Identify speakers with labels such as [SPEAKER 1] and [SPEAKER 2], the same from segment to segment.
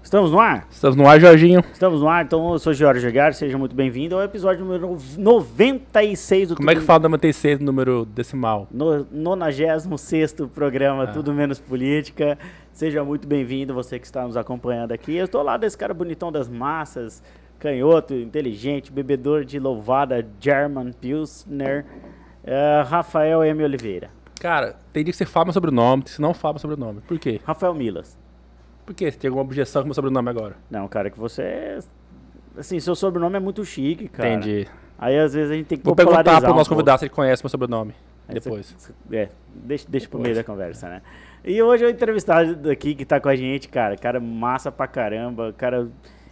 [SPEAKER 1] Estamos no ar?
[SPEAKER 2] Estamos no ar, Jorginho.
[SPEAKER 1] Estamos no ar, então eu sou Jorge Gar, seja muito bem-vindo ao episódio número 96 do
[SPEAKER 2] Como é que fala da MT6 número decimal?
[SPEAKER 1] No 96 programa
[SPEAKER 2] Ah.
[SPEAKER 1] Tudo Menos Política. Seja muito bem-vindo, você que está nos acompanhando aqui. Eu estou lá desse cara bonitão das massas, canhoto, inteligente, bebedor de louvada German Pilsner, eh, Rafael M. Oliveira.
[SPEAKER 2] Cara, tem dia que você fala meu sobrenome, tem que você não fala meu sobrenome. Por quê?
[SPEAKER 1] Rafael Milas.
[SPEAKER 2] Por quê? Você tem alguma objeção com meu sobrenome agora?
[SPEAKER 1] Não, cara, que você é... Assim, seu sobrenome é muito chique, cara.
[SPEAKER 2] Entendi.
[SPEAKER 1] Aí às vezes a gente tem que
[SPEAKER 2] Vou perguntar pro
[SPEAKER 1] popularizar um
[SPEAKER 2] nosso
[SPEAKER 1] pouco.
[SPEAKER 2] convidado se ele conhece meu sobrenome.
[SPEAKER 1] Aí
[SPEAKER 2] depois.
[SPEAKER 1] cê- cê- é, deixa, deixa pro meio da conversa, né? E hoje é o entrevistado aqui que tá com a gente, cara. Cara massa pra caramba, cara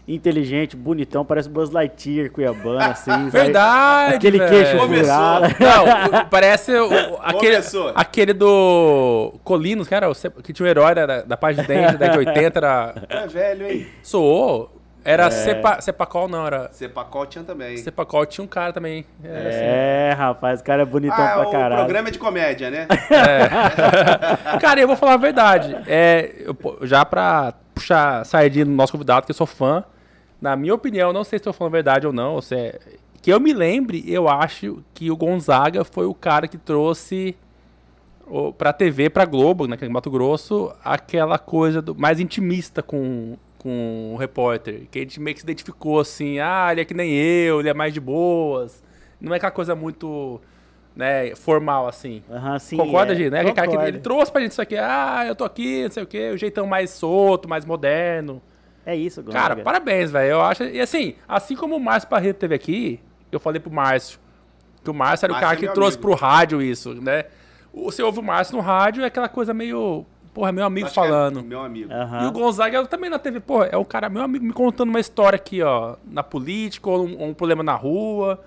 [SPEAKER 1] inteligente, bonitão, parece Buzz Lightyear cuiabana, assim. sabe?
[SPEAKER 2] Verdade!
[SPEAKER 1] Aquele
[SPEAKER 2] velho.
[SPEAKER 1] queixo
[SPEAKER 3] Começou.
[SPEAKER 1] furado.
[SPEAKER 2] Não, o- parece o- o- aquele,
[SPEAKER 3] Começou.
[SPEAKER 2] aquele do Colinos, cara, o se- que tinha um herói da, da, da parte de dentro, da década de 80, era...
[SPEAKER 3] É velho, hein?
[SPEAKER 2] Soou, era Sepa, Sepacol, não, era...
[SPEAKER 3] Cepacol tinha também.
[SPEAKER 2] Sepacol tinha um cara também. Era assim.
[SPEAKER 1] É, rapaz, o cara é bonitão
[SPEAKER 3] ah,
[SPEAKER 1] pra
[SPEAKER 3] o
[SPEAKER 1] caralho.
[SPEAKER 3] programa é de comédia, né?
[SPEAKER 2] Cara, eu vou falar a verdade. É, eu po- já pra puxar, sair do nosso convidado, que eu sou fã, na minha opinião, não sei se estou falando a verdade ou não, ou se é- que eu me lembre, eu acho que o Gonzaga foi o cara que trouxe o, pra TV, pra Globo, né, que é em Mato Grosso, aquela coisa do- mais intimista com, com o repórter, que a gente meio que se identificou assim, ah, ele é que nem eu, ele é mais de boas, não é aquela coisa muito... Né, formal assim.
[SPEAKER 1] Aham, sim,
[SPEAKER 2] Concorda,
[SPEAKER 1] é.
[SPEAKER 2] Gi? Né? Aquele cara que
[SPEAKER 1] Concordo.
[SPEAKER 2] ele trouxe pra gente isso aqui. Ah, eu tô aqui, não sei o quê. O jeitão mais solto, mais moderno.
[SPEAKER 1] É isso,
[SPEAKER 2] Cara,
[SPEAKER 1] Gonzaga.
[SPEAKER 2] parabéns, velho. Eu acho... E assim, assim como o Márcio Parreto teve aqui, eu falei pro Márcio que o Márcio era o
[SPEAKER 3] Márcio
[SPEAKER 2] cara
[SPEAKER 3] é
[SPEAKER 2] que
[SPEAKER 3] meu
[SPEAKER 2] trouxe
[SPEAKER 3] amigo.
[SPEAKER 2] pro rádio isso, né? O- Você ouve o Márcio no rádio, é aquela coisa meio... Porra, meu amigo
[SPEAKER 3] Acho que é
[SPEAKER 2] falando.
[SPEAKER 3] meu amigo.
[SPEAKER 1] Aham.
[SPEAKER 2] E o Gonzaga também na TV, pô, é um cara, meu amigo, me contando uma história aqui, ó, na política, ou um, ou um problema na rua.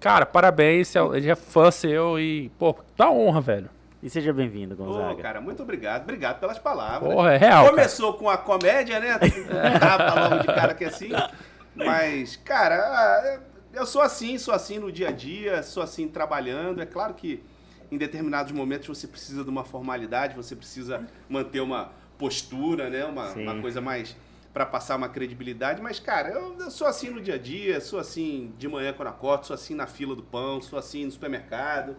[SPEAKER 2] Cara, parabéns, você é- ele é fã seu e, pô, dá honra, velho.
[SPEAKER 1] E seja bem-vindo,
[SPEAKER 3] Ô,
[SPEAKER 1] Gonzaga.
[SPEAKER 3] cara, muito obrigado. Obrigado pelas palavras.
[SPEAKER 2] Porra, é real,
[SPEAKER 3] Começou com a comédia, né? Tapa logo de cara que é assim. Mas, cara, ah, eu sou assim, sou assim no dia a dia, sou assim trabalhando. É claro que em determinados momentos você precisa de uma formalidade, você precisa manter uma postura, né? Uma,
[SPEAKER 1] Sim.
[SPEAKER 3] uma coisa mais para passar uma credibilidade, mas cara, eu, eu sou assim no dia a dia, sou assim de manhã quando acordo, sou assim na fila do pão, sou assim no supermercado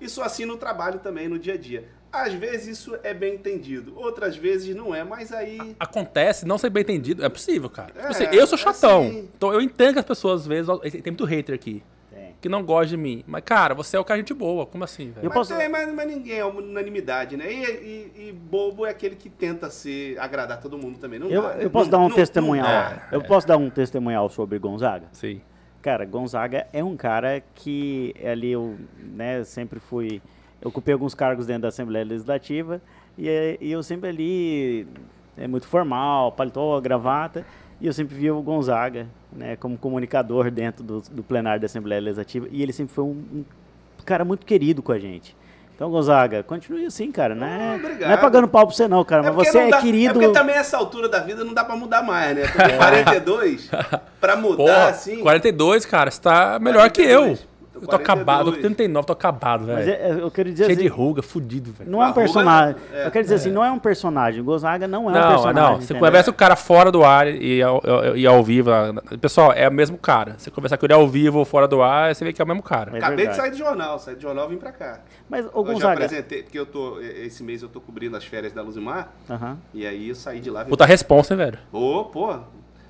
[SPEAKER 3] e sou assim no trabalho também no dia a dia. Às vezes isso é bem entendido, outras vezes não é, mas aí
[SPEAKER 2] Acontece, não ser bem entendido, é possível, cara. Tipo
[SPEAKER 3] É,
[SPEAKER 2] assim, eu sou
[SPEAKER 3] é
[SPEAKER 2] chatão,
[SPEAKER 3] assim.
[SPEAKER 2] então eu entendo que as pessoas às vezes, tem muito hater aqui,
[SPEAKER 1] Tem.
[SPEAKER 2] que não gosta de mim. Mas, cara, você é o cara de gente boa, como assim, velho?
[SPEAKER 1] Eu
[SPEAKER 3] mas,
[SPEAKER 1] posso-
[SPEAKER 3] tem- mas- mas ninguém é uma unanimidade, né? E, e- e bobo é aquele que tenta ser agradar todo mundo também. Não
[SPEAKER 1] Eu,
[SPEAKER 3] dá, né?
[SPEAKER 1] eu posso
[SPEAKER 3] Não-
[SPEAKER 1] dar um
[SPEAKER 3] não-
[SPEAKER 1] testemunhal.
[SPEAKER 3] não dá.
[SPEAKER 1] eu posso dar um testemunhal sobre Gonzaga?
[SPEAKER 2] Sim.
[SPEAKER 1] Cara, Gonzaga é um cara que é ali eu né, sempre fui. Eu ocupei alguns cargos dentro da Assembleia Legislativa e, eh, e eu sempre ali é muito formal, paletó, gravata, e eu sempre vi o Gonzaga né, como comunicador dentro do, do plenário da Assembleia Legislativa e ele sempre foi um, um cara muito querido com a gente. Então, Gonzaga, continue assim, cara. Não é,
[SPEAKER 3] Ah, obrigado.
[SPEAKER 1] não é pagando pau pra você, não, cara,
[SPEAKER 3] É
[SPEAKER 1] mas
[SPEAKER 3] porque
[SPEAKER 1] você
[SPEAKER 3] não
[SPEAKER 1] é
[SPEAKER 3] dá- É
[SPEAKER 1] querido. É.
[SPEAKER 3] porque também essa altura da vida não dá pra mudar mais, né? Porque 42, pra
[SPEAKER 1] Tá
[SPEAKER 3] mudar
[SPEAKER 2] Porra,
[SPEAKER 3] assim.
[SPEAKER 2] 42, cara, você tá melhor que eu.
[SPEAKER 3] 42.
[SPEAKER 2] Eu tô acabado, eu tô com 39, tô acabado,
[SPEAKER 1] Mas
[SPEAKER 2] velho.
[SPEAKER 1] é- é- eu quero dizer
[SPEAKER 2] Cheio
[SPEAKER 1] assim,
[SPEAKER 2] de ruga, fudido, velho.
[SPEAKER 1] Não é um
[SPEAKER 3] Arroba-
[SPEAKER 1] personagem.
[SPEAKER 3] é,
[SPEAKER 1] eu quero dizer assim, não é um personagem. Gonzaga não é um
[SPEAKER 2] Não,
[SPEAKER 1] personagem.
[SPEAKER 2] não. Você
[SPEAKER 1] entendeu?
[SPEAKER 2] conversa com o cara fora do ar e ao, e ao vivo. lá. Pessoal, é o mesmo cara. Você conversar com ele ao vivo ou fora do ar, você vê que é o mesmo cara.
[SPEAKER 1] É
[SPEAKER 3] Acabei de
[SPEAKER 1] verdade.
[SPEAKER 3] sair do jornal, saí do jornal e vim pra cá.
[SPEAKER 1] Mas, ô
[SPEAKER 3] eu já
[SPEAKER 1] Gonzaga.
[SPEAKER 3] apresentei, porque eu tô. Esse mês eu tô cobrindo as férias da Luzimar.
[SPEAKER 1] Aham.
[SPEAKER 3] E aí eu saí de lá. vim-
[SPEAKER 2] Puta responsa, hein, velho.
[SPEAKER 3] Ô, pô,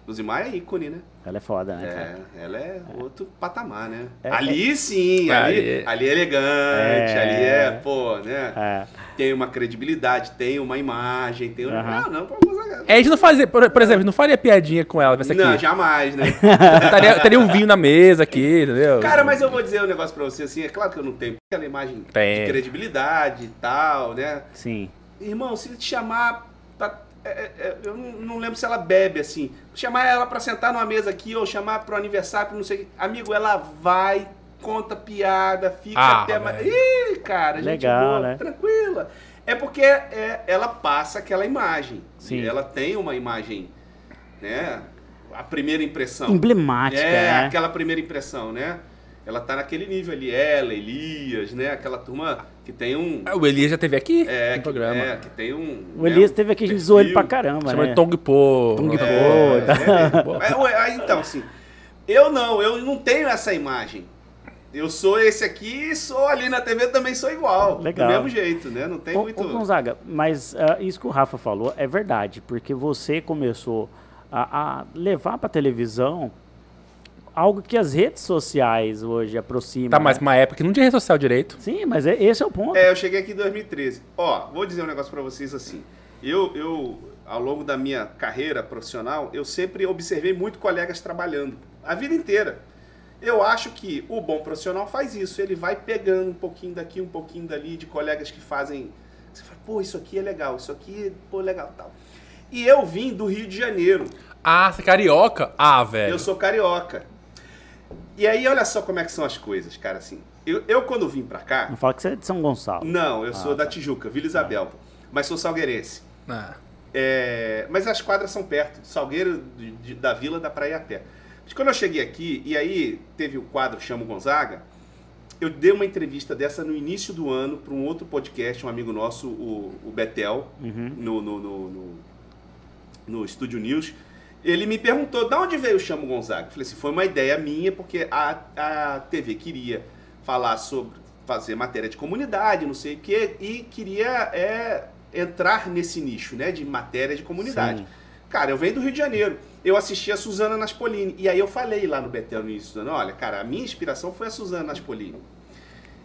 [SPEAKER 3] Luzimar é ícone, né?
[SPEAKER 1] Ela é foda, né, cara?
[SPEAKER 3] É, ela é outro patamar, né?
[SPEAKER 1] É,
[SPEAKER 3] ali sim,
[SPEAKER 2] Ali-
[SPEAKER 3] ali, ali é elegante,
[SPEAKER 1] É.
[SPEAKER 3] ali é, pô, né?
[SPEAKER 1] É.
[SPEAKER 3] Tem uma credibilidade, tem uma imagem, tem um.
[SPEAKER 1] Aham.
[SPEAKER 3] Não, não, pô, Gonzaga.
[SPEAKER 2] É, a gente não fazia, por, por exemplo, não faria piadinha com ela,
[SPEAKER 1] é
[SPEAKER 2] essa aqui.
[SPEAKER 3] Não, jamais, né?
[SPEAKER 2] Teria, teria um vinho na mesa aqui, entendeu?
[SPEAKER 3] Cara, mas eu vou dizer um negócio pra você, assim, é claro que eu não tenho aquela imagem
[SPEAKER 2] Tem.
[SPEAKER 3] de credibilidade e tal, né?
[SPEAKER 1] Sim.
[SPEAKER 3] Irmão, se te chamar pra- é, é, é, eu não, não lembro se ela bebe, assim. Chamar ela pra sentar numa mesa aqui ou chamar pro aniversário, pro não sei o que. Amigo, ela vai, conta piada, fica
[SPEAKER 2] Ah,
[SPEAKER 3] até... ma-
[SPEAKER 2] velho.
[SPEAKER 3] Ih, cara, gente
[SPEAKER 1] Legal,
[SPEAKER 3] boa,
[SPEAKER 1] né?
[SPEAKER 3] tranquila. É porque é, ela passa aquela imagem.
[SPEAKER 1] Sim.
[SPEAKER 3] E Ela tem uma imagem, né? A primeira impressão.
[SPEAKER 1] Emblemática,
[SPEAKER 3] É,
[SPEAKER 1] né?
[SPEAKER 3] aquela primeira impressão, né? ela tá naquele nível ali, ela, Elias, né? Aquela turma que tem um.
[SPEAKER 1] É
[SPEAKER 2] Ah, O Elias já teve aqui
[SPEAKER 3] É,
[SPEAKER 2] no
[SPEAKER 3] que,
[SPEAKER 2] programa.
[SPEAKER 3] é, que tem um.
[SPEAKER 1] O Elias
[SPEAKER 3] né, um
[SPEAKER 1] teve aqui, a gente zoou ele pra
[SPEAKER 3] perfil.
[SPEAKER 1] caramba,
[SPEAKER 2] Chama
[SPEAKER 1] né?
[SPEAKER 2] de Tong Po.
[SPEAKER 1] Tong
[SPEAKER 2] né?
[SPEAKER 1] Po,
[SPEAKER 2] É,
[SPEAKER 1] tá.
[SPEAKER 2] Tong Po.
[SPEAKER 3] Mas, ué, aí, então, assim, eu não, eu não tenho essa imagem. Eu sou esse aqui e sou ali na TV também sou igual.
[SPEAKER 1] Legal.
[SPEAKER 3] Do mesmo jeito, né? Não tem
[SPEAKER 1] Ô,
[SPEAKER 3] muito.
[SPEAKER 1] ô, Gonzaga, mas ah, isso que o Rafa falou é verdade, porque você começou a, a levar pra televisão algo que as redes sociais hoje aproximam.
[SPEAKER 2] Tá, mas
[SPEAKER 1] né?
[SPEAKER 2] uma época que não tinha rede social direito.
[SPEAKER 1] Sim, mas é- esse é o ponto.
[SPEAKER 3] É, eu cheguei aqui em 2013. Ó, vou dizer um negócio pra vocês assim. Eu, eu, ao longo da minha carreira profissional, eu sempre observei muito colegas trabalhando. A vida inteira. Eu acho que o bom profissional faz isso. Ele vai pegando um pouquinho daqui, um pouquinho dali, de colegas que fazem. Você fala, pô, isso aqui é legal, isso aqui, pô, legal tal. E eu vim do Rio de Janeiro.
[SPEAKER 2] Ah, você é carioca? Ah, velho.
[SPEAKER 3] Eu sou carioca. E aí, olha só como é que são as coisas, cara, assim. Eu, eu quando vim pra cá,
[SPEAKER 1] Não fala que você é de São Gonçalo.
[SPEAKER 3] não, eu sou da Tijuca, Vila Isabel. Mas sou salgueirense.
[SPEAKER 2] Ah.
[SPEAKER 3] É, mas as quadras são perto. Salgueiro de- de- da vila da praia a pé. Mas quando eu cheguei aqui, e aí teve o quadro Chamo Gonzaga, eu dei uma entrevista dessa no início do ano para um outro podcast, um amigo nosso, o, o Betel,
[SPEAKER 1] Uhum.
[SPEAKER 3] no, no, no, no, no Estúdio News. Ele me perguntou de onde veio o Chamo Gonzaga. Eu falei assim, foi uma ideia minha, porque a, a TV queria falar sobre fazer matéria de comunidade, não sei o quê, e queria é, entrar nesse nicho, né, de matéria de comunidade.
[SPEAKER 1] Sim.
[SPEAKER 3] Cara, eu venho do Rio de Janeiro. Eu assisti a Suzana Naspolini. E aí eu falei lá no Betel no início do ano, olha, cara, a minha inspiração foi a Suzana Naspolini.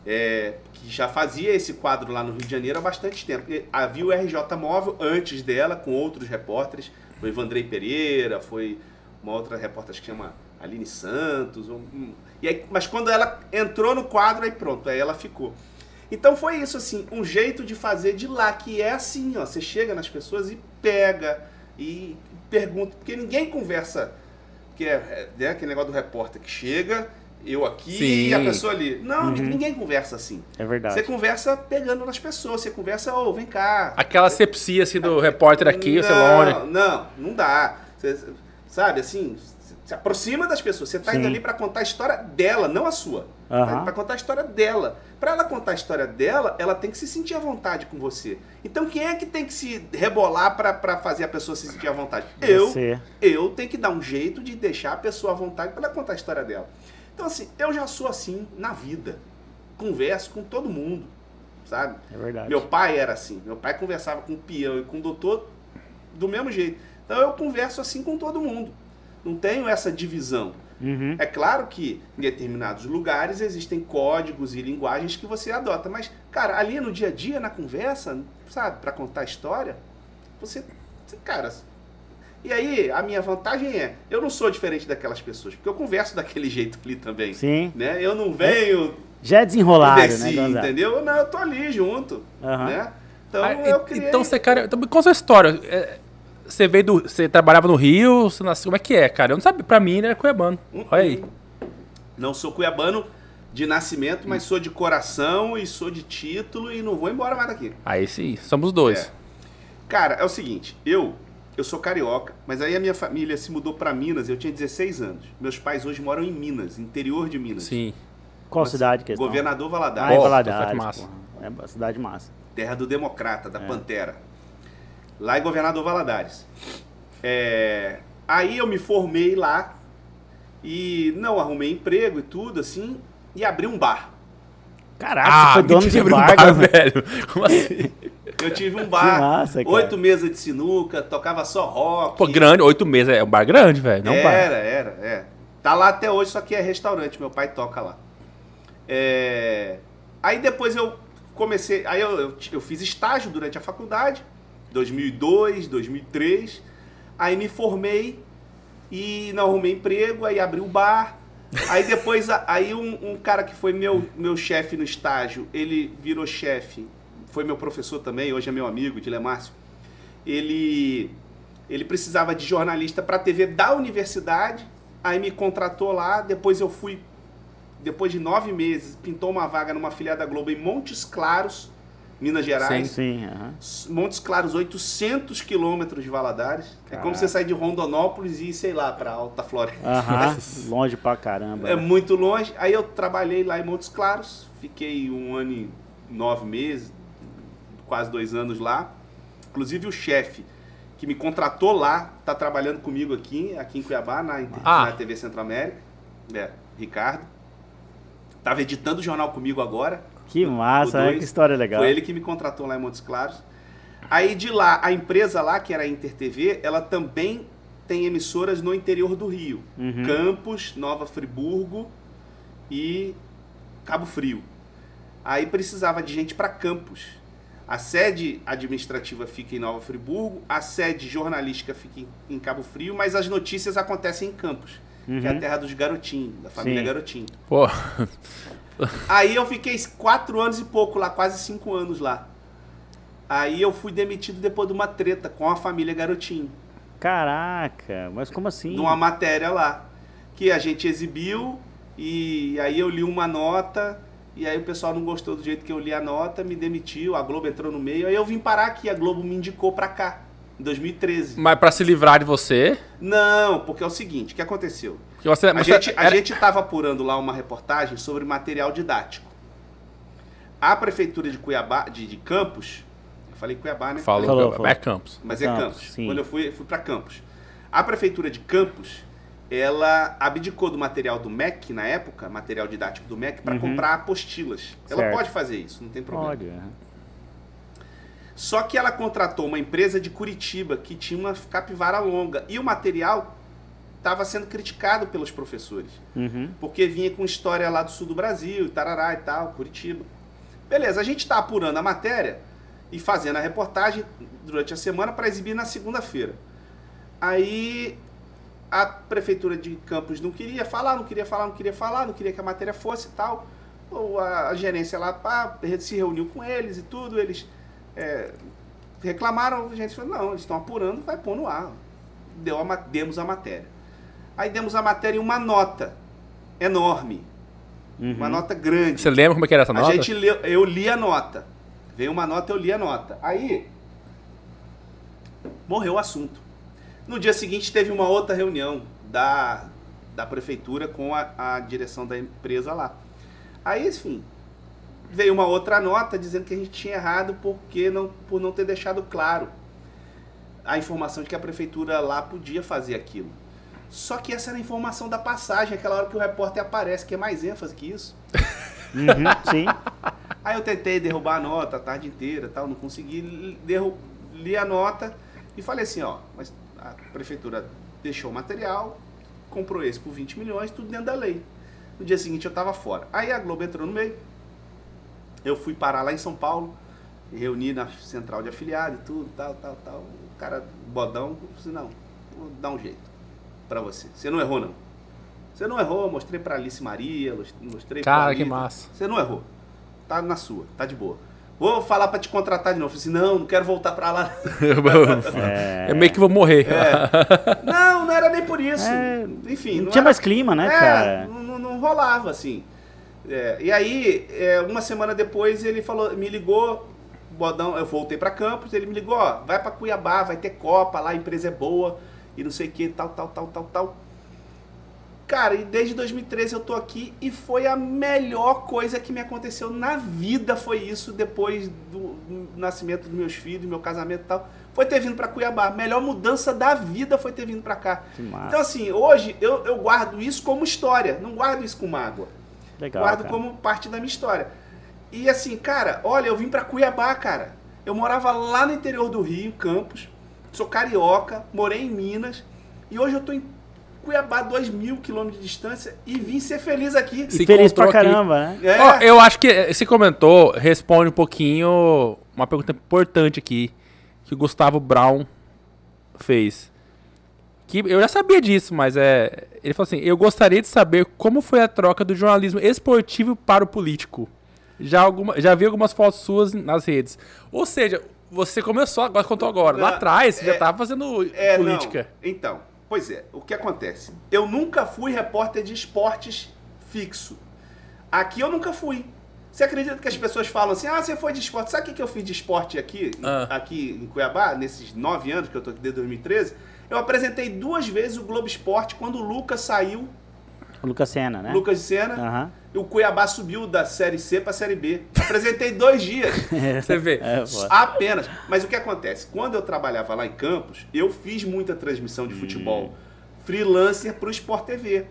[SPEAKER 3] É, que já fazia esse quadro lá no Rio de Janeiro há bastante tempo. E Havia o RJ Móvel antes dela, com outros repórteres. O Evandrei Pereira, foi uma outra repórter que chama Aline Santos. um- um- E aí, mas quando ela entrou no quadro, aí pronto, aí ela ficou. Então foi isso, assim, um jeito de fazer de lá, que é assim, ó. Você chega nas pessoas e pega e pergunta, porque ninguém conversa, que é, é né, aquele negócio do repórter que chega, eu aqui
[SPEAKER 2] Sim.
[SPEAKER 3] e a pessoa ali. Não, ninguém conversa assim.
[SPEAKER 1] É Uhum. verdade.
[SPEAKER 3] Você conversa pegando nas pessoas, você conversa, ô, vem cá.
[SPEAKER 2] Aquela sepsia assim do repórter aqui,
[SPEAKER 3] não,
[SPEAKER 2] você longe.
[SPEAKER 3] Não, não dá. Você- sabe, assim, se aproxima das pessoas. Você tá
[SPEAKER 1] Sim.
[SPEAKER 3] indo ali pra contar a história dela, não a sua.
[SPEAKER 1] Aham.
[SPEAKER 3] Pra contar a história dela. Pra ela contar a história dela, ela tem que se sentir à vontade com você. Então quem é que tem que se rebolar pra- pra fazer a pessoa se sentir à vontade? Eu
[SPEAKER 1] Você.
[SPEAKER 3] eu tenho que dar um jeito de deixar a pessoa à vontade para contar a história dela. Então, assim, eu já sou assim na vida. Converso com todo mundo, sabe?
[SPEAKER 1] É verdade.
[SPEAKER 3] Meu pai era assim. Meu pai conversava com o peão e com o doutor do mesmo jeito. Então, eu converso assim com todo mundo. Não tenho essa divisão.
[SPEAKER 1] Uhum.
[SPEAKER 3] É claro que em determinados lugares existem códigos e linguagens que você adota, mas, cara, ali no dia a dia, na conversa, sabe, para contar a história, você, você- cara. E aí, a minha vantagem é, eu não sou diferente daquelas pessoas, porque eu converso daquele jeito ali também.
[SPEAKER 1] Sim.
[SPEAKER 3] Né? Eu não venho
[SPEAKER 1] Já é desenrolado,
[SPEAKER 3] desse,
[SPEAKER 1] né, Gonzaga?
[SPEAKER 3] entendeu? Não, eu tô ali junto,
[SPEAKER 1] Aham.
[SPEAKER 3] né? Então,
[SPEAKER 2] Ah,
[SPEAKER 3] eu
[SPEAKER 2] e-
[SPEAKER 3] criei...
[SPEAKER 2] Então você, cara. Então, me conta a história. É, Você veio do. Você trabalhava no Rio, você nasceu. Como é que é, cara? Eu não sabia. Pra mim, ele era cuiabano.
[SPEAKER 3] Uhum.
[SPEAKER 2] Olha aí.
[SPEAKER 3] Não sou cuiabano de nascimento, mas sou de coração e sou de título e não vou embora mais daqui.
[SPEAKER 2] Aí sim, somos os dois.
[SPEAKER 3] É. Cara, é o seguinte, eu eu sou carioca, mas aí a minha família se mudou pra Minas, eu tinha 16 anos. Meus pais hoje moram em Minas, interior de Minas.
[SPEAKER 2] Sim.
[SPEAKER 1] Qual cidade que eles estão?
[SPEAKER 3] Governador
[SPEAKER 1] Ah,
[SPEAKER 3] Valadares,
[SPEAKER 1] é
[SPEAKER 2] Bosta,
[SPEAKER 1] Valadares.
[SPEAKER 2] cidade tá massa.
[SPEAKER 1] porra. É uma cidade massa.
[SPEAKER 3] terra do democrata,
[SPEAKER 1] É.
[SPEAKER 3] da Pantera. Lá é Governador Valadares. É, aí eu me formei lá e não arrumei emprego e tudo assim e abri um bar.
[SPEAKER 1] Caraca, você foi dono
[SPEAKER 2] mentira,
[SPEAKER 1] de
[SPEAKER 2] abriu um
[SPEAKER 1] bar,
[SPEAKER 2] bar,
[SPEAKER 1] Gonzaga.
[SPEAKER 2] velho. Como assim?
[SPEAKER 3] Eu tive
[SPEAKER 1] Que
[SPEAKER 3] um bar,
[SPEAKER 1] massa, cara.
[SPEAKER 3] oito mesas de sinuca, tocava só rock.
[SPEAKER 2] Pô, grande, oito meses. É um bar grande, velho. Não um bar.
[SPEAKER 3] era, era, é. Tá lá até hoje, só que é restaurante, meu pai toca lá. É, Aí depois eu comecei, aí eu, eu, eu fiz estágio durante a faculdade, 2002, 2003. Aí me formei e não arrumei emprego, aí abri o bar. Aí depois, a- aí um, um cara que foi meu, meu chefe no estágio, ele virou chefe, foi meu professor também, hoje é meu amigo, Dilemárcio. Ele, ele precisava de jornalista para a TV da universidade, aí me contratou lá, depois eu fui, depois de nove meses, pintou uma vaga numa filial da Globo em Montes Claros, Minas Gerais.
[SPEAKER 1] Sim, aham.
[SPEAKER 3] Montes Claros, 800 quilômetros de Valadares. É como
[SPEAKER 1] Caraca.
[SPEAKER 3] você sair de Rondonópolis e ir, sei lá, pra Alta Floresta.
[SPEAKER 1] Aham, longe pra caramba.
[SPEAKER 3] É muito longe. Aí eu trabalhei lá em Montes Claros, fiquei um ano e nove meses, quase dois anos lá. Inclusive o chefe que me contratou lá, tá trabalhando comigo aqui, aqui em Cuiabá, na,
[SPEAKER 2] Ah.
[SPEAKER 3] na TV Centro-América. É, Ricardo. Tava editando o jornal comigo agora.
[SPEAKER 1] que massa,
[SPEAKER 3] o
[SPEAKER 1] né?
[SPEAKER 3] dois-
[SPEAKER 1] que história legal.
[SPEAKER 3] Foi ele que me contratou lá em Montes Claros. Aí de lá, a empresa lá, que era a InterTV, ela também tem emissoras no interior do Rio.
[SPEAKER 1] Uhum.
[SPEAKER 3] Campos, Nova Friburgo e Cabo Frio. Aí precisava de gente para Campos. A sede administrativa fica em Nova Friburgo, a sede jornalística fica em- em Cabo Frio, mas as notícias acontecem em Campos, que é a
[SPEAKER 1] Uhum.
[SPEAKER 3] terra dos Garotinhos, da família
[SPEAKER 1] Sim.
[SPEAKER 3] Garotinho.
[SPEAKER 2] Pô,
[SPEAKER 3] Aí eu fiquei quatro anos e pouco lá, quase cinco anos lá. Aí eu fui demitido depois de uma treta com a família Garotinho,
[SPEAKER 1] Caraca, mas como assim?
[SPEAKER 3] de uma matéria lá, que a gente exibiu e aí eu li uma nota e aí o pessoal não gostou do jeito que eu li a nota, me demitiu, a Globo entrou no meio, aí eu vim parar aqui, a Globo me indicou pra cá, em 2013.
[SPEAKER 2] mas pra se livrar de você.
[SPEAKER 3] Não, porque é o seguinte, o que aconteceu?
[SPEAKER 2] Porque você
[SPEAKER 3] A
[SPEAKER 2] É, mas você
[SPEAKER 3] gente, a
[SPEAKER 2] era-
[SPEAKER 3] gente estava apurando lá uma reportagem sobre material didático. A prefeitura de Cuiabá, de, de Campos, eu falei Cuiabá, né?
[SPEAKER 2] Falou,
[SPEAKER 1] Falou,
[SPEAKER 2] cara,
[SPEAKER 1] falou.
[SPEAKER 2] é Campos.
[SPEAKER 3] Mas é
[SPEAKER 1] Campos,
[SPEAKER 3] Campos.
[SPEAKER 1] sim.
[SPEAKER 3] Quando eu fui, fui para Campos. A prefeitura de Campos, ela abdicou do material do MEC na época, material didático do MEC, para
[SPEAKER 1] Uhum.
[SPEAKER 3] comprar apostilas. Ela
[SPEAKER 1] Certo.
[SPEAKER 3] pode fazer isso, não tem problema.
[SPEAKER 1] Olha.
[SPEAKER 3] Só que ela contratou uma empresa de Curitiba que tinha uma capivara longa e o material estava sendo criticado pelos professores
[SPEAKER 1] Uhum.
[SPEAKER 3] porque vinha com história lá do sul do Brasil, tarará e tal, Curitiba. Beleza, a gente está apurando a matéria e fazendo a reportagem durante a semana para exibir na segunda-feira. Aí a prefeitura de Campos não queria falar, não queria falar, não queria falar, não queria que a matéria fosse e tal. Ou a, a gerência lá pá, se reuniu com eles e tudo, eles é, reclamaram, a gente falou, não, eles estão apurando, vai pôr no ar. Deu a ma- demos a matéria. Aí demos a matéria e uma nota enorme,
[SPEAKER 1] Uhum.
[SPEAKER 3] uma nota grande.
[SPEAKER 2] Você lembra como é que era essa
[SPEAKER 3] A
[SPEAKER 2] nota?
[SPEAKER 3] gente leu, eu li a nota. Veio uma nota, eu li a nota. Aí morreu o assunto. No dia seguinte teve uma outra reunião da, da prefeitura com a, a direção da empresa lá. Aí, enfim, veio uma outra nota dizendo que a gente tinha errado porque não, por não ter deixado claro a informação de que a prefeitura lá podia fazer aquilo. Só que essa era a informação da passagem, aquela hora que o repórter aparece, que é mais ênfase que isso.
[SPEAKER 1] Uhum, Sim.
[SPEAKER 3] Aí eu tentei derrubar a nota a tarde inteira, tal, não consegui, derru- li a nota e falei assim, ó, mas a prefeitura deixou o material, comprou esse por 20 milhões, tudo dentro da lei. No dia seguinte eu tava fora. Aí a Globo entrou no meio. Eu fui parar lá em São Paulo, reuni na central de afiliado e tudo, tal, tal, tal. O cara bodão, eu disse, não, vou dar um jeito pra você. Você não errou não. Você não errou, eu mostrei pra Alice Maria, mostrei pra
[SPEAKER 2] Cara, que
[SPEAKER 3] Anitta.
[SPEAKER 2] massa.
[SPEAKER 3] Você não errou. Tá na sua, tá de boa. Vou falar pra te contratar de novo. Eu Falei assim, não, não quero voltar pra lá.
[SPEAKER 1] É,
[SPEAKER 2] Eu meio que vou morrer.
[SPEAKER 3] É. não, não era nem por isso.
[SPEAKER 1] É,
[SPEAKER 3] Enfim,
[SPEAKER 1] não
[SPEAKER 3] não,
[SPEAKER 1] tinha
[SPEAKER 3] era-
[SPEAKER 1] mais clima, né,
[SPEAKER 3] é,
[SPEAKER 1] cara?
[SPEAKER 3] Não, não- não rolava, assim. É, e aí, é, uma semana depois, ele falou, me ligou, Bodão, eu voltei pra Campos, ele me ligou, ó, vai pra Cuiabá, vai ter Copa lá, a empresa é boa, e não sei o que, tal, tal, tal, tal, tal. Cara, e desde 2013 eu tô aqui e foi a melhor coisa que me aconteceu na vida, foi isso, depois do nascimento dos meus filhos, meu casamento e tal. Foi ter vindo pra Cuiabá. Melhor mudança da vida foi ter vindo pra cá.
[SPEAKER 1] Que massa.
[SPEAKER 3] Então, assim, hoje eu, eu guardo isso como história, não guardo isso com mágoa.
[SPEAKER 1] Legal.
[SPEAKER 3] Então, guardo
[SPEAKER 1] cara.
[SPEAKER 3] como parte da minha história. E assim, cara, olha, eu vim pra Cuiabá, cara. Eu morava lá no interior do Rio, Campos. Sou carioca, morei em Minas. E hoje eu tô em Cuiabá, 2 mil quilômetros de distância, e vim ser feliz aqui.
[SPEAKER 1] E feliz pra
[SPEAKER 2] encontrou aqui.
[SPEAKER 1] caramba, né?
[SPEAKER 3] É,
[SPEAKER 2] Ó, eu acho que eh, você comentou, responde um pouquinho uma pergunta importante aqui que o Gustavo Brown fez. Que eu já sabia disso, mas é. Ele falou assim: Eu gostaria de saber como foi a troca do jornalismo esportivo para o político. Já, alguma, já vi algumas fotos suas nas redes. Ou seja, você começou agora, contou agora. Lá
[SPEAKER 3] Não,
[SPEAKER 2] atrás, você já
[SPEAKER 3] é-
[SPEAKER 2] estava fazendo
[SPEAKER 3] É, não.
[SPEAKER 2] política.
[SPEAKER 3] Então, pois é, o que acontece? Eu nunca fui repórter de esportes fixo. Aqui eu nunca fui. Você acredita que as pessoas falam assim, ah, você foi de esporte. Sabe o que que eu fiz de esporte aqui,
[SPEAKER 2] Ah.
[SPEAKER 3] aqui em Cuiabá, nesses nove anos que eu tô aqui desde 2013? Eu apresentei duas vezes o Globo Esporte quando o Lucas saiu,
[SPEAKER 1] O Lucas Senna, né?
[SPEAKER 3] É. Lucas de Senna,
[SPEAKER 1] Aham.
[SPEAKER 3] e o Cuiabá subiu da Série C pra Série B. Apresentei dois dias.
[SPEAKER 2] Você vê.
[SPEAKER 1] É, pô.
[SPEAKER 3] Apenas. Mas o que acontece? Quando eu trabalhava lá em Campos, eu fiz muita transmissão de futebol freelancer para o Sport TV.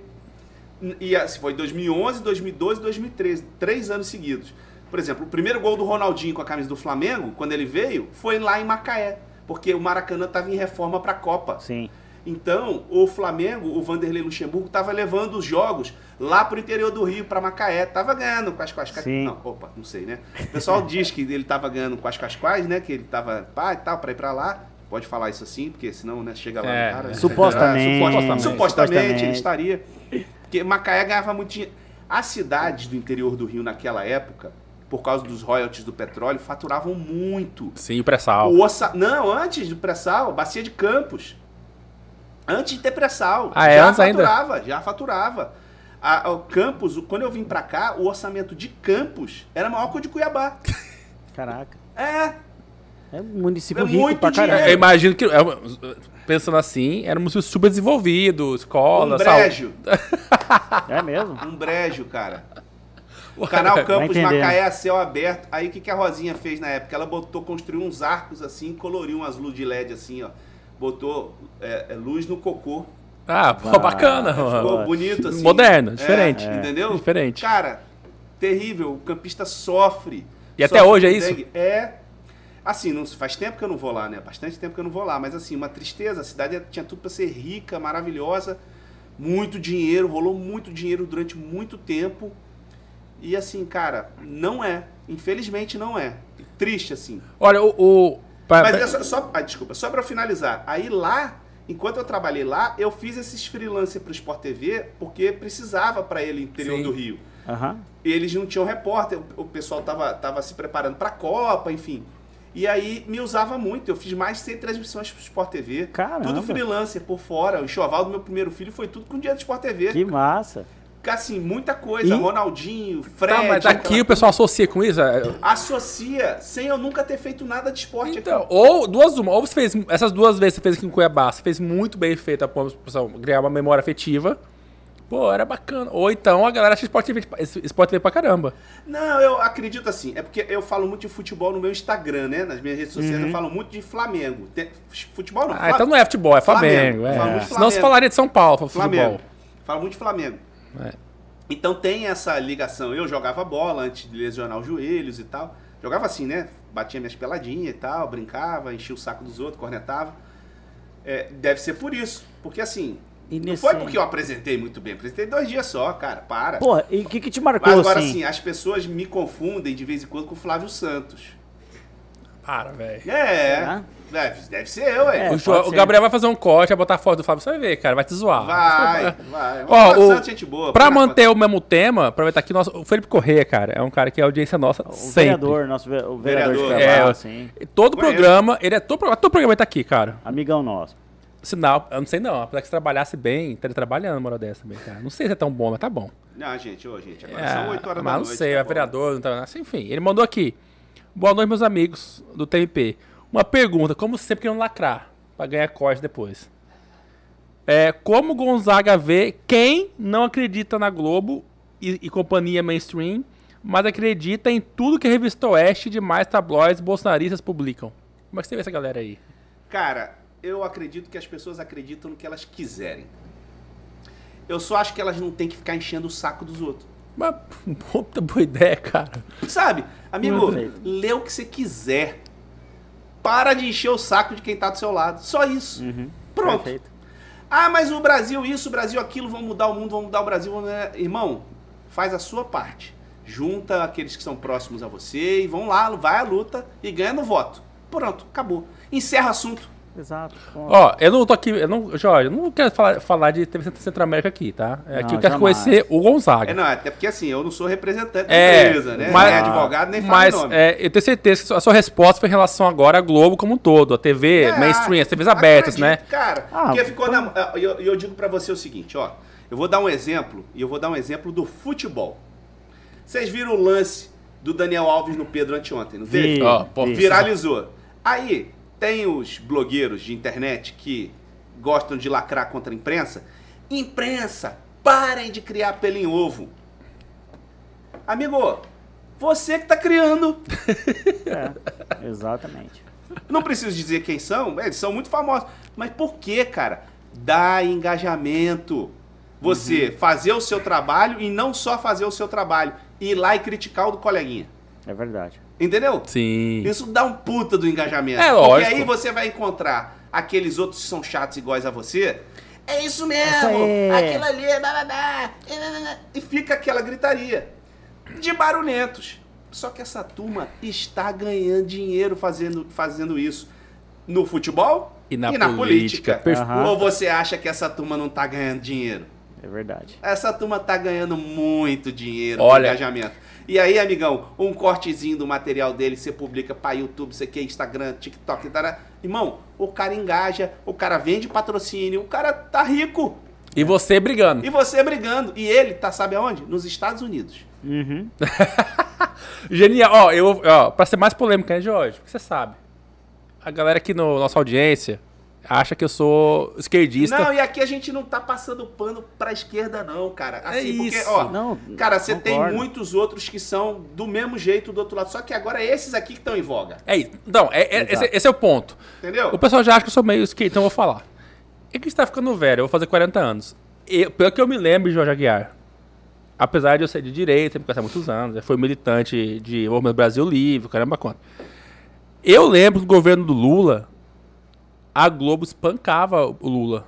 [SPEAKER 3] E assim, foi em 2011, 2012, 2013, três anos seguidos. Por exemplo, o primeiro gol do Ronaldinho com a camisa do Flamengo, quando ele veio, foi lá em Macaé, porque o Maracanã estava em reforma para a Copa.
[SPEAKER 1] Sim.
[SPEAKER 3] Então, o Flamengo, o Vanderlei Luxemburgo, estava levando os jogos lá pro interior do Rio, para Macaé. Tava ganhando com as quais
[SPEAKER 1] Sim.
[SPEAKER 3] Não, opa, não sei, né? O pessoal diz que ele tava ganhando com as quais né? Que ele tava pá e tal, para ir para lá. Pode falar isso assim, porque senão, né, chega lá no
[SPEAKER 2] É,
[SPEAKER 3] cara.
[SPEAKER 2] é.
[SPEAKER 3] né?
[SPEAKER 1] Supostamente.
[SPEAKER 3] supostamente. Supostamente, ele
[SPEAKER 1] Supostamente.
[SPEAKER 3] estaria. Porque Macaé ganhava muito dinheiro. As cidades do interior do Rio naquela época, por causa dos royalties do petróleo, faturavam muito.
[SPEAKER 2] Sim, o pré-sal.
[SPEAKER 3] O Ossa... Não, antes do pré-sal, bacia de Campos. Antes de ter pré-sal.
[SPEAKER 2] Ah, é?
[SPEAKER 3] já
[SPEAKER 2] Antes ainda?
[SPEAKER 3] faturava, já faturava. A, o Campos, o- quando eu vim pra cá, o orçamento de Campos era maior que o de Cuiabá.
[SPEAKER 1] Caraca.
[SPEAKER 3] É,
[SPEAKER 1] É um município
[SPEAKER 3] É
[SPEAKER 1] rico
[SPEAKER 3] muito
[SPEAKER 1] pra caramba.
[SPEAKER 2] Eu imagino que, é uma- pensando assim, éramos super desenvolvidos, escola,
[SPEAKER 3] um
[SPEAKER 2] saúde.
[SPEAKER 3] brejo.
[SPEAKER 1] É mesmo?
[SPEAKER 3] Um brejo, cara. O um canal Campos
[SPEAKER 1] entendendo.
[SPEAKER 3] Macaé
[SPEAKER 2] né?
[SPEAKER 3] a céu aberto. Aí o que, que a Rosinha fez na época? Ela botou, construiu uns arcos assim, coloriu umas luzes de LED assim, ó. Botou é, é, luz no cocô.
[SPEAKER 2] Ah, pô,
[SPEAKER 1] Ah,
[SPEAKER 2] bacana, mano.
[SPEAKER 3] Ficou bonito assim.
[SPEAKER 2] Moderno, diferente.
[SPEAKER 3] É, Entendeu?
[SPEAKER 2] Diferente.
[SPEAKER 3] Cara, terrível. O campista sofre.
[SPEAKER 2] E até
[SPEAKER 3] Sofre
[SPEAKER 2] hoje é
[SPEAKER 3] com
[SPEAKER 2] isso?
[SPEAKER 3] dengue. É. Assim, não, faz tempo que eu não vou lá, né? Bastante tempo que eu não vou lá. Mas assim, uma tristeza. A cidade tinha tudo pra ser rica, maravilhosa. Muito dinheiro. Rolou muito dinheiro durante muito tempo. E assim, cara, não é. Infelizmente não é. Triste, assim.
[SPEAKER 2] Olha, o. o- pra-
[SPEAKER 3] Mas é só, só- ah, desculpa, só pra finalizar. Aí lá, enquanto eu trabalhei lá, eu fiz esses freelancer pro Sport TV porque precisava pra ele interior
[SPEAKER 2] Sim.
[SPEAKER 3] do Rio.
[SPEAKER 1] Aham.
[SPEAKER 3] Eles não tinham repórter, o- o pessoal tava, tava se preparando pra Copa, enfim. E aí me usava muito, eu fiz mais de 100 transmissões pro Sport TV.
[SPEAKER 1] Caramba.
[SPEAKER 3] Tudo freelancer por fora. O enxoval do meu primeiro filho foi tudo com dinheiro do Sport TV.
[SPEAKER 1] Que massa.
[SPEAKER 3] Assim, muita coisa.
[SPEAKER 1] E-
[SPEAKER 3] Ronaldinho, Fred.
[SPEAKER 2] tá, mas aqui
[SPEAKER 3] aquela-
[SPEAKER 2] o pessoal associa com isso. é-
[SPEAKER 3] Associa sem eu nunca ter feito nada de esporte
[SPEAKER 2] Então, ou duas uma, ou você fez essas duas vezes que você fez aqui em Cuiabá, você fez muito bem feita pra pessoal criar uma memória afetiva. Pô, era bacana. Ou então a galera acha Sport TV, esse Sport TV pra caramba.
[SPEAKER 3] Não, eu acredito assim. É porque eu falo muito de futebol no meu Instagram, né? Nas minhas redes sociais eu falo muito de Flamengo. Tem- Futebol não.
[SPEAKER 2] Uhum. Ah,
[SPEAKER 3] Fla-
[SPEAKER 2] então não é futebol, é Flamengo.
[SPEAKER 3] Flamengo.
[SPEAKER 2] é.
[SPEAKER 3] Fala muito
[SPEAKER 2] Senão você
[SPEAKER 3] Flamengo.
[SPEAKER 2] falaria de São Paulo, pra futebol.
[SPEAKER 3] Flamengo. Falo muito de Flamengo.
[SPEAKER 2] É.
[SPEAKER 3] Então tem essa ligação. Eu jogava bola antes de lesionar os joelhos e tal. Jogava assim, né? Batia minhas peladinhas e tal, brincava, enchia o saco dos outros, cornetava. É, deve ser por isso. Porque assim,
[SPEAKER 1] E
[SPEAKER 3] não
[SPEAKER 1] nesse-
[SPEAKER 3] foi porque eu apresentei muito bem. Apresentei dois dias só, cara. Para.
[SPEAKER 1] Porra, e o que, que te marcou
[SPEAKER 3] Mas agora
[SPEAKER 1] assim?
[SPEAKER 3] assim, as pessoas me confundem de vez em quando com o Flávio Santos.
[SPEAKER 2] Para, velho.
[SPEAKER 3] É.
[SPEAKER 1] Será?
[SPEAKER 3] Deve, deve ser eu,
[SPEAKER 1] É,
[SPEAKER 3] é.
[SPEAKER 2] o,
[SPEAKER 1] pode
[SPEAKER 2] João- o
[SPEAKER 1] ser.
[SPEAKER 2] Gabriel vai fazer um corte, vai botar a foto do Flávio, você vai ver, cara, vai te zoar.
[SPEAKER 3] Vai, vai.
[SPEAKER 2] Ó,
[SPEAKER 3] Flávio
[SPEAKER 2] o-
[SPEAKER 3] Santos, gente boa.
[SPEAKER 2] Pra
[SPEAKER 3] Flávio
[SPEAKER 2] manter o mesmo tema, aproveitar aqui, nosso, o Felipe Correia, cara, é um cara que é audiência nossa
[SPEAKER 1] O
[SPEAKER 2] sempre.
[SPEAKER 1] vereador, nosso ve- o vereador,
[SPEAKER 3] Vereador.
[SPEAKER 1] de assim. Cuiabá,
[SPEAKER 2] É.
[SPEAKER 1] sim.
[SPEAKER 2] Todo
[SPEAKER 3] Conheço.
[SPEAKER 2] programa, ele é todo, pro- todo programa ele tá aqui, cara.
[SPEAKER 1] Amigão nosso.
[SPEAKER 2] Sinal, eu não sei não, apesar que você trabalhasse bem, tá trabalhando uma hora dessa também, cara. Não sei se é tão bom, mas tá bom.
[SPEAKER 3] Santos. Não, Ah, gente, ô, gente, agora
[SPEAKER 2] É,
[SPEAKER 3] são 8 horas
[SPEAKER 2] mas
[SPEAKER 3] da
[SPEAKER 2] não
[SPEAKER 3] noite.
[SPEAKER 2] sei,
[SPEAKER 3] tá
[SPEAKER 2] é
[SPEAKER 3] bom.
[SPEAKER 2] vereador, não tá, assim, enfim, ele mandou aqui. Boa noite, meus amigos do TMP. Uma pergunta, como sempre querendo lacrar, pra ganhar corte depois. É, como Gonzaga vê quem não acredita na Globo e, e companhia mainstream, mas acredita em tudo que a revista Oeste e demais tabloides bolsonaristas publicam? Como é que você vê essa galera aí?
[SPEAKER 3] Cara, eu acredito que as pessoas acreditam no que elas quiserem. Eu só acho que elas não têm que ficar enchendo o saco dos outros.
[SPEAKER 2] Mas, puta boa ideia, cara.
[SPEAKER 3] Sabe? Amigo,
[SPEAKER 1] Perfeito.
[SPEAKER 3] lê o que você quiser. Para de encher o saco de quem tá do seu lado. Só isso. Pronto.
[SPEAKER 1] Uhum. Perfeito.
[SPEAKER 3] Ah, mas o Brasil isso, o Brasil aquilo, vão mudar o mundo, vão mudar o Brasil. vão- né? Irmão, faz a sua parte. Junta aqueles que são próximos a você e vão lá, vai à luta e ganha no voto. Pronto, acabou. Encerra o assunto.
[SPEAKER 1] Exato. Bom,
[SPEAKER 2] Ó, eu não tô aqui, eu não, Jorge, eu não quero falar, falar de TV Centro-América aqui, tá? É, aqui
[SPEAKER 1] Não,
[SPEAKER 2] eu quero
[SPEAKER 1] jamais.
[SPEAKER 2] conhecer o
[SPEAKER 3] É,
[SPEAKER 2] Gonzaga.
[SPEAKER 3] não, até porque assim, eu não sou representante da
[SPEAKER 2] É,
[SPEAKER 3] empresa, né?
[SPEAKER 2] mas-
[SPEAKER 3] nem advogado, nem falo
[SPEAKER 2] Mas
[SPEAKER 3] nome.
[SPEAKER 2] é, eu tenho certeza que a sua resposta foi em relação agora à Globo como um todo, a TV
[SPEAKER 3] É,
[SPEAKER 2] mainstream, as TVs
[SPEAKER 3] acredito,
[SPEAKER 2] abertas, né?
[SPEAKER 3] Cara,
[SPEAKER 1] Ah,
[SPEAKER 3] porque ficou na. E eu, eu digo pra você o seguinte, ó. Eu vou dar um exemplo, e eu vou dar um exemplo do futebol. Vocês viram o lance do Daniel Alves no Pedro anteontem, não teve?
[SPEAKER 1] Vi,
[SPEAKER 2] Ó, pô,
[SPEAKER 1] vi.
[SPEAKER 3] Viralizou. Aí, tem os blogueiros de internet que gostam de lacrar contra a imprensa. Imprensa, parem de criar pelo em ovo. Amigo, você que tá criando.
[SPEAKER 1] É, exatamente.
[SPEAKER 3] Não preciso dizer quem são, é, eles são muito famosos. Mas por que, cara? Dá engajamento. Você fazer o seu trabalho e não só fazer o seu trabalho. Ir lá e criticar o do coleguinha.
[SPEAKER 1] É verdade.
[SPEAKER 3] Entendeu?
[SPEAKER 2] Sim.
[SPEAKER 3] Isso dá um puta do engajamento.
[SPEAKER 2] É,
[SPEAKER 3] Porque
[SPEAKER 2] lógico.
[SPEAKER 3] aí você vai encontrar aqueles outros que são chatos iguais a você. É isso
[SPEAKER 1] Isso
[SPEAKER 3] mesmo!
[SPEAKER 1] aí.
[SPEAKER 3] Aquilo ali, bababá! e nananã. E fica aquela gritaria. De barulhentos. Só que essa turma está ganhando dinheiro fazendo, fazendo isso. No futebol
[SPEAKER 2] E na política.
[SPEAKER 3] política.
[SPEAKER 1] Aham.
[SPEAKER 3] Ou você acha que essa turma não está ganhando dinheiro?
[SPEAKER 1] É verdade.
[SPEAKER 3] Essa turma tá ganhando muito dinheiro
[SPEAKER 2] Olha.
[SPEAKER 3] com engajamento. E aí, amigão, um cortezinho do material dele, você publica pra YouTube, você quer Instagram, TikTok, tará. Irmão, o cara engaja, o cara vende patrocínio, o cara tá rico.
[SPEAKER 2] E você brigando.
[SPEAKER 3] E você brigando. E ele tá, sabe aonde? Nos Estados Unidos.
[SPEAKER 1] Uhum.
[SPEAKER 2] Genial. Ó, eu, ó, pra ser mais polêmica, né, Jorge? Porque você sabe. A galera aqui no nossa audiência acha que eu sou esquerdista.
[SPEAKER 3] Não, e aqui a gente não tá passando pano pra esquerda, não, cara. Assim,
[SPEAKER 2] É
[SPEAKER 3] porque,
[SPEAKER 2] isso.
[SPEAKER 3] ó,
[SPEAKER 1] Não,
[SPEAKER 3] cara, você tem
[SPEAKER 1] concordo.
[SPEAKER 3] muitos outros que são do mesmo jeito do outro lado. Só que agora é esses aqui que estão em voga.
[SPEAKER 2] É isso. Não, é, é-
[SPEAKER 1] Exato.
[SPEAKER 2] esse, esse é o ponto.
[SPEAKER 3] Entendeu?
[SPEAKER 2] O pessoal já acha que eu sou meio esquerdo, então eu vou falar. É que a gente tá ficando velho, eu vou fazer 40 anos. Eu, pelo que eu me lembro de Jorge Aguiar, apesar de eu ser de direita, me conhecer há muitos anos, já foi militante de Movimento Brasil Livre, caramba, quanto. Eu lembro do governo do Lula, a Globo espancava o Lula.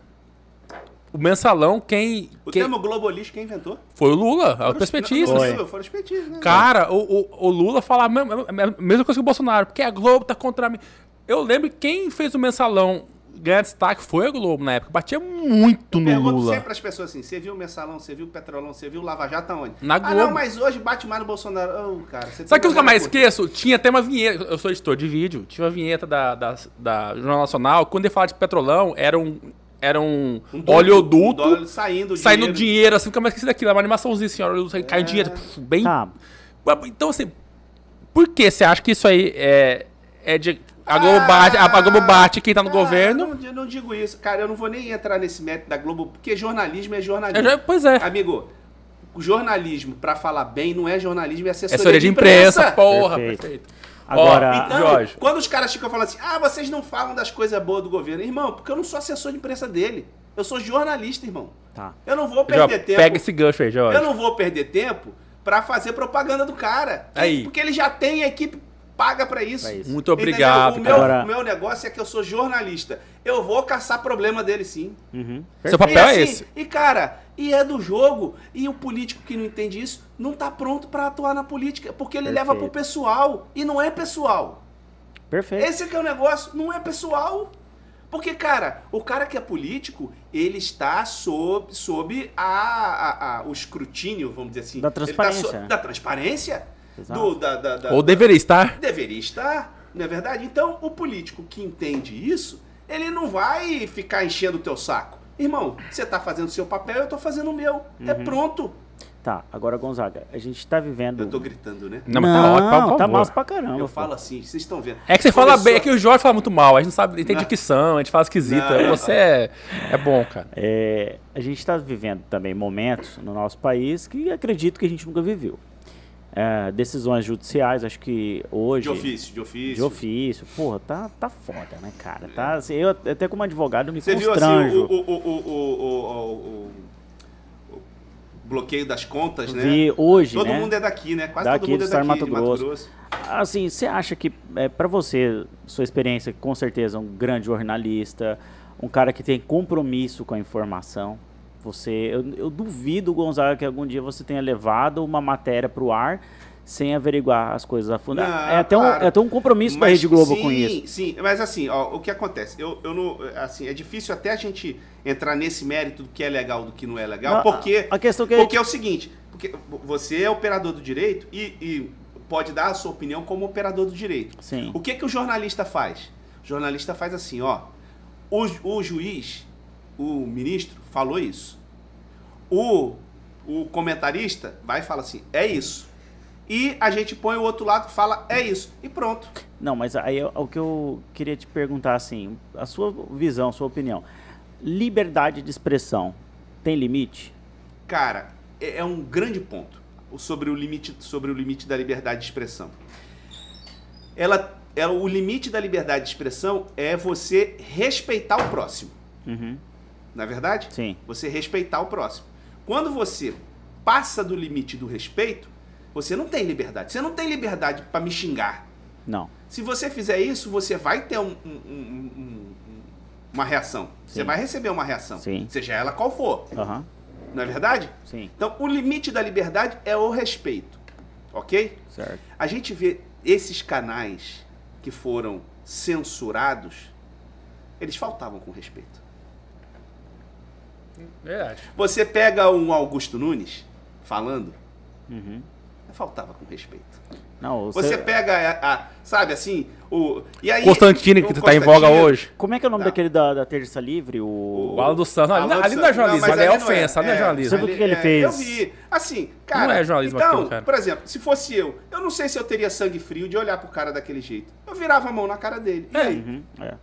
[SPEAKER 2] O mensalão, quem.
[SPEAKER 3] O
[SPEAKER 2] quem
[SPEAKER 3] termo globalista quem inventou?
[SPEAKER 2] Foi o Lula, é o
[SPEAKER 3] Não,
[SPEAKER 2] perspetista.
[SPEAKER 1] Foi.
[SPEAKER 3] não, Foram os petistas, né?
[SPEAKER 2] Cara, o, o, o Lula falava a mesma, a mesma coisa que o Bolsonaro, porque a Globo tá contra mim. Eu lembro que quem fez o mensalão ganhar destaque foi a Globo na época. Batia muito no
[SPEAKER 3] Pergunto
[SPEAKER 2] Lula.
[SPEAKER 3] sempre às pessoas assim: você viu o Mensalão, você viu o Petrolão, você viu o Lava Jato aonde?
[SPEAKER 2] Na
[SPEAKER 3] Ah,
[SPEAKER 2] Globo.
[SPEAKER 3] não, mas hoje bate mais no Bolsonaro. Ô, cara, você
[SPEAKER 2] Sabe que eu
[SPEAKER 3] tem
[SPEAKER 2] nunca mais
[SPEAKER 3] vergonha,
[SPEAKER 2] esqueço? Tinha até uma vinheta. Eu sou editor de vídeo. Tinha uma vinheta da, da, da Jornal Nacional. Quando ele falava de petrolão, era um, era um,
[SPEAKER 3] pô. Um dólar- um
[SPEAKER 2] oleoduto
[SPEAKER 3] dólar saindo,
[SPEAKER 2] saindo dinheiro. assim. Nunca mais esqueci daquilo. Era uma animaçãozinha assim, ó, sai-
[SPEAKER 3] É.
[SPEAKER 2] cai dinheiro. puf, Bem
[SPEAKER 1] Tá.
[SPEAKER 2] Ué, Então, assim, por que você acha que isso aí é, é de. A Globo,
[SPEAKER 3] Ah,
[SPEAKER 2] bate, a, a Globo bate quem tá no
[SPEAKER 3] ah,
[SPEAKER 2] governo?
[SPEAKER 3] Não, não digo isso, cara. Eu não vou nem entrar nesse mérito da Globo, porque jornalismo é
[SPEAKER 2] Eu
[SPEAKER 3] jornalismo.
[SPEAKER 2] já- pois é.
[SPEAKER 3] Amigo, o jornalismo, pra falar bem, não é jornalismo, é assessoria,
[SPEAKER 2] Assessoria de imprensa, porra.
[SPEAKER 1] Perfeito.
[SPEAKER 2] Perfeito.
[SPEAKER 1] Agora,
[SPEAKER 3] Então,
[SPEAKER 2] Jorge.
[SPEAKER 3] quando os caras ficam falando assim, ah, vocês não falam das coisas boas do governo. Irmão, porque eu não sou assessor de imprensa dele. Eu sou jornalista, irmão.
[SPEAKER 1] tá.
[SPEAKER 3] Eu não vou
[SPEAKER 2] Jó,
[SPEAKER 3] perder tempo.
[SPEAKER 2] pega esse gancho aí, Jorge.
[SPEAKER 3] Eu não vou perder tempo pra fazer propaganda do cara. Que-
[SPEAKER 2] Aí.
[SPEAKER 3] Porque ele já tem a equipe paga pra isso.
[SPEAKER 1] Pra isso.
[SPEAKER 2] Muito
[SPEAKER 3] Entendeu?
[SPEAKER 2] obrigado,
[SPEAKER 3] O meu,
[SPEAKER 2] cara.
[SPEAKER 1] Agora-
[SPEAKER 3] o meu negócio é que eu sou jornalista. Eu vou caçar problema dele sim.
[SPEAKER 1] Uhum.
[SPEAKER 2] Seu papel é esse.
[SPEAKER 3] E cara, e é do jogo. E o político que não entende isso não tá pronto pra atuar na política. Porque ele leva pro
[SPEAKER 1] Perfeito.
[SPEAKER 3] pessoal. E não é pessoal.
[SPEAKER 1] Perfeito.
[SPEAKER 3] Esse que é o negócio, não é pessoal. Porque, cara, o cara que é político, ele está sob, sob a, a- a- o escrutínio, vamos dizer assim.
[SPEAKER 1] Da
[SPEAKER 3] Ele tá
[SPEAKER 1] transparência.
[SPEAKER 3] sob- da transparência.
[SPEAKER 1] Exato.
[SPEAKER 3] Do, da, da- da-
[SPEAKER 2] Ou deveria estar.
[SPEAKER 3] Deveria estar, não é verdade? Então, o político que entende isso, ele não vai ficar enchendo o teu saco. Irmão, você tá fazendo o seu papel, eu tô fazendo o meu. É
[SPEAKER 1] Uhum.
[SPEAKER 3] pronto.
[SPEAKER 1] Tá, agora, Gonzaga, a gente tá vivendo.
[SPEAKER 3] Eu tô gritando, né?
[SPEAKER 2] Não, mas tá ótimo, por favor.
[SPEAKER 1] tá massa pra caramba.
[SPEAKER 3] eu
[SPEAKER 1] pô.
[SPEAKER 3] falo assim, vocês estão vendo.
[SPEAKER 2] É que você fala
[SPEAKER 3] Começou-
[SPEAKER 2] bem, é que o Jorge fala muito mal, a gente não sabe, ele tem
[SPEAKER 3] Não.
[SPEAKER 2] dicção, a gente fala esquisita.
[SPEAKER 3] Não.
[SPEAKER 2] Você é, é bom, cara.
[SPEAKER 1] É, a gente está vivendo também momentos no nosso país que acredito que a gente nunca viveu. É, decisões judiciais, acho que hoje.
[SPEAKER 3] De ofício, de ofício.
[SPEAKER 1] De ofício. Porra, tá, tá foda, né, cara? Tá, assim, eu até como advogado eu me
[SPEAKER 3] É. Você viu assim
[SPEAKER 1] constranjo.
[SPEAKER 3] o, o, o, o, o- o- o- o- o bloqueio das contas, né?
[SPEAKER 1] Vi hoje,
[SPEAKER 3] todo
[SPEAKER 1] né?
[SPEAKER 3] mundo é daqui, né? Quase
[SPEAKER 1] Daqui
[SPEAKER 3] todo mundo
[SPEAKER 1] do
[SPEAKER 3] é
[SPEAKER 1] estado
[SPEAKER 3] daqui,
[SPEAKER 1] de
[SPEAKER 3] de
[SPEAKER 1] Mato Grosso. Assim, você acha que, é, para você, sua experiência, com certeza, um grande jornalista, um cara que tem compromisso com a informação, você, eu, eu duvido, Gonzaga, que algum dia você tenha levado uma matéria para o ar sem averiguar as coisas a fundo.
[SPEAKER 3] Não,
[SPEAKER 1] é, até um,
[SPEAKER 3] Ah, claro.
[SPEAKER 1] é até um compromisso da
[SPEAKER 3] Mas
[SPEAKER 1] Rede Globo
[SPEAKER 3] sim,
[SPEAKER 1] com isso.
[SPEAKER 3] Sim, mas assim, ó, o que acontece? Eu, eu não, assim, é difícil até a gente entrar nesse mérito do que é legal do que não é legal,
[SPEAKER 1] Não, ah,
[SPEAKER 3] porque
[SPEAKER 1] a, a questão que a
[SPEAKER 3] Porque é o seguinte, porque você é operador do direito e, e pode dar a sua opinião como operador do direito.
[SPEAKER 1] Sim.
[SPEAKER 3] O que, que o jornalista faz? O jornalista faz assim, ó. O, ju- o juiz, o ministro, falou isso. O, o comentarista vai e fala assim, é isso. e a gente põe o outro lado, fala, é isso, e pronto.
[SPEAKER 1] Não, mas aí é o que eu queria te perguntar assim, a sua visão, a sua opinião. Liberdade de expressão tem limite?
[SPEAKER 3] Cara, é, é um grande ponto sobre o limite, sobre o limite da liberdade de expressão. Ela, ela, o limite da liberdade de expressão é você respeitar o próximo,
[SPEAKER 1] Uhum.
[SPEAKER 3] na verdade?
[SPEAKER 1] Sim.
[SPEAKER 3] Você respeitar o próximo. Quando você passa do limite do respeito, você não tem liberdade. Você não tem liberdade para me xingar.
[SPEAKER 1] Não.
[SPEAKER 3] Se você fizer isso, você vai ter um- um- um- um- um- uma reação. Você
[SPEAKER 1] Sim.
[SPEAKER 3] vai receber uma reação.
[SPEAKER 1] Sim.
[SPEAKER 3] Seja ela qual for.
[SPEAKER 1] Aham.
[SPEAKER 3] Não é verdade?
[SPEAKER 1] Sim.
[SPEAKER 3] Então, o limite da liberdade é o respeito. Ok?
[SPEAKER 1] Certo.
[SPEAKER 3] A gente vê esses canais que foram censurados, eles faltavam com respeito.
[SPEAKER 2] Verdade.
[SPEAKER 3] Você pega um Augusto Nunes falando,
[SPEAKER 1] Uhum.
[SPEAKER 3] faltava com respeito.
[SPEAKER 1] Não,
[SPEAKER 3] Você,
[SPEAKER 1] você...
[SPEAKER 3] pega a, a- sabe assim, o e aí
[SPEAKER 2] Constantino, que
[SPEAKER 3] o
[SPEAKER 2] tá em voga
[SPEAKER 3] Constantino,
[SPEAKER 2] hoje.
[SPEAKER 1] Como é que é o nome
[SPEAKER 3] Tá.
[SPEAKER 1] daquele da, da Terça Livre? O... Uhum.
[SPEAKER 2] O Alan dos Santos. Ali,
[SPEAKER 3] Alan dos
[SPEAKER 2] ali não é
[SPEAKER 3] Santos.
[SPEAKER 2] jornalismo,
[SPEAKER 3] mas
[SPEAKER 2] ali é
[SPEAKER 3] não
[SPEAKER 2] ofensa, ali não é jornalismo.
[SPEAKER 1] Você viu o que ele
[SPEAKER 3] é,
[SPEAKER 1] fez?
[SPEAKER 3] Eu vi. Assim, cara.
[SPEAKER 2] Não é jornalismo
[SPEAKER 3] então,
[SPEAKER 2] aquilo, cara.
[SPEAKER 3] Por exemplo, se fosse eu, eu não sei se eu teria sangue frio de olhar pro cara daquele jeito. Eu virava a mão na cara dele. E
[SPEAKER 2] É.
[SPEAKER 3] aí?
[SPEAKER 1] Uhum. É.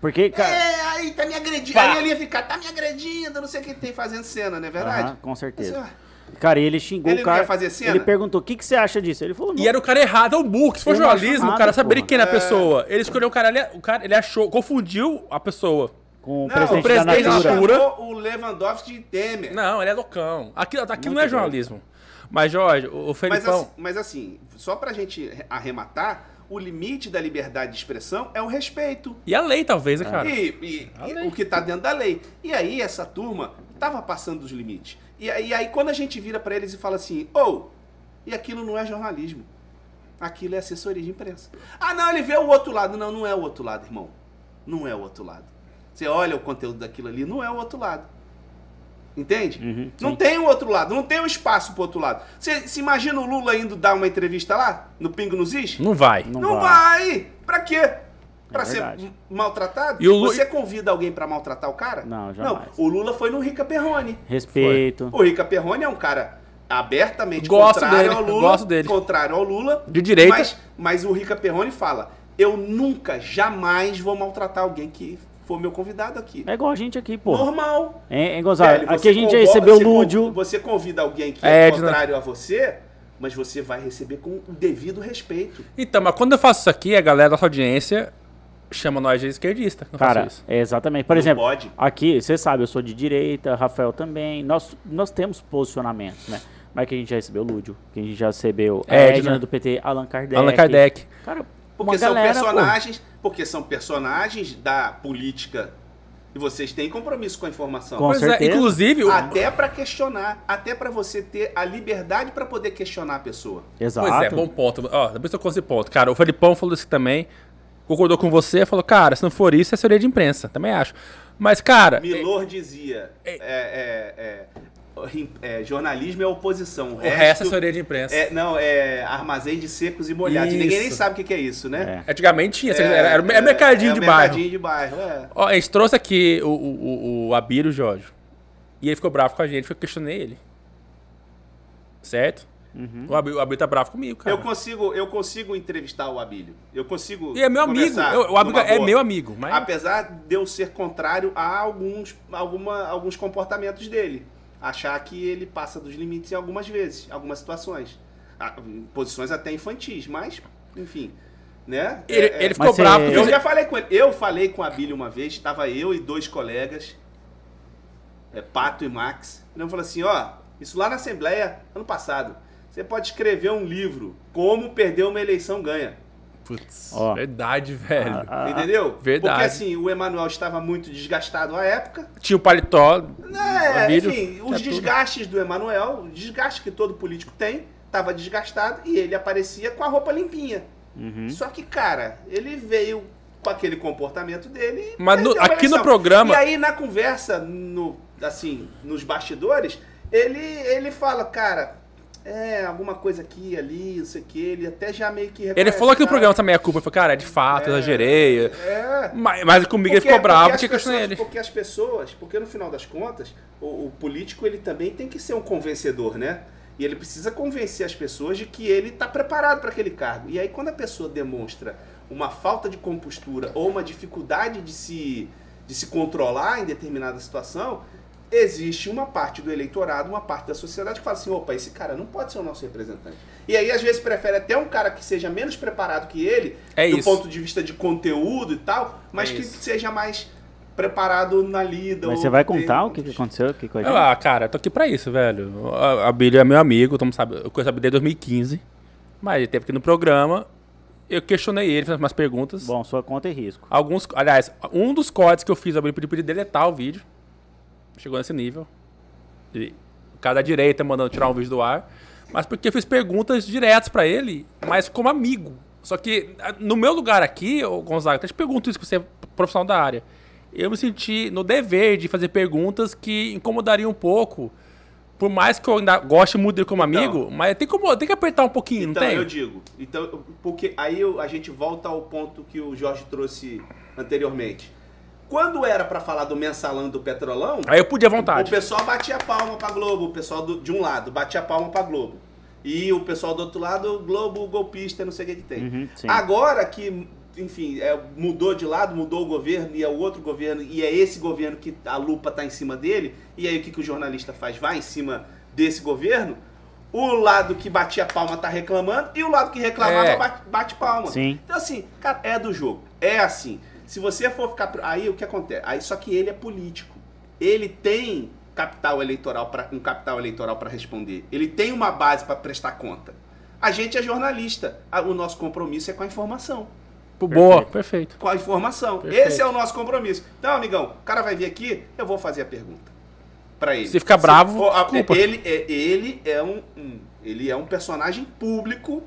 [SPEAKER 1] Porque, cara...
[SPEAKER 3] É, aí tá me agredindo.
[SPEAKER 2] Pá.
[SPEAKER 3] Aí ele ia ficar, tá me agredindo, não sei o que tem fazendo cena, não é verdade?
[SPEAKER 1] Aham, com certeza.
[SPEAKER 3] Assim, ó,
[SPEAKER 1] Cara, e ele xingou
[SPEAKER 3] Ele
[SPEAKER 1] o
[SPEAKER 3] não
[SPEAKER 1] cara.
[SPEAKER 3] ia fazer cena?
[SPEAKER 1] Ele perguntou: o que, que você acha disso? Ele falou: não.
[SPEAKER 2] E era o cara errado, é o burro. Se for
[SPEAKER 1] Eu não acho
[SPEAKER 2] jornalismo, o
[SPEAKER 1] nada,
[SPEAKER 2] cara saberia
[SPEAKER 1] porra.
[SPEAKER 2] quem era a pessoa. Ele escolheu o cara, ele, é, o cara, ele achou, confundiu a pessoa.
[SPEAKER 1] com o
[SPEAKER 3] não,
[SPEAKER 1] presidente,
[SPEAKER 2] o presidente
[SPEAKER 1] da
[SPEAKER 2] da
[SPEAKER 1] Natura.
[SPEAKER 2] Natura.
[SPEAKER 3] chamou o Lewandowski de Temer.
[SPEAKER 2] Não, ele é loucão. Aquilo, aquilo
[SPEAKER 1] Muito
[SPEAKER 2] não é
[SPEAKER 1] doido.
[SPEAKER 2] jornalismo. Mas, Jorge, o, o
[SPEAKER 3] Mas
[SPEAKER 2] Felipão.
[SPEAKER 3] assim, mas assim, só pra gente arrematar, o limite da liberdade de expressão é o respeito.
[SPEAKER 2] E a lei, talvez, né, cara?
[SPEAKER 3] E, e-
[SPEAKER 2] A
[SPEAKER 3] e
[SPEAKER 2] lei.
[SPEAKER 3] o que tá dentro da lei. E aí essa turma tava passando dos limites. E aí, aí quando a gente vira pra eles e fala assim, ou, e aquilo não é jornalismo. Aquilo é assessoria de imprensa. Ah, não, ele vê o outro lado. Não, não é o outro lado, irmão. Não é o outro lado. Você olha o conteúdo daquilo ali, não é o outro lado. Entende?
[SPEAKER 1] Uhum,
[SPEAKER 3] não tem o outro lado, não tem o espaço pro outro lado. Você se imagina o Lula indo dar uma entrevista lá, no Pingo nos Is?
[SPEAKER 2] Não vai. É
[SPEAKER 1] Não,
[SPEAKER 3] Não
[SPEAKER 1] vai.
[SPEAKER 3] vai! Pra quê? Pra ser
[SPEAKER 1] verdade.
[SPEAKER 3] m- maltratado?
[SPEAKER 2] E o Lu-
[SPEAKER 3] Você convida alguém pra maltratar o cara?
[SPEAKER 1] Não, jamais.
[SPEAKER 3] o Lula foi no Rica Perrone.
[SPEAKER 1] Respeito.
[SPEAKER 3] O Rica Perrone é um cara abertamente
[SPEAKER 2] Gosto
[SPEAKER 3] contrário
[SPEAKER 2] dele,
[SPEAKER 3] ao Lula.
[SPEAKER 2] gosto dele.
[SPEAKER 3] Contrário ao Lula.
[SPEAKER 2] De direita.
[SPEAKER 3] Mas, mas o Rica Perrone fala: eu nunca, jamais vou maltratar alguém que for meu convidado aqui.
[SPEAKER 1] É igual a gente aqui, pô.
[SPEAKER 3] Normal.
[SPEAKER 1] Hein, hein, Gonzalo?
[SPEAKER 3] Velho,
[SPEAKER 1] Aqui
[SPEAKER 3] você
[SPEAKER 1] a gente
[SPEAKER 3] convoca-
[SPEAKER 1] recebeu o
[SPEAKER 3] você con-
[SPEAKER 1] Lúdio.
[SPEAKER 3] Você convida alguém que
[SPEAKER 2] É,
[SPEAKER 3] é,
[SPEAKER 2] Edna.
[SPEAKER 3] contrário a você, mas você vai receber com o devido respeito.
[SPEAKER 2] Então, mas quando eu faço isso aqui, a galera da nossa audiência chama nós de esquerdista. Não
[SPEAKER 1] Cara,
[SPEAKER 2] faço isso.
[SPEAKER 1] é exatamente. Por
[SPEAKER 3] Não
[SPEAKER 1] exemplo,
[SPEAKER 3] pode.
[SPEAKER 1] aqui, você sabe, eu sou de direita, Rafael também. Nós, nós temos posicionamentos, né? Mas que a gente já recebeu o Lúdio, que a gente já recebeu a
[SPEAKER 2] Edna.
[SPEAKER 1] Edna do PT, Allan Kardec.
[SPEAKER 2] Allan Kardec.
[SPEAKER 1] Cara,
[SPEAKER 3] Porque
[SPEAKER 1] uma
[SPEAKER 3] são
[SPEAKER 1] galera, pô.
[SPEAKER 3] personagens, porque são personagens da política. E vocês têm compromisso com a informação.
[SPEAKER 1] Com
[SPEAKER 2] Pois é,
[SPEAKER 1] certeza.
[SPEAKER 2] inclusive, o-
[SPEAKER 3] Até pra questionar, até pra você ter a liberdade pra poder questionar a pessoa.
[SPEAKER 1] Exato.
[SPEAKER 2] Pois é, bom ponto. Ó, depois eu conto esse ponto. Cara, o Felipão falou isso também. Concordou com você, falou, cara, se não for isso, é assessoria de imprensa. Também acho. Mas, cara.
[SPEAKER 3] Milor dizia, é, é, é, rim- é, jornalismo é oposição, o
[SPEAKER 2] O resto é
[SPEAKER 3] resto
[SPEAKER 2] assessoria de imprensa.
[SPEAKER 3] é, não, é armazém de secos e molhados.
[SPEAKER 2] Isso.
[SPEAKER 3] Ninguém nem sabe o que que é isso, né?
[SPEAKER 2] Antigamente tinha, era, era, era mercadinho
[SPEAKER 3] é
[SPEAKER 2] de bairro.
[SPEAKER 3] mercadinho de bairro, é.
[SPEAKER 2] Ó, a gente trouxe aqui o, o, o, o Abílio Jorge. E ele ficou bravo com a gente, eu questionei ele. Certo?
[SPEAKER 1] Uhum.
[SPEAKER 2] O Abílio, o Abílio tá bravo comigo, cara.
[SPEAKER 3] Eu consigo, eu consigo entrevistar o Abílio. Eu consigo
[SPEAKER 2] E é meu amigo.
[SPEAKER 3] conversar
[SPEAKER 2] Eu- o Abílio
[SPEAKER 3] numa
[SPEAKER 2] é
[SPEAKER 3] boa.
[SPEAKER 2] meu amigo. Mas...
[SPEAKER 3] Apesar de eu ser contrário a alguns, alguma, alguns comportamentos dele. Achar que ele passa dos limites em algumas vezes, algumas situações. Ah, em Posições até infantis, mas, enfim. Né?
[SPEAKER 2] Ele,
[SPEAKER 3] É, é,
[SPEAKER 2] ele ficou
[SPEAKER 1] Mas
[SPEAKER 2] bravo.
[SPEAKER 1] você-
[SPEAKER 2] porque
[SPEAKER 3] Eu
[SPEAKER 2] eu-
[SPEAKER 3] já falei com ele. Eu falei com a Billy uma vez, estava eu e dois colegas, é, Pato e Max. Ele falou assim: ó, isso lá na Assembleia, ano passado. Você pode escrever um livro, Como Perder uma Eleição Ganha.
[SPEAKER 2] Putz,
[SPEAKER 1] Ó.
[SPEAKER 2] verdade, velho.
[SPEAKER 1] Ah, ah,
[SPEAKER 3] Entendeu?
[SPEAKER 2] verdade.
[SPEAKER 3] Porque assim, o Emanuel estava muito desgastado à época.
[SPEAKER 2] Tinha o paletó.
[SPEAKER 3] É,
[SPEAKER 2] Abílio,
[SPEAKER 3] enfim,
[SPEAKER 2] tinha
[SPEAKER 3] os
[SPEAKER 2] tudo.
[SPEAKER 3] desgastes do Emanuel, o desgaste que todo político tem, estava desgastado e ele aparecia com a roupa limpinha.
[SPEAKER 2] Hum.
[SPEAKER 1] uhum.
[SPEAKER 3] Só que, cara, ele veio com aquele comportamento dele. e
[SPEAKER 2] Mas no-
[SPEAKER 3] perdeu a
[SPEAKER 2] aqui no
[SPEAKER 3] eleição.
[SPEAKER 2] programa-
[SPEAKER 3] E aí, na conversa, no, assim, nos bastidores, ele, ele fala, cara, é, alguma coisa aqui, ali, não sei o que, ele até já meio que
[SPEAKER 2] Ele
[SPEAKER 3] reconhece,
[SPEAKER 2] falou aqui no
[SPEAKER 3] cara.
[SPEAKER 2] programa também a culpa. Eu falei, cara, é de fato, eu exagerei.
[SPEAKER 3] É.
[SPEAKER 2] Mas, mas comigo ele ficou bravo, porque eu
[SPEAKER 3] as pessoas,
[SPEAKER 2] questionei ele.
[SPEAKER 3] é porque as pessoas, porque no final das contas, o, o político ele também tem que ser um convencedor, né? E ele precisa convencer as pessoas de que ele está preparado para aquele cargo. E aí, quando a pessoa demonstra uma falta de compostura ou uma dificuldade de se, de se controlar em determinada situação, existe uma parte do eleitorado, uma parte da sociedade que fala assim: opa, esse cara não pode ser o nosso representante. E aí, às vezes, prefere até um cara que seja menos preparado que ele,
[SPEAKER 2] É
[SPEAKER 3] do
[SPEAKER 2] isso.
[SPEAKER 3] ponto de vista de conteúdo e tal, mas
[SPEAKER 2] É
[SPEAKER 3] que
[SPEAKER 2] isso.
[SPEAKER 3] seja mais preparado na lida.
[SPEAKER 1] Mas
[SPEAKER 3] ou um
[SPEAKER 1] você vai
[SPEAKER 3] tem-
[SPEAKER 1] contar o que, que aconteceu aqui com a gente?
[SPEAKER 2] Ah, cara, eu tô aqui pra isso, velho. A, a Billy é meu amigo, todo mundo sabe, eu conheço a Billy desde 2015. Mas ele teve aqui no programa, eu questionei ele, fiz umas perguntas.
[SPEAKER 1] Bom, sua conta e risco.
[SPEAKER 2] Alguns, aliás, um dos códigos que eu fiz, a Billy pediu pra ele deletar o é vídeo. Chegou nesse nível. E o cara da direita mandando tirar um vídeo do ar. Mas porque eu fiz perguntas diretas pra ele, mas como amigo. Só que a- no meu lugar aqui, ô Gonzaga, até te pergunto isso que você é profissional da área. Eu me senti no dever de fazer perguntas que incomodariam um pouco. Por mais que eu ainda goste muito dele como
[SPEAKER 3] Então.
[SPEAKER 2] amigo, mas tem como, tem que apertar um pouquinho,
[SPEAKER 3] Então,
[SPEAKER 2] não tem?
[SPEAKER 3] eu digo. Então, porque aí eu- a gente volta ao ponto que o Jorge trouxe anteriormente. Quando era pra falar do mensalão e do petrolão,
[SPEAKER 2] Aí eu Tipo, podia à
[SPEAKER 3] o
[SPEAKER 2] vontade.
[SPEAKER 3] pessoal batia palma pra Globo, o pessoal do- de um lado batia palma pra Globo. E o pessoal do outro lado, Globo golpista, não sei o que, que tem.
[SPEAKER 1] Uhum, sim.
[SPEAKER 3] Agora que, enfim, é, mudou de lado, mudou o governo e é o outro governo, e é esse governo que a lupa tá em cima dele, e aí o que, que o jornalista faz? Vai em cima desse governo, o lado que batia palma tá reclamando, e o lado que reclamava
[SPEAKER 2] É.
[SPEAKER 3] bate, bate palma.
[SPEAKER 1] Sim.
[SPEAKER 3] Então, assim, cara, é do jogo. É assim. Se você for ficar. Aí o que acontece? Aí, só que ele é político. Ele tem capital eleitoral para um capital eleitoral para responder. Ele tem uma base para prestar conta. A gente é jornalista. A- O nosso compromisso é com a informação.
[SPEAKER 2] Boa, perfeito.
[SPEAKER 3] Com a informação.
[SPEAKER 2] Perfeito.
[SPEAKER 3] Esse é o nosso compromisso. Então, amigão, o cara vai vir aqui, eu vou fazer a pergunta para ele.
[SPEAKER 2] Se ficar bravo,
[SPEAKER 3] for- a-
[SPEAKER 2] desculpa.
[SPEAKER 3] ele é ele é um, um- ele é um personagem público,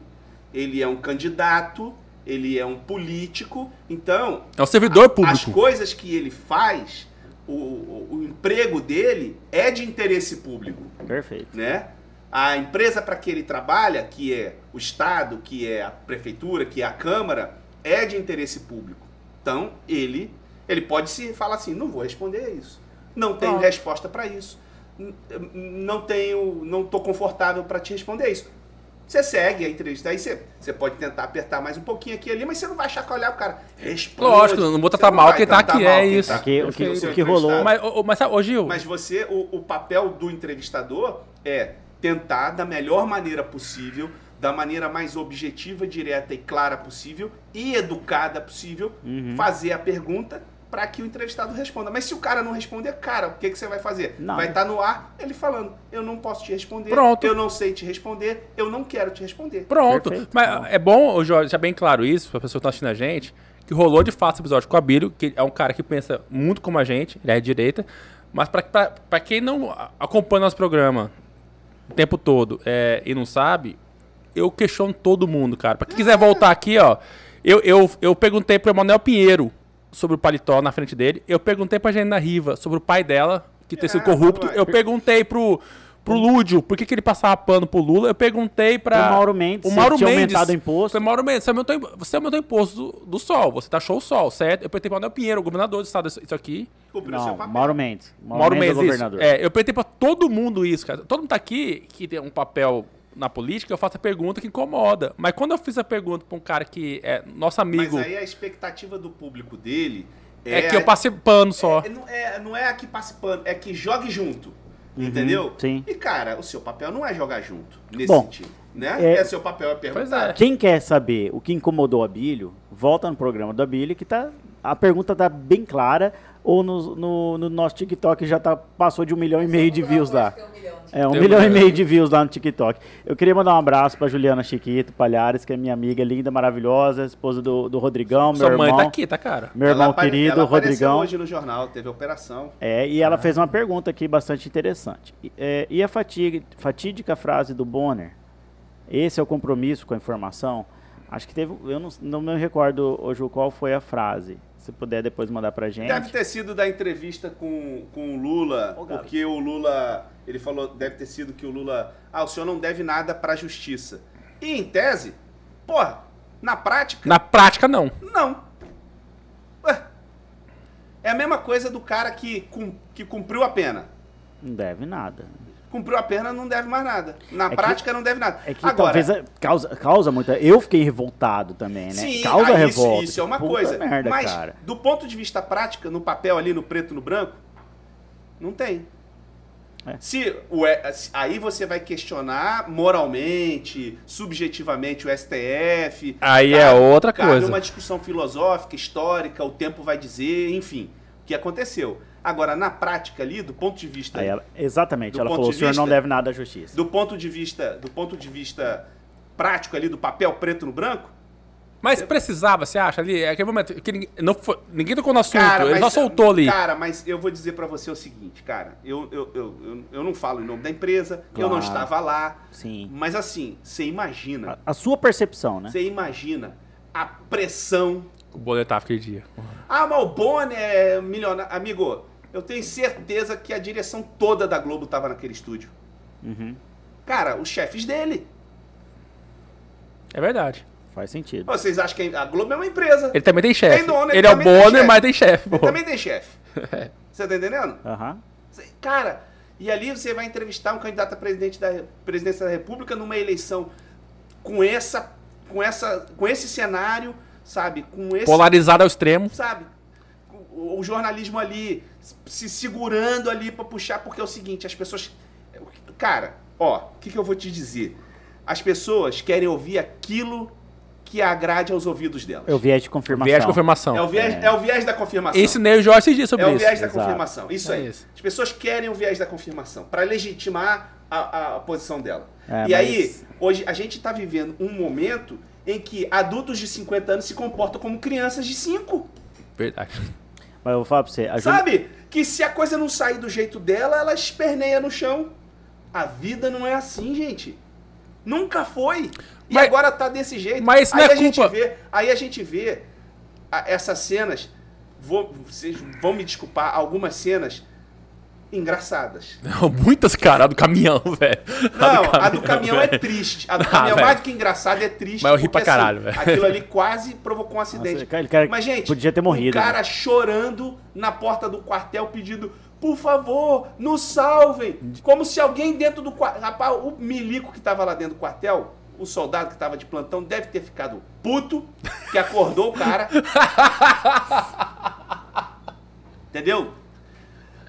[SPEAKER 3] ele é um candidato, ele é um político. Então,
[SPEAKER 2] É um servidor
[SPEAKER 3] as
[SPEAKER 2] público.
[SPEAKER 3] coisas que ele faz, o, o- o emprego dele é de interesse público
[SPEAKER 1] Perfeito.
[SPEAKER 3] né? A empresa para que ele trabalha, que é o Estado, que é a prefeitura, que é a Câmara, é de interesse público. Então, ele, ele pode se falar assim, não vou responder isso. Não tenho
[SPEAKER 1] Pronto.
[SPEAKER 3] resposta para isso. N- n- Não tenho, não tô confortável para te responder isso. Você segue a entrevista, aí você, você pode tentar apertar mais um pouquinho aqui e ali, mas você não vai chacoalhar o cara. Responde.
[SPEAKER 2] Lógico, não vou
[SPEAKER 3] Você
[SPEAKER 2] tratar
[SPEAKER 3] não
[SPEAKER 2] mal
[SPEAKER 3] vai
[SPEAKER 2] quem tá
[SPEAKER 3] tratar
[SPEAKER 2] aqui,
[SPEAKER 3] mal
[SPEAKER 2] é
[SPEAKER 3] quem
[SPEAKER 2] isso.
[SPEAKER 3] tá
[SPEAKER 1] O que, o que,
[SPEAKER 2] Perfeito.
[SPEAKER 1] o que rolou.
[SPEAKER 2] Mas, ô, ô, mas sabe, ô Gil,
[SPEAKER 3] mas você, o, o papel do entrevistador é tentar, da melhor maneira possível, da maneira mais objetiva, direta e clara possível e educada possível,
[SPEAKER 1] Uhum.
[SPEAKER 3] fazer a pergunta para que o entrevistado responda. Mas se o cara não responder, cara, o que, que você vai fazer?
[SPEAKER 1] Nada.
[SPEAKER 3] Vai estar no ar ele falando: eu não posso te responder,
[SPEAKER 2] Pronto.
[SPEAKER 3] eu não sei te responder, eu não quero te responder.
[SPEAKER 2] pronto.
[SPEAKER 1] Perfeito.
[SPEAKER 2] Mas
[SPEAKER 1] Não.
[SPEAKER 2] é bom, ô Jorge, deixar bem claro isso, pra pessoa que tá assistindo a gente, que rolou de fato esse episódio com o Abílio, que é um cara que pensa muito como a gente, ele é de direita, mas pra, pra, pra quem não a- acompanha nosso programa o tempo todo é, e não sabe, eu questiono todo mundo, cara. Pra quem quiser voltar aqui, ó, eu, eu, eu perguntei pro Emanuel Pinheiro sobre o paletó na frente dele, eu perguntei pra Janina Riva sobre o pai dela, que tem sido
[SPEAKER 3] É,
[SPEAKER 2] corrupto,
[SPEAKER 3] vai.
[SPEAKER 2] eu perguntei pro, pro Lúdio por que, que ele passava pano pro Lula, eu perguntei pra...
[SPEAKER 1] O Mauro Mendes,
[SPEAKER 2] Tá. o Mauro
[SPEAKER 1] se tinha
[SPEAKER 2] Mendes.
[SPEAKER 1] aumentado o imposto.
[SPEAKER 2] Foi Mauro Mendes, você aumentou, o imp- você aumentou o imposto do, do sol, você taxou o sol, certo? Eu perguntei pro Emanuel Pinheiro, o governador do estado, isso isso aqui.
[SPEAKER 3] Cumpriu seu
[SPEAKER 1] Não,
[SPEAKER 3] papel.
[SPEAKER 1] Mauro Mendes. Mauro,
[SPEAKER 2] Mauro
[SPEAKER 1] Mendes,
[SPEAKER 2] Mendes,
[SPEAKER 1] é
[SPEAKER 2] isso.
[SPEAKER 1] governador.
[SPEAKER 2] É, eu perguntei pra todo mundo isso, cara. Todo mundo tá aqui que tem um papel na política, eu faço a pergunta que incomoda. Mas quando eu fiz a pergunta pra um cara que é nosso
[SPEAKER 3] Mas
[SPEAKER 2] amigo,
[SPEAKER 3] aí a expectativa do público dele
[SPEAKER 2] é,
[SPEAKER 3] é,
[SPEAKER 2] que eu passei pano só.
[SPEAKER 3] É, não, é, não é a que participando, é que jogue junto. entendeu?
[SPEAKER 1] Uhum, sim.
[SPEAKER 3] E, cara, o seu papel não é jogar junto, nesse
[SPEAKER 1] Bom,
[SPEAKER 3] sentido. Né?
[SPEAKER 1] é-
[SPEAKER 3] É... seu papel é
[SPEAKER 2] Pois
[SPEAKER 3] perguntar.
[SPEAKER 2] é.
[SPEAKER 1] Quem quer saber o que incomodou o Abílio, volta no programa do Abílio, que tá, a pergunta tá bem clara, ou no, no- no nosso TikTok já tá, passou de um milhão e meio de views lá.
[SPEAKER 4] né?
[SPEAKER 1] É, um
[SPEAKER 2] Tem um
[SPEAKER 1] milhão e
[SPEAKER 2] milhão.
[SPEAKER 1] meio de views lá no TikTok. Eu queria mandar um abraço pra Juliana Chiquito Palhares, que é minha amiga linda, maravilhosa, esposa do, do Rodrigão,
[SPEAKER 3] é,
[SPEAKER 1] meu
[SPEAKER 2] Sua mãe
[SPEAKER 1] irmão.
[SPEAKER 2] tá aqui, tá, cara?
[SPEAKER 1] Meu irmão
[SPEAKER 3] apare-
[SPEAKER 1] querido,
[SPEAKER 3] ela apareceu
[SPEAKER 1] Rodrigão.
[SPEAKER 3] hoje no jornal, teve operação.
[SPEAKER 1] É, e ela
[SPEAKER 3] Ah.
[SPEAKER 1] fez uma pergunta aqui bastante interessante. E, é, e a fati- fatídica frase do Bonner? Esse é o compromisso com a informação? Acho que teve. Eu não, não me recordo hoje qual foi a frase. Se puder depois mandar pra gente.
[SPEAKER 3] Deve ter sido da entrevista com, com o Lula,
[SPEAKER 1] Ô, Gabi.
[SPEAKER 3] porque o Lula, ele falou, deve ter sido que o Lula, ah, o senhor não deve nada pra justiça. E, em tese, porra, na prática,
[SPEAKER 2] Na prática, não.
[SPEAKER 3] Não. Ué. É a mesma coisa do cara que, cum- que cumpriu a pena.
[SPEAKER 1] Não deve nada.
[SPEAKER 3] cumpriu a perna, não deve mais nada. Na
[SPEAKER 1] É que-
[SPEAKER 3] prática, não deve nada.
[SPEAKER 1] É que talvez é- causa, causa muita. Eu fiquei revoltado também, né?
[SPEAKER 3] Sim,
[SPEAKER 1] causa
[SPEAKER 3] ah, isso,
[SPEAKER 1] revolta.
[SPEAKER 3] isso é uma
[SPEAKER 1] Puta
[SPEAKER 3] coisa.
[SPEAKER 1] Merda,
[SPEAKER 3] Mas,
[SPEAKER 1] cara.
[SPEAKER 3] do ponto de vista prática, no papel ali, no preto, no branco, não tem.
[SPEAKER 1] É.
[SPEAKER 3] Se o, E- se- aí você vai questionar moralmente, subjetivamente o STF.
[SPEAKER 2] Aí é outra
[SPEAKER 3] cabe
[SPEAKER 2] coisa.
[SPEAKER 3] uma discussão filosófica, histórica, o tempo vai dizer, enfim, o que aconteceu. Agora, na prática ali, do ponto de vista
[SPEAKER 1] Aí ela- exatamente,
[SPEAKER 3] Do
[SPEAKER 1] ela
[SPEAKER 3] ponto
[SPEAKER 1] falou: o
[SPEAKER 3] de
[SPEAKER 1] senhor não
[SPEAKER 3] vista-
[SPEAKER 1] deve nada à justiça.
[SPEAKER 3] do ponto de vista, do ponto de vista prático ali do papel preto no branco,
[SPEAKER 2] Mas precisava, você acha ali? É aquele momento que ninguém, não foi- ninguém tocou no assunto, ele só
[SPEAKER 3] mas-
[SPEAKER 2] soltou ali.
[SPEAKER 3] Cara, mas eu vou dizer pra você o seguinte, cara. Eu, eu, eu, eu, eu não falo em nome da empresa, eu não
[SPEAKER 1] Claro.
[SPEAKER 3] estava lá.
[SPEAKER 1] Sim.
[SPEAKER 3] Mas assim, você imagina.
[SPEAKER 1] A, a sua percepção, né?
[SPEAKER 3] Você imagina a pressão.
[SPEAKER 2] O boletar aquele dia.
[SPEAKER 3] Ah, mas o Malbone é milionário. Amigo, eu tenho certeza que a direção toda da Globo tava naquele estúdio.
[SPEAKER 1] Uhum,
[SPEAKER 3] Cara, os chefes dele.
[SPEAKER 2] É verdade.
[SPEAKER 1] faz sentido.
[SPEAKER 3] Vocês acham que a Globo é uma empresa.
[SPEAKER 2] Ele também tem chefe.
[SPEAKER 3] Tem dono, ele
[SPEAKER 2] ele é o
[SPEAKER 3] também tem
[SPEAKER 2] Bonner,
[SPEAKER 3] chefe.
[SPEAKER 2] mas tem chefe, pô.
[SPEAKER 3] Ele também tem chefe.
[SPEAKER 1] É.
[SPEAKER 3] Você tá entendendo?
[SPEAKER 1] Aham.
[SPEAKER 3] Cê- Cara, e ali você vai entrevistar um candidato a presidente da presidência da República numa eleição com essa com essa com esse cenário, sabe? Com esse
[SPEAKER 2] Polarizado ao extremo.
[SPEAKER 3] sabe? O, o jornalismo ali se segurando ali pra puxar, porque é o seguinte, as pessoas cara, ó, o que que eu vou te dizer? As pessoas querem ouvir aquilo que agrade aos ouvidos delas.
[SPEAKER 1] É o viés de confirmação.
[SPEAKER 2] Viés de confirmação.
[SPEAKER 3] é, o viés, é. o viés da confirmação.
[SPEAKER 2] Ensinei o Jorge esses dias sobre
[SPEAKER 3] É o
[SPEAKER 2] isso.
[SPEAKER 3] viés da
[SPEAKER 1] Exato.
[SPEAKER 3] confirmação. Isso
[SPEAKER 2] É
[SPEAKER 3] aí.
[SPEAKER 2] isso.
[SPEAKER 3] As pessoas querem o viés da confirmação para legitimar a, a- a posição dela.
[SPEAKER 1] É,
[SPEAKER 3] e aí,
[SPEAKER 1] mas-
[SPEAKER 3] hoje, a gente está vivendo um momento em que adultos de 50 anos se comportam como crianças de 5.
[SPEAKER 2] Verdade.
[SPEAKER 1] Mas eu vou falar pra
[SPEAKER 2] É,
[SPEAKER 1] você. A Juli-
[SPEAKER 3] Sabe? Que se a coisa não sair do jeito dela, ela esperneia no chão. A vida não é assim, gente. Nunca foi. E
[SPEAKER 2] Mas-
[SPEAKER 3] agora tá desse jeito.
[SPEAKER 2] mas isso
[SPEAKER 3] aí
[SPEAKER 2] não é
[SPEAKER 3] a gente
[SPEAKER 2] culpa.
[SPEAKER 3] vê, aí a gente vê a- essas cenas. Vou- vocês vão me desculpar, algumas cenas engraçadas.
[SPEAKER 2] Não, Muitas caras a do caminhão, velho.
[SPEAKER 3] Não, a do caminhão é
[SPEAKER 2] Tá velho.
[SPEAKER 3] triste. A do
[SPEAKER 2] Ah,
[SPEAKER 3] caminhão, mais
[SPEAKER 2] velho.
[SPEAKER 3] do que engraçada, é triste.
[SPEAKER 2] Mas eu ri
[SPEAKER 3] porque,
[SPEAKER 2] pra caralho, velho.
[SPEAKER 3] Aquilo ali quase provocou um
[SPEAKER 1] Nossa,
[SPEAKER 3] acidente.
[SPEAKER 1] cara, ele cara
[SPEAKER 3] Mas, gente,
[SPEAKER 1] podia ter morrido.
[SPEAKER 3] o cara
[SPEAKER 1] né?
[SPEAKER 3] chorando na porta do quartel pedindo, por favor, nos salvem. Como se alguém dentro do quartel... Rapaz, o milico que tava lá dentro do quartel, o soldado que tava de plantão, deve ter ficado puto, que acordou o cara. Entendeu?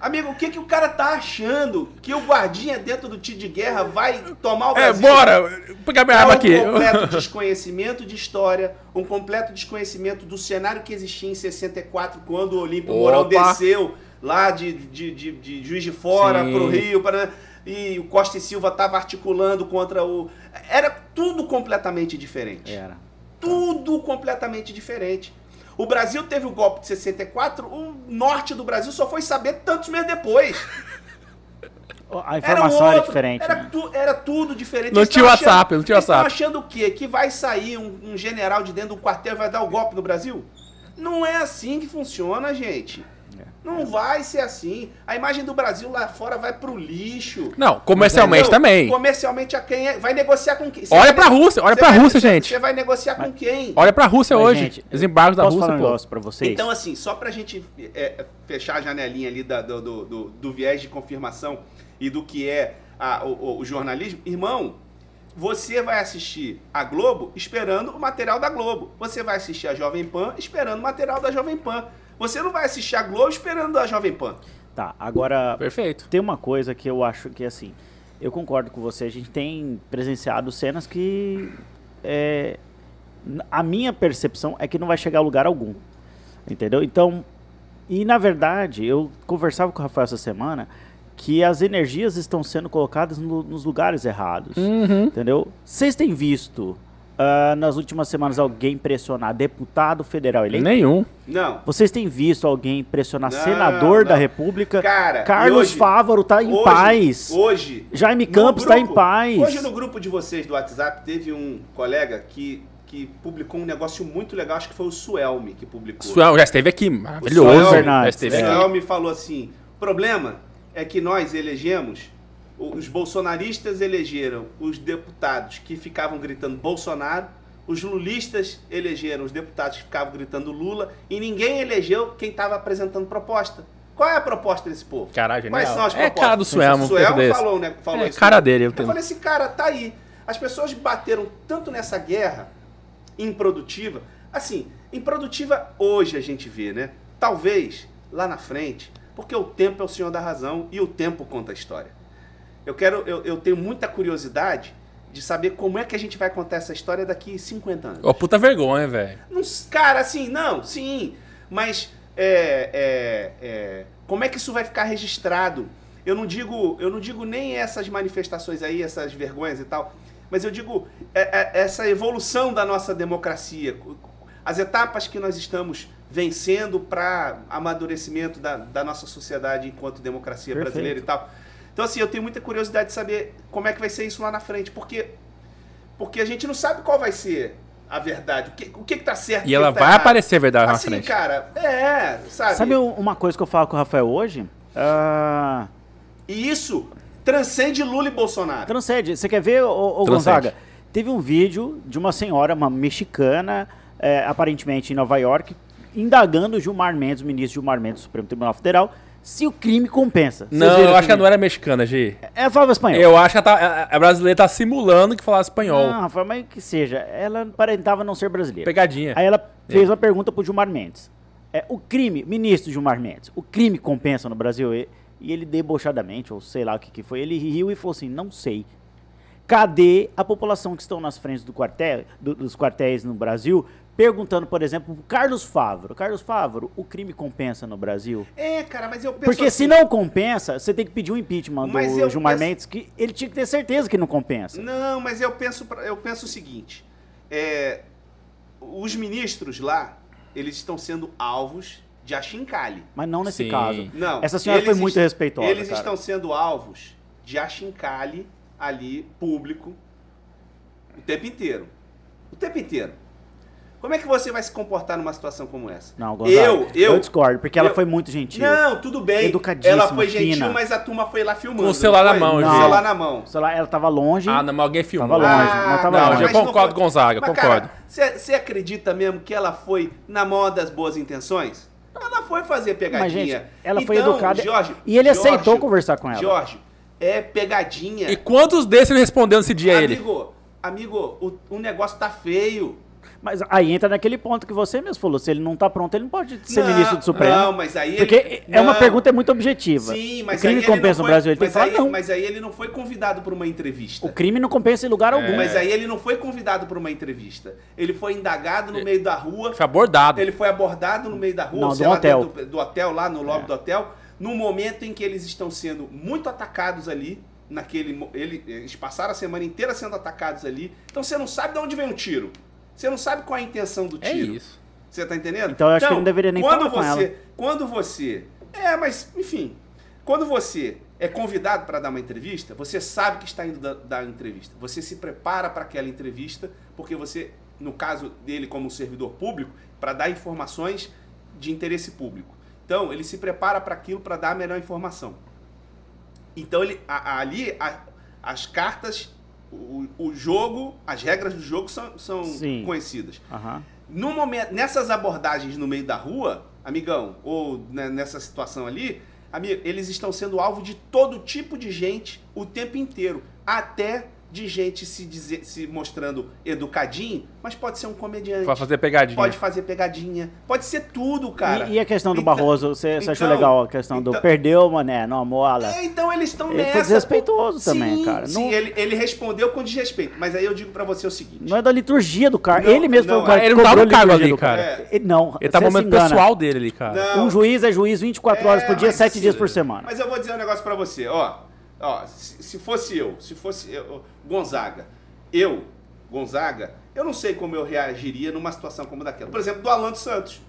[SPEAKER 3] Amigo, o que, que o cara tá achando? Que o guardinha dentro do tiro de guerra vai tomar o
[SPEAKER 2] É,
[SPEAKER 3] Brasil?
[SPEAKER 2] bora! Pegar minha arma
[SPEAKER 3] É um
[SPEAKER 2] aqui.
[SPEAKER 3] completo desconhecimento de história, um completo desconhecimento do cenário que existia em 64, quando o Olímpio
[SPEAKER 2] Opa!
[SPEAKER 3] Mourão desceu lá de, de, de- de Juiz de Fora
[SPEAKER 2] Sim.
[SPEAKER 3] para o Rio, para e o Costa e Silva estava articulando contra o... Era tudo completamente diferente.
[SPEAKER 2] É.
[SPEAKER 1] Era.
[SPEAKER 3] Tudo completamente diferente. O Brasil teve o golpe de 64, o norte do Brasil só foi saber tantos meses depois.
[SPEAKER 1] A
[SPEAKER 3] Era um
[SPEAKER 1] informação era,
[SPEAKER 3] outro,
[SPEAKER 1] diferente.
[SPEAKER 3] Era,
[SPEAKER 1] né?
[SPEAKER 3] tu- era tudo diferente.
[SPEAKER 2] Não
[SPEAKER 3] Eles
[SPEAKER 2] tinha
[SPEAKER 3] tavam achando-
[SPEAKER 2] WhatsApp, não tinha
[SPEAKER 3] eles tavam
[SPEAKER 2] WhatsApp.
[SPEAKER 3] achando o quê? Que vai sair um, um general de dentro do quartel e vai dar o golpe no Brasil? Não é assim que funciona, gente.
[SPEAKER 1] É.
[SPEAKER 3] Não vai ser assim. A imagem do Brasil lá fora vai pro lixo.
[SPEAKER 2] Não, comercialmente
[SPEAKER 3] Entendeu?
[SPEAKER 2] também.
[SPEAKER 3] Comercialmente a quem é? Vai negociar com quem? Você
[SPEAKER 2] Olha
[SPEAKER 3] vai
[SPEAKER 2] pra
[SPEAKER 3] ne-
[SPEAKER 2] Rússia, olha
[SPEAKER 3] você
[SPEAKER 2] pra
[SPEAKER 3] vai-
[SPEAKER 2] Rússia,
[SPEAKER 3] você-
[SPEAKER 2] gente.
[SPEAKER 3] Você vai negociar com quem?
[SPEAKER 2] Olha pra Rússia
[SPEAKER 1] Mas,
[SPEAKER 2] hoje.
[SPEAKER 1] gente,
[SPEAKER 2] Os embargos da
[SPEAKER 1] Posso
[SPEAKER 2] Rússia,
[SPEAKER 1] falar um
[SPEAKER 2] pô.
[SPEAKER 1] negócio pra vocês?
[SPEAKER 3] Então, assim, só pra gente é, fechar a janelinha ali da- do, do, do- do viés de confirmação e do que é a- o, o- o jornalismo, irmão, você vai assistir a Globo esperando o material da Globo. Você vai assistir a Jovem Pan esperando o material da Jovem Pan. Você não vai assistir a Globo esperando a Jovem Pan.
[SPEAKER 1] Tá, agora
[SPEAKER 2] Perfeito.
[SPEAKER 1] tem uma coisa que eu acho que, assim, eu concordo com você. A gente tem presenciado cenas que. é, n- a minha percepção é que não vai chegar a lugar algum. Entendeu? Então. E, na verdade, eu conversava com o Rafael essa semana que as energias estão sendo colocadas no- nos lugares errados.
[SPEAKER 2] Uhum.
[SPEAKER 1] Entendeu? Vocês têm visto ah, nas últimas semanas alguém pressionar deputado federal eleito?
[SPEAKER 2] Nenhum.
[SPEAKER 3] Não.
[SPEAKER 1] Vocês têm visto alguém pressionar
[SPEAKER 3] Não,
[SPEAKER 1] senador da
[SPEAKER 3] não.
[SPEAKER 1] República?
[SPEAKER 3] Cara,
[SPEAKER 1] Carlos
[SPEAKER 3] e hoje-
[SPEAKER 1] Fávaro tá em
[SPEAKER 3] hoje-
[SPEAKER 1] paz.
[SPEAKER 3] Hoje,
[SPEAKER 1] Jaime
[SPEAKER 3] No
[SPEAKER 1] Campos tá em
[SPEAKER 3] grupo.
[SPEAKER 1] paz.
[SPEAKER 3] Hoje no grupo de vocês do WhatsApp teve um colega que, que publicou um negócio muito legal, acho que foi o Suelme que publicou.
[SPEAKER 2] Suel já esteve aqui.
[SPEAKER 3] Suel
[SPEAKER 2] Maravilhoso. Já
[SPEAKER 1] Fernandes,
[SPEAKER 2] esteve
[SPEAKER 1] é.
[SPEAKER 2] aqui.
[SPEAKER 3] Suelme falou assim: o problema é que nós elegemos, o- os bolsonaristas elegeram os deputados que ficavam gritando Bolsonaro, os lulistas elegeram os deputados que ficavam gritando Lula, e ninguém elegeu quem estava apresentando proposta. Qual é a proposta desse povo?
[SPEAKER 2] Caralho, genial.
[SPEAKER 3] Quais são as
[SPEAKER 2] É
[SPEAKER 3] propostas?
[SPEAKER 2] cara do Suelmo,
[SPEAKER 3] O Suelmo
[SPEAKER 2] um desse.
[SPEAKER 3] falou, né? Falou
[SPEAKER 2] É
[SPEAKER 3] isso.
[SPEAKER 2] cara dele. Eu
[SPEAKER 3] Eu
[SPEAKER 2] tenho...
[SPEAKER 3] falei, esse cara tá aí. As pessoas bateram tanto nessa guerra improdutiva. Assim, improdutiva hoje a gente vê, né? Talvez lá na frente, porque o tempo é o senhor da razão e o tempo conta a história. Eu quero, eu, eu tenho muita curiosidade de saber como é que a gente vai contar essa história daqui 50 anos.
[SPEAKER 2] Ô, puta vergonha, velho.
[SPEAKER 3] Não s- cara, assim, não, sim. Mas é, é, é, como é que isso vai ficar registrado? Eu não digo, eu não digo nem essas manifestações aí, essas vergonhas e tal, mas eu digo é, é, essa evolução da nossa democracia, co- co- as etapas que nós estamos vencendo para amadurecimento da, da nossa sociedade enquanto democracia
[SPEAKER 1] Perfeito.
[SPEAKER 3] brasileira e tal. Então assim, eu tenho muita curiosidade de saber como é que vai ser isso lá na frente, porque porque a gente não sabe qual vai ser a verdade, o que o que, que tá certo, o
[SPEAKER 2] E
[SPEAKER 3] que
[SPEAKER 2] ela
[SPEAKER 3] que tá
[SPEAKER 2] vai
[SPEAKER 3] errado.
[SPEAKER 2] aparecer, verdade, na
[SPEAKER 3] Assim,
[SPEAKER 2] frente.
[SPEAKER 3] cara, é, sabe?
[SPEAKER 1] Sabe um- uma coisa que eu falo com o Rafael hoje? Ah,
[SPEAKER 3] E isso transcende Lula e Bolsonaro.
[SPEAKER 1] Transcende. Você quer ver, ô, ô
[SPEAKER 2] Transcende.
[SPEAKER 1] Gonzaga? Teve um vídeo de uma senhora, uma mexicana, é, aparentemente em Nova York, indagando o Gilmar Mendes, o ministro Gilmar Mendes do Supremo Tribunal Federal, se o crime compensa. Vocês
[SPEAKER 2] Não,
[SPEAKER 1] viram
[SPEAKER 2] eu
[SPEAKER 1] esse
[SPEAKER 2] acho que é ela
[SPEAKER 1] vídeo?
[SPEAKER 2] não era mexicana, Gi.
[SPEAKER 1] Ela É, falava
[SPEAKER 3] É.
[SPEAKER 1] espanhol.
[SPEAKER 2] Eu acho que ela tá, a- a brasileira tá simulando que falava espanhol.
[SPEAKER 1] Não, Rafael, mas que seja. Ela aparentava não ser brasileira.
[SPEAKER 2] Pegadinha.
[SPEAKER 1] Aí ela fez uma pergunta pro Gilmar Mendes. É, o crime, ministro Gilmar Mendes, o crime compensa no Brasil? E, e ele debochadamente, ou sei lá o que, que foi, ele riu e falou assim, não sei. Cadê a população que estão nas frentes do quartel- do- dos quartéis no Brasil, perguntando, por exemplo, pro Carlos Favro. Carlos Favro, o crime compensa no Brasil?
[SPEAKER 3] É, cara, mas eu penso
[SPEAKER 1] Porque se
[SPEAKER 3] assim,
[SPEAKER 1] não compensa, você tem que pedir um impeachment
[SPEAKER 3] Mas
[SPEAKER 1] do
[SPEAKER 3] eu
[SPEAKER 1] Gilmar
[SPEAKER 3] penso-
[SPEAKER 1] Mendes, que ele tinha que ter certeza que não compensa.
[SPEAKER 3] Não, mas eu penso, pra- eu penso o seguinte: é, os ministros lá, eles estão sendo alvos de achincalhe.
[SPEAKER 1] Mas não nesse
[SPEAKER 2] Sim.
[SPEAKER 1] caso.
[SPEAKER 3] Não.
[SPEAKER 1] Essa senhora foi
[SPEAKER 3] eles
[SPEAKER 1] muito
[SPEAKER 3] est-
[SPEAKER 1] respeitosa,
[SPEAKER 3] Eles
[SPEAKER 1] né, cara.
[SPEAKER 3] estão sendo alvos de achincalhe ali, público, o tempo inteiro. O tempo inteiro. Como é que você vai se comportar numa situação como essa?
[SPEAKER 1] Não, Gonzaga,
[SPEAKER 3] Eu- eu-
[SPEAKER 1] discordo, porque ela
[SPEAKER 3] eu-
[SPEAKER 1] foi muito gentil.
[SPEAKER 3] Não, tudo bem.
[SPEAKER 1] Educadíssima,
[SPEAKER 3] Ela foi gentil,
[SPEAKER 1] fina.
[SPEAKER 3] mas a turma foi lá filmando.
[SPEAKER 2] Com o celular
[SPEAKER 3] não
[SPEAKER 2] na
[SPEAKER 3] foi?
[SPEAKER 2] mão,
[SPEAKER 3] Com o
[SPEAKER 1] gente.
[SPEAKER 3] celular na mão.
[SPEAKER 1] Sei lá, ela tava longe.
[SPEAKER 2] Ah, não, mas alguém filmou.
[SPEAKER 1] Tava longe.
[SPEAKER 2] Ah,
[SPEAKER 1] mas tava
[SPEAKER 2] não,
[SPEAKER 1] longe.
[SPEAKER 2] eu
[SPEAKER 1] Mas
[SPEAKER 3] não
[SPEAKER 2] concordo,
[SPEAKER 3] foi-
[SPEAKER 2] Gonzaga,
[SPEAKER 3] Mas,
[SPEAKER 2] concordo.
[SPEAKER 3] cara, você acredita mesmo que ela foi na mão das boas intenções? Ela foi fazer pegadinha.
[SPEAKER 1] Mas, gente, ela foi
[SPEAKER 3] Então,
[SPEAKER 1] educada-
[SPEAKER 3] Jorge,
[SPEAKER 1] e ele
[SPEAKER 3] Jorge,
[SPEAKER 1] aceitou conversar com ela.
[SPEAKER 3] Jorge, é pegadinha.
[SPEAKER 2] E quantos desses ele respondeu nesse dia a ele?
[SPEAKER 3] amigo, amigo, o, o negócio tá feio.
[SPEAKER 1] Mas aí entra naquele ponto que você mesmo falou. Se ele não tá pronto, ele não pode ser ministro do Supremo.
[SPEAKER 3] Não, mas aí ele-
[SPEAKER 1] porque é uma
[SPEAKER 3] não.
[SPEAKER 1] pergunta muito objetiva.
[SPEAKER 3] Sim, mas
[SPEAKER 1] o crime
[SPEAKER 3] aí ele não
[SPEAKER 1] compensa
[SPEAKER 3] foi-
[SPEAKER 1] no Brasil, ele tem
[SPEAKER 3] mas
[SPEAKER 1] que falar
[SPEAKER 3] aí-
[SPEAKER 1] não.
[SPEAKER 3] Mas aí ele não foi convidado para uma entrevista.
[SPEAKER 1] O É. crime não compensa em
[SPEAKER 2] É.
[SPEAKER 1] lugar algum.
[SPEAKER 3] Mas é- aí ele não foi convidado para uma entrevista. Ele foi indagado no meio da rua.
[SPEAKER 2] Foi abordado.
[SPEAKER 3] Ele foi abordado no meio da rua,
[SPEAKER 1] É. Não, do
[SPEAKER 3] sei
[SPEAKER 1] É.
[SPEAKER 3] lá,
[SPEAKER 1] hotel.
[SPEAKER 3] dentro Do, do hotel, lá no lobby do hotel, no momento em que eles estão sendo muito atacados ali, naquele. mo- Ele, eles passaram a semana inteira sendo atacados ali. Então você não sabe de onde vem o tiro. Você não sabe qual é a intenção do
[SPEAKER 2] É
[SPEAKER 3] tiro.
[SPEAKER 2] isso.
[SPEAKER 3] Você tá entendendo?
[SPEAKER 1] Então, eu acho que ele não deveria nem falar
[SPEAKER 3] quando
[SPEAKER 1] com
[SPEAKER 3] você, Quando você. É, mas, enfim. Quando você é convidado para dar uma entrevista, você sabe que está indo da- dar uma entrevista. Você se prepara para aquela entrevista, porque você, no caso dele como um servidor público, para dar informações de interesse público. Então, ele se prepara para aquilo para dar a melhor informação. Então, ele, a- a- ali, a- as cartas, o, o jogo, as regras do jogo são, são
[SPEAKER 1] Sim.
[SPEAKER 3] conhecidas.
[SPEAKER 1] Aham.
[SPEAKER 3] No momento, nessas abordagens no meio da rua, amigão, ou né, nessa situação ali, amigo, eles estão sendo alvo de todo tipo de gente o tempo inteiro. Até de gente se, dizer- se mostrando educadinho, mas pode ser um comediante.
[SPEAKER 2] Pra fazer pegadinha.
[SPEAKER 3] Pode fazer pegadinha. Pode ser tudo, cara.
[SPEAKER 1] E, e a questão do
[SPEAKER 3] Então-
[SPEAKER 1] Barroso, você, você achou
[SPEAKER 3] então-
[SPEAKER 1] legal a questão do
[SPEAKER 3] então-
[SPEAKER 1] perdeu, mané, não, mola.
[SPEAKER 3] É, então eles estão
[SPEAKER 1] Ele
[SPEAKER 3] nessa.
[SPEAKER 1] foi
[SPEAKER 3] pô.
[SPEAKER 1] desrespeitoso também, cara.
[SPEAKER 3] Sim,
[SPEAKER 1] Não-
[SPEAKER 3] ele, ele respondeu com desrespeito. Mas aí eu digo pra você o seguinte.
[SPEAKER 1] Não é da liturgia do cara.
[SPEAKER 3] Não,
[SPEAKER 1] ele mesmo
[SPEAKER 3] não,
[SPEAKER 1] foi o cara
[SPEAKER 2] ele
[SPEAKER 1] que
[SPEAKER 2] não tava
[SPEAKER 1] cobrou
[SPEAKER 2] no
[SPEAKER 1] a
[SPEAKER 2] cargo
[SPEAKER 1] liturgia
[SPEAKER 2] ali,
[SPEAKER 1] do cara.
[SPEAKER 3] cara.
[SPEAKER 1] Ele- Não,
[SPEAKER 2] Ele tá
[SPEAKER 1] você
[SPEAKER 2] no momento
[SPEAKER 1] se engana.
[SPEAKER 2] pessoal dele ali, cara.
[SPEAKER 3] Não.
[SPEAKER 1] Um juiz é juiz 24 horas por
[SPEAKER 3] É,
[SPEAKER 1] dia,
[SPEAKER 3] mas
[SPEAKER 1] 7 dias
[SPEAKER 3] se-
[SPEAKER 1] por semana.
[SPEAKER 3] Mas eu vou dizer um negócio pra você, ó. Ó, se, se fosse eu, se fosse eu, Gonzaga, eu, Gonzaga, eu não sei como eu reagiria numa situação como daquela. Por exemplo, do Alan dos Santos,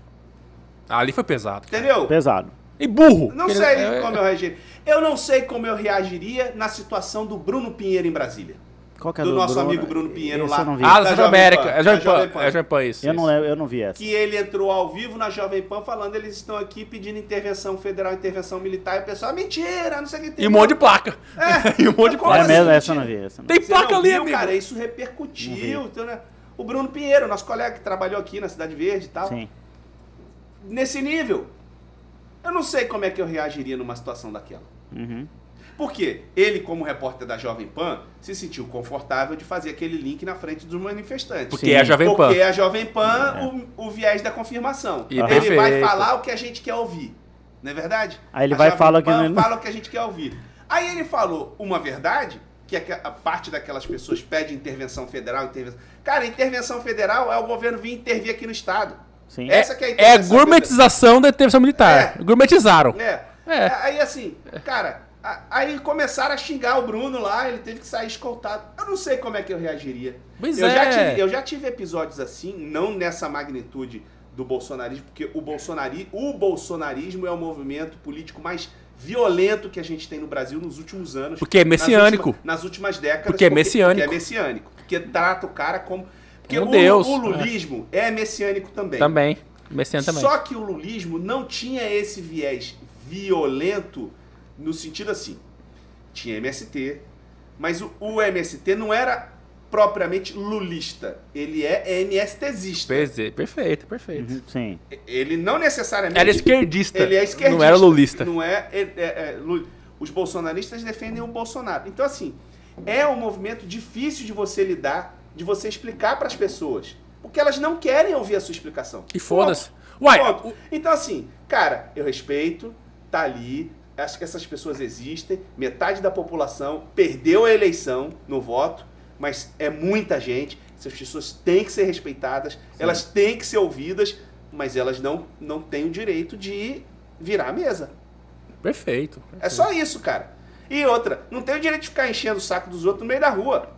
[SPEAKER 2] Ali foi pesado. cara.
[SPEAKER 3] entendeu?
[SPEAKER 1] Pesado.
[SPEAKER 2] E burro.
[SPEAKER 3] Não
[SPEAKER 2] Ele-
[SPEAKER 3] sei
[SPEAKER 2] é-
[SPEAKER 3] como eu reagiria. Eu não sei como eu reagiria na situação do Bruno Pinheiro em Brasília.
[SPEAKER 1] Qual que é
[SPEAKER 3] Do nosso amigo Bruno
[SPEAKER 1] Esse
[SPEAKER 3] Pinheiro
[SPEAKER 1] eu
[SPEAKER 3] lá.
[SPEAKER 1] não vi.
[SPEAKER 2] Ah,
[SPEAKER 3] Da
[SPEAKER 2] da Santa
[SPEAKER 3] tá Jovem
[SPEAKER 2] América.
[SPEAKER 3] Pan.
[SPEAKER 2] É Jovem
[SPEAKER 3] Da
[SPEAKER 2] Pan.
[SPEAKER 3] Jovem Pan.
[SPEAKER 2] É Jovem Pan, isso.
[SPEAKER 1] eu, não,
[SPEAKER 2] isso.
[SPEAKER 1] lembro- eu não vi essa.
[SPEAKER 3] Que ele entrou ao vivo na Jovem Pan falando, eles estão aqui pedindo intervenção federal, intervenção militar, e o pessoal, "Ah, mentira, não sei o que tem.
[SPEAKER 2] E um monte de placa.
[SPEAKER 3] É.
[SPEAKER 2] e um monte de
[SPEAKER 3] Como
[SPEAKER 1] É
[SPEAKER 2] placa.
[SPEAKER 3] assim,
[SPEAKER 1] mesmo,
[SPEAKER 3] gente?
[SPEAKER 1] essa eu não vi. Essa eu não vi.
[SPEAKER 2] Tem
[SPEAKER 3] Você
[SPEAKER 2] placa
[SPEAKER 3] não
[SPEAKER 2] ali,
[SPEAKER 3] viu,
[SPEAKER 2] amigo.
[SPEAKER 3] cara, isso repercutiu. Então, né? O Bruno Pinheiro, nosso colega que trabalhou aqui na Cidade Verde e tal.
[SPEAKER 1] Sim.
[SPEAKER 3] Nesse nível. Eu não sei como é que eu reagiria numa situação daquela.
[SPEAKER 1] Uhum.
[SPEAKER 3] Porque ele, como repórter da Jovem Pan, se sentiu confortável de fazer aquele link na frente dos manifestantes.
[SPEAKER 2] Porque
[SPEAKER 1] Sim.
[SPEAKER 2] é a Jovem Pan. É.
[SPEAKER 3] Porque a Jovem Pan, o, o viés da confirmação.
[SPEAKER 2] E
[SPEAKER 3] ele
[SPEAKER 2] perfeito.
[SPEAKER 3] vai falar o que a gente quer ouvir. Não é verdade?
[SPEAKER 1] Aí ele
[SPEAKER 3] a
[SPEAKER 1] vai
[SPEAKER 3] Jovem
[SPEAKER 1] falar que
[SPEAKER 3] Pan
[SPEAKER 1] não- é-
[SPEAKER 3] fala o que a gente quer ouvir. Aí ele falou uma verdade, que é que a parte daquelas pessoas pede intervenção federal. Intervenção... Cara, intervenção federal é o governo vir intervir aqui no Estado.
[SPEAKER 1] Sim. Uhum.
[SPEAKER 3] Essa que é a
[SPEAKER 2] É
[SPEAKER 3] intervenção federal.
[SPEAKER 2] gourmetização da intervenção militar. Gourmetizaram.
[SPEAKER 3] É.
[SPEAKER 2] É.
[SPEAKER 3] Aí assim, cara, a- aí começaram a xingar o Bruno lá, ele teve que sair escoltado. Eu não sei como é que eu reagiria.
[SPEAKER 2] Pois
[SPEAKER 3] eu,
[SPEAKER 2] é.
[SPEAKER 3] já tive, eu já tive episódios assim, não nessa magnitude do bolsonarismo, porque o, bolsonari, o bolsonarismo é o movimento político mais violento que a gente tem no Brasil nos últimos anos.
[SPEAKER 2] Porque é
[SPEAKER 3] Nas
[SPEAKER 2] messiânico.
[SPEAKER 3] últimas- Nas últimas, décadas.
[SPEAKER 2] Porque é messiânico.
[SPEAKER 3] Porque é messiânico. Porque trata o cara como... Porque
[SPEAKER 2] Um
[SPEAKER 3] o,
[SPEAKER 2] deus.
[SPEAKER 3] o lulismo é. messiânico
[SPEAKER 2] Também. Messiano também.
[SPEAKER 3] só que o lulismo não tinha esse viés violento no sentido assim. Tinha MST, mas o, o MST não era propriamente lulista. Ele é MSTzista.
[SPEAKER 2] Perze- é, Perfeito,
[SPEAKER 3] é
[SPEAKER 2] perfeito.
[SPEAKER 1] Uhum, Sim.
[SPEAKER 3] Ele não necessariamente.
[SPEAKER 2] Era esquerdista.
[SPEAKER 3] Ele é esquerdista.
[SPEAKER 2] Não era lulista.
[SPEAKER 3] Não é, é- é- é lu- os bolsonaristas defendem o Bolsonaro. Então, assim, é um movimento difícil de você lidar, de você explicar para as pessoas. Porque elas não querem ouvir a sua explicação.
[SPEAKER 2] E foda-se. Uai,
[SPEAKER 3] Ponto. Então, assim, cara, eu respeito, tá ali, acho que essas pessoas existem, metade da população perdeu a eleição no voto, mas é muita gente, essas pessoas têm que ser respeitadas, elas têm que ser ouvidas, mas elas não, não têm o direito de virar a mesa.
[SPEAKER 2] perfeito.
[SPEAKER 3] É só isso, cara. E outra, não tem o direito de ficar enchendo o saco dos outros no meio da rua.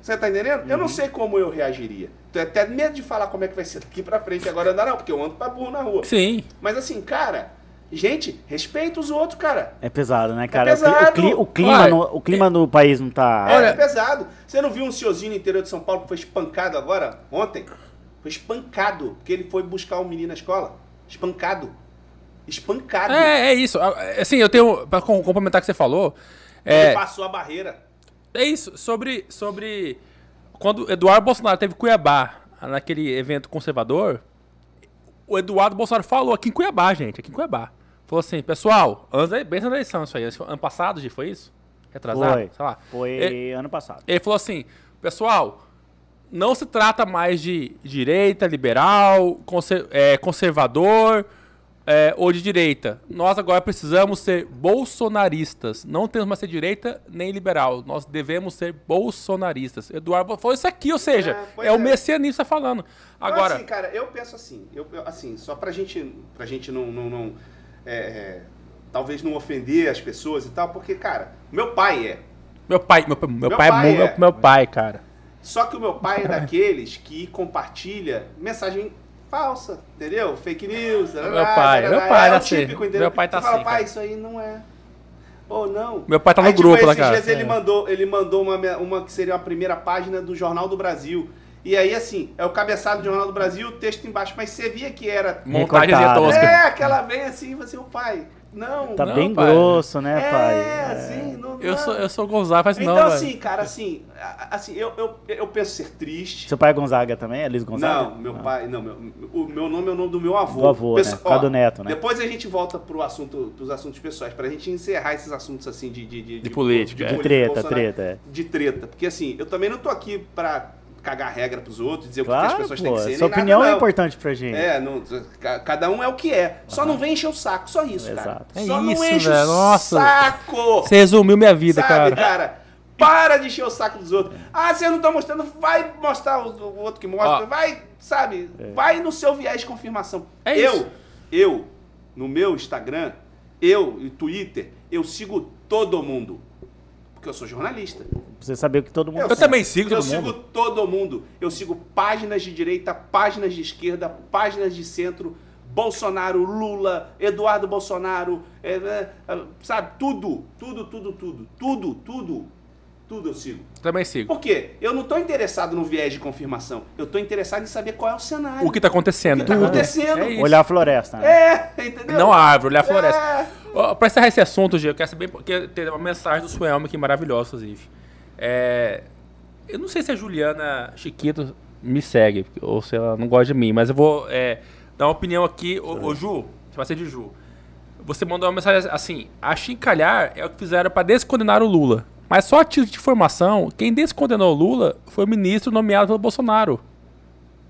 [SPEAKER 3] Você tá entendendo? Eu não sei como eu reagiria. Tenho até medo de falar como é que vai ser daqui pra frente agora, não, não, porque eu ando pra burro na rua.
[SPEAKER 2] Sim.
[SPEAKER 3] Mas assim, cara, gente, respeita os outros, cara.
[SPEAKER 1] É pesado, né, cara? O cli-
[SPEAKER 3] pesado.
[SPEAKER 1] o, cli- o clima,
[SPEAKER 2] Ué,
[SPEAKER 1] no, o clima no país não tá.
[SPEAKER 3] É, é pesado. Você não viu um senhorzinho no interior de São Paulo que foi espancado agora, ontem? Foi espancado, porque ele foi buscar um menino na escola. Espancado. Espancado.
[SPEAKER 2] É, é isso. Assim, eu tenho. Pra com- complementar o que você falou.
[SPEAKER 3] Ele
[SPEAKER 2] É,
[SPEAKER 3] passou a barreira.
[SPEAKER 2] é isso. Sobre. Sobre. Quando Eduardo Bolsonaro teve em Cuiabá, naquele evento conservador, o Eduardo Bolsonaro falou aqui em Cuiabá, gente. Aqui em Cuiabá. Falou assim, pessoal, antes da, bem antes da eleição, isso aí. isso foi Ano passado, Gi, foi isso? Retrasado?
[SPEAKER 1] Foi.
[SPEAKER 2] Sei lá.
[SPEAKER 1] Foi
[SPEAKER 2] É-
[SPEAKER 1] ano passado.
[SPEAKER 2] Ele falou assim: pessoal, não se trata mais de direita, liberal, conser- é, conservador é, ou de direita. Nós agora precisamos ser bolsonaristas. Não temos mais ser direita nem liberal. Nós devemos ser bolsonaristas. Eduardo falou isso aqui, ou seja,
[SPEAKER 3] É,
[SPEAKER 2] é,
[SPEAKER 3] pois
[SPEAKER 2] o
[SPEAKER 3] é.
[SPEAKER 2] messianista falando.
[SPEAKER 3] Então,
[SPEAKER 2] Agora,
[SPEAKER 3] assim, cara, eu penso assim, eu, eu- assim, só pra gente, pra gente não, não, não, é, é, talvez não ofender as pessoas e tal, porque, cara, meu pai é.
[SPEAKER 2] meu pai, meu, meu
[SPEAKER 3] Meu
[SPEAKER 2] pai,
[SPEAKER 3] pai
[SPEAKER 2] é, mu-
[SPEAKER 3] é.
[SPEAKER 2] Meu, meu pai, cara.
[SPEAKER 3] Só que o meu pai é daqueles que compartilha mensagem falsa, entendeu? Fake news. Meu
[SPEAKER 2] pai, meu pai
[SPEAKER 3] é
[SPEAKER 2] era
[SPEAKER 3] o
[SPEAKER 2] assim.
[SPEAKER 3] típico, entendeu?
[SPEAKER 2] Meu pai tá
[SPEAKER 3] Você fala,
[SPEAKER 2] assim,
[SPEAKER 3] pai,
[SPEAKER 2] cara.
[SPEAKER 3] isso aí não é. Ou não.
[SPEAKER 2] Meu pai tá no
[SPEAKER 3] Aí, tipo,
[SPEAKER 2] grupo lá,
[SPEAKER 3] esses
[SPEAKER 2] cara.
[SPEAKER 3] dias ele
[SPEAKER 2] É.
[SPEAKER 3] mandou, ele mandou uma, me- uma que seria a primeira página do Jornal do Brasil. E aí, assim, é o cabeçado do Jornal do Brasil, o texto embaixo, mas você via que
[SPEAKER 2] É
[SPEAKER 3] era
[SPEAKER 2] Montagem de
[SPEAKER 1] Recortado.
[SPEAKER 2] tosca.
[SPEAKER 3] É, aquela vem assim, você, o pai, não.
[SPEAKER 1] Tá
[SPEAKER 2] Não,
[SPEAKER 1] bem
[SPEAKER 2] pai.
[SPEAKER 1] grosso, né, pai?
[SPEAKER 3] É, assim, não
[SPEAKER 2] Eu
[SPEAKER 3] não.
[SPEAKER 2] sou, eu sou Gonzaga, mas
[SPEAKER 3] Então,
[SPEAKER 2] não, velho.
[SPEAKER 3] assim, cara, assim, a- a- assim eu, eu, eu penso ser triste.
[SPEAKER 1] Seu pai é Gonzaga também? É Luiz Gonzaga?
[SPEAKER 3] Não, meu pai, não, meu, o meu nome é o nome do meu avô.
[SPEAKER 1] Do avô, né?
[SPEAKER 3] Pessoal,
[SPEAKER 1] Por causa
[SPEAKER 3] ó,
[SPEAKER 1] do neto, né?
[SPEAKER 3] Depois a gente volta pro assunto, pros assuntos pessoais, pra gente encerrar esses assuntos assim de... De,
[SPEAKER 2] De política, é.
[SPEAKER 1] De Ah. treta,
[SPEAKER 3] Bolsonaro,
[SPEAKER 1] treta, é.
[SPEAKER 3] De treta, porque assim, eu também não tô aqui pra cagar regra pros outros, dizer o que que
[SPEAKER 1] Claro,
[SPEAKER 3] as pessoas têm
[SPEAKER 1] pô.
[SPEAKER 3] que ser,
[SPEAKER 1] Sua
[SPEAKER 3] nem
[SPEAKER 1] opinião é
[SPEAKER 3] nada, não.
[SPEAKER 1] importante pra gente.
[SPEAKER 3] É, não, ca- cada um é o que é. Só não vem encher o saco, só isso, cara.
[SPEAKER 1] Exato.
[SPEAKER 2] É
[SPEAKER 3] Só
[SPEAKER 2] isso,
[SPEAKER 3] não enche
[SPEAKER 2] velho.
[SPEAKER 3] o
[SPEAKER 2] Nossa.
[SPEAKER 3] saco!
[SPEAKER 2] Você resumiu minha vida,
[SPEAKER 3] Sabe, então, cara.
[SPEAKER 2] cara.
[SPEAKER 3] Para de encher o saco dos outros. Ah, você não tá mostrando, vai mostrar o, o outro que mostra.
[SPEAKER 2] Ó.
[SPEAKER 3] Vai, sabe? Vai no seu viés de confirmação.
[SPEAKER 2] É
[SPEAKER 3] eu,
[SPEAKER 2] isso.
[SPEAKER 3] eu, no meu Instagram, eu e Twitter, eu sigo todo mundo. Porque eu sou jornalista.
[SPEAKER 1] Pra você saber o que todo mundo
[SPEAKER 2] Eu também sigo
[SPEAKER 3] assim, eu
[SPEAKER 2] todo
[SPEAKER 3] sigo
[SPEAKER 2] mundo.
[SPEAKER 3] todo mundo. Eu sigo páginas de direita, páginas de esquerda, páginas de centro. Bolsonaro, Lula, Eduardo Bolsonaro, é, é, é, sabe? Tudo, tudo, tudo, tudo, tudo, tudo, tudo eu sigo.
[SPEAKER 2] Também sigo.
[SPEAKER 3] Por quê? Eu não tô interessado no viés de confirmação. Eu tô interessado em saber qual é o cenário.
[SPEAKER 2] O que tá acontecendo?
[SPEAKER 3] O que tá acontecendo?
[SPEAKER 2] É isso.
[SPEAKER 1] Olhar a floresta, né?
[SPEAKER 3] É, entendeu?
[SPEAKER 2] Não a árvore, olhar a floresta.
[SPEAKER 3] É.
[SPEAKER 2] Ó, pra encerrar esse assunto, Gê, eu quero saber. Porque tem uma mensagem do Suelma aqui maravilhosa, inclusive. É, eu não sei se a Juliana Chiquito me segue, ou se ela não gosta de mim, mas eu vou é, dar uma opinião aqui. Ô, ô, Ju, você vai ser de Ju. Você mandou uma mensagem assim: achincalhar é o que fizeram para descondenar o Lula. Mas só a título de informação, quem descondenou o Lula foi o ministro nomeado pelo Bolsonaro.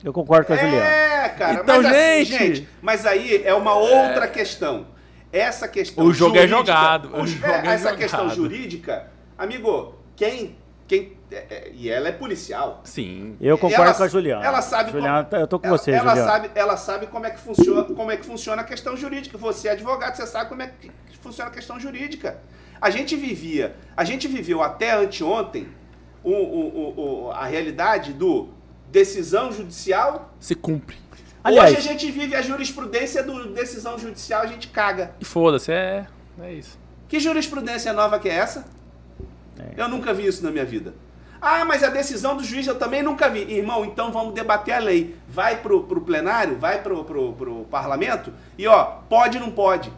[SPEAKER 1] Eu concordo com a Juliana.
[SPEAKER 3] É, cara.
[SPEAKER 2] Então,
[SPEAKER 3] mas assim,
[SPEAKER 2] gente-
[SPEAKER 3] gente, mas aí é uma outra questão. Essa questão
[SPEAKER 2] O jogo é jogado,
[SPEAKER 3] o
[SPEAKER 2] o
[SPEAKER 3] ju-
[SPEAKER 2] jogo é
[SPEAKER 3] é, essa
[SPEAKER 2] jogado.
[SPEAKER 3] questão jurídica, amigo, quem quem é, é, e ela é policial.
[SPEAKER 2] Sim.
[SPEAKER 1] Eu concordo
[SPEAKER 3] Ela-
[SPEAKER 1] com a Juliana.
[SPEAKER 3] ela sabe
[SPEAKER 1] Juliana, tá- eu tô com
[SPEAKER 3] Ela,
[SPEAKER 1] você,
[SPEAKER 3] ela
[SPEAKER 1] Juliana.
[SPEAKER 3] sabe, ela sabe como é que funciona, como é que funciona a questão jurídica. Você é advogado, você sabe como é que funciona a questão jurídica. A gente vivia, a gente viveu até anteontem o- o- o- o- a realidade do decisão judicial
[SPEAKER 2] Se cumpre.
[SPEAKER 1] Aliás-
[SPEAKER 3] Hoje a gente vive a jurisprudência do decisão judicial, a gente caga.
[SPEAKER 2] E foda-se, é, é isso.
[SPEAKER 3] Que jurisprudência nova que é essa?
[SPEAKER 1] É.
[SPEAKER 3] Eu nunca vi isso na minha vida. Ah, mas a decisão do juiz eu também nunca vi. Irmão, então vamos debater a lei. Vai pro, pro plenário, vai pro, pro, pro parlamento e ó, pode não pode.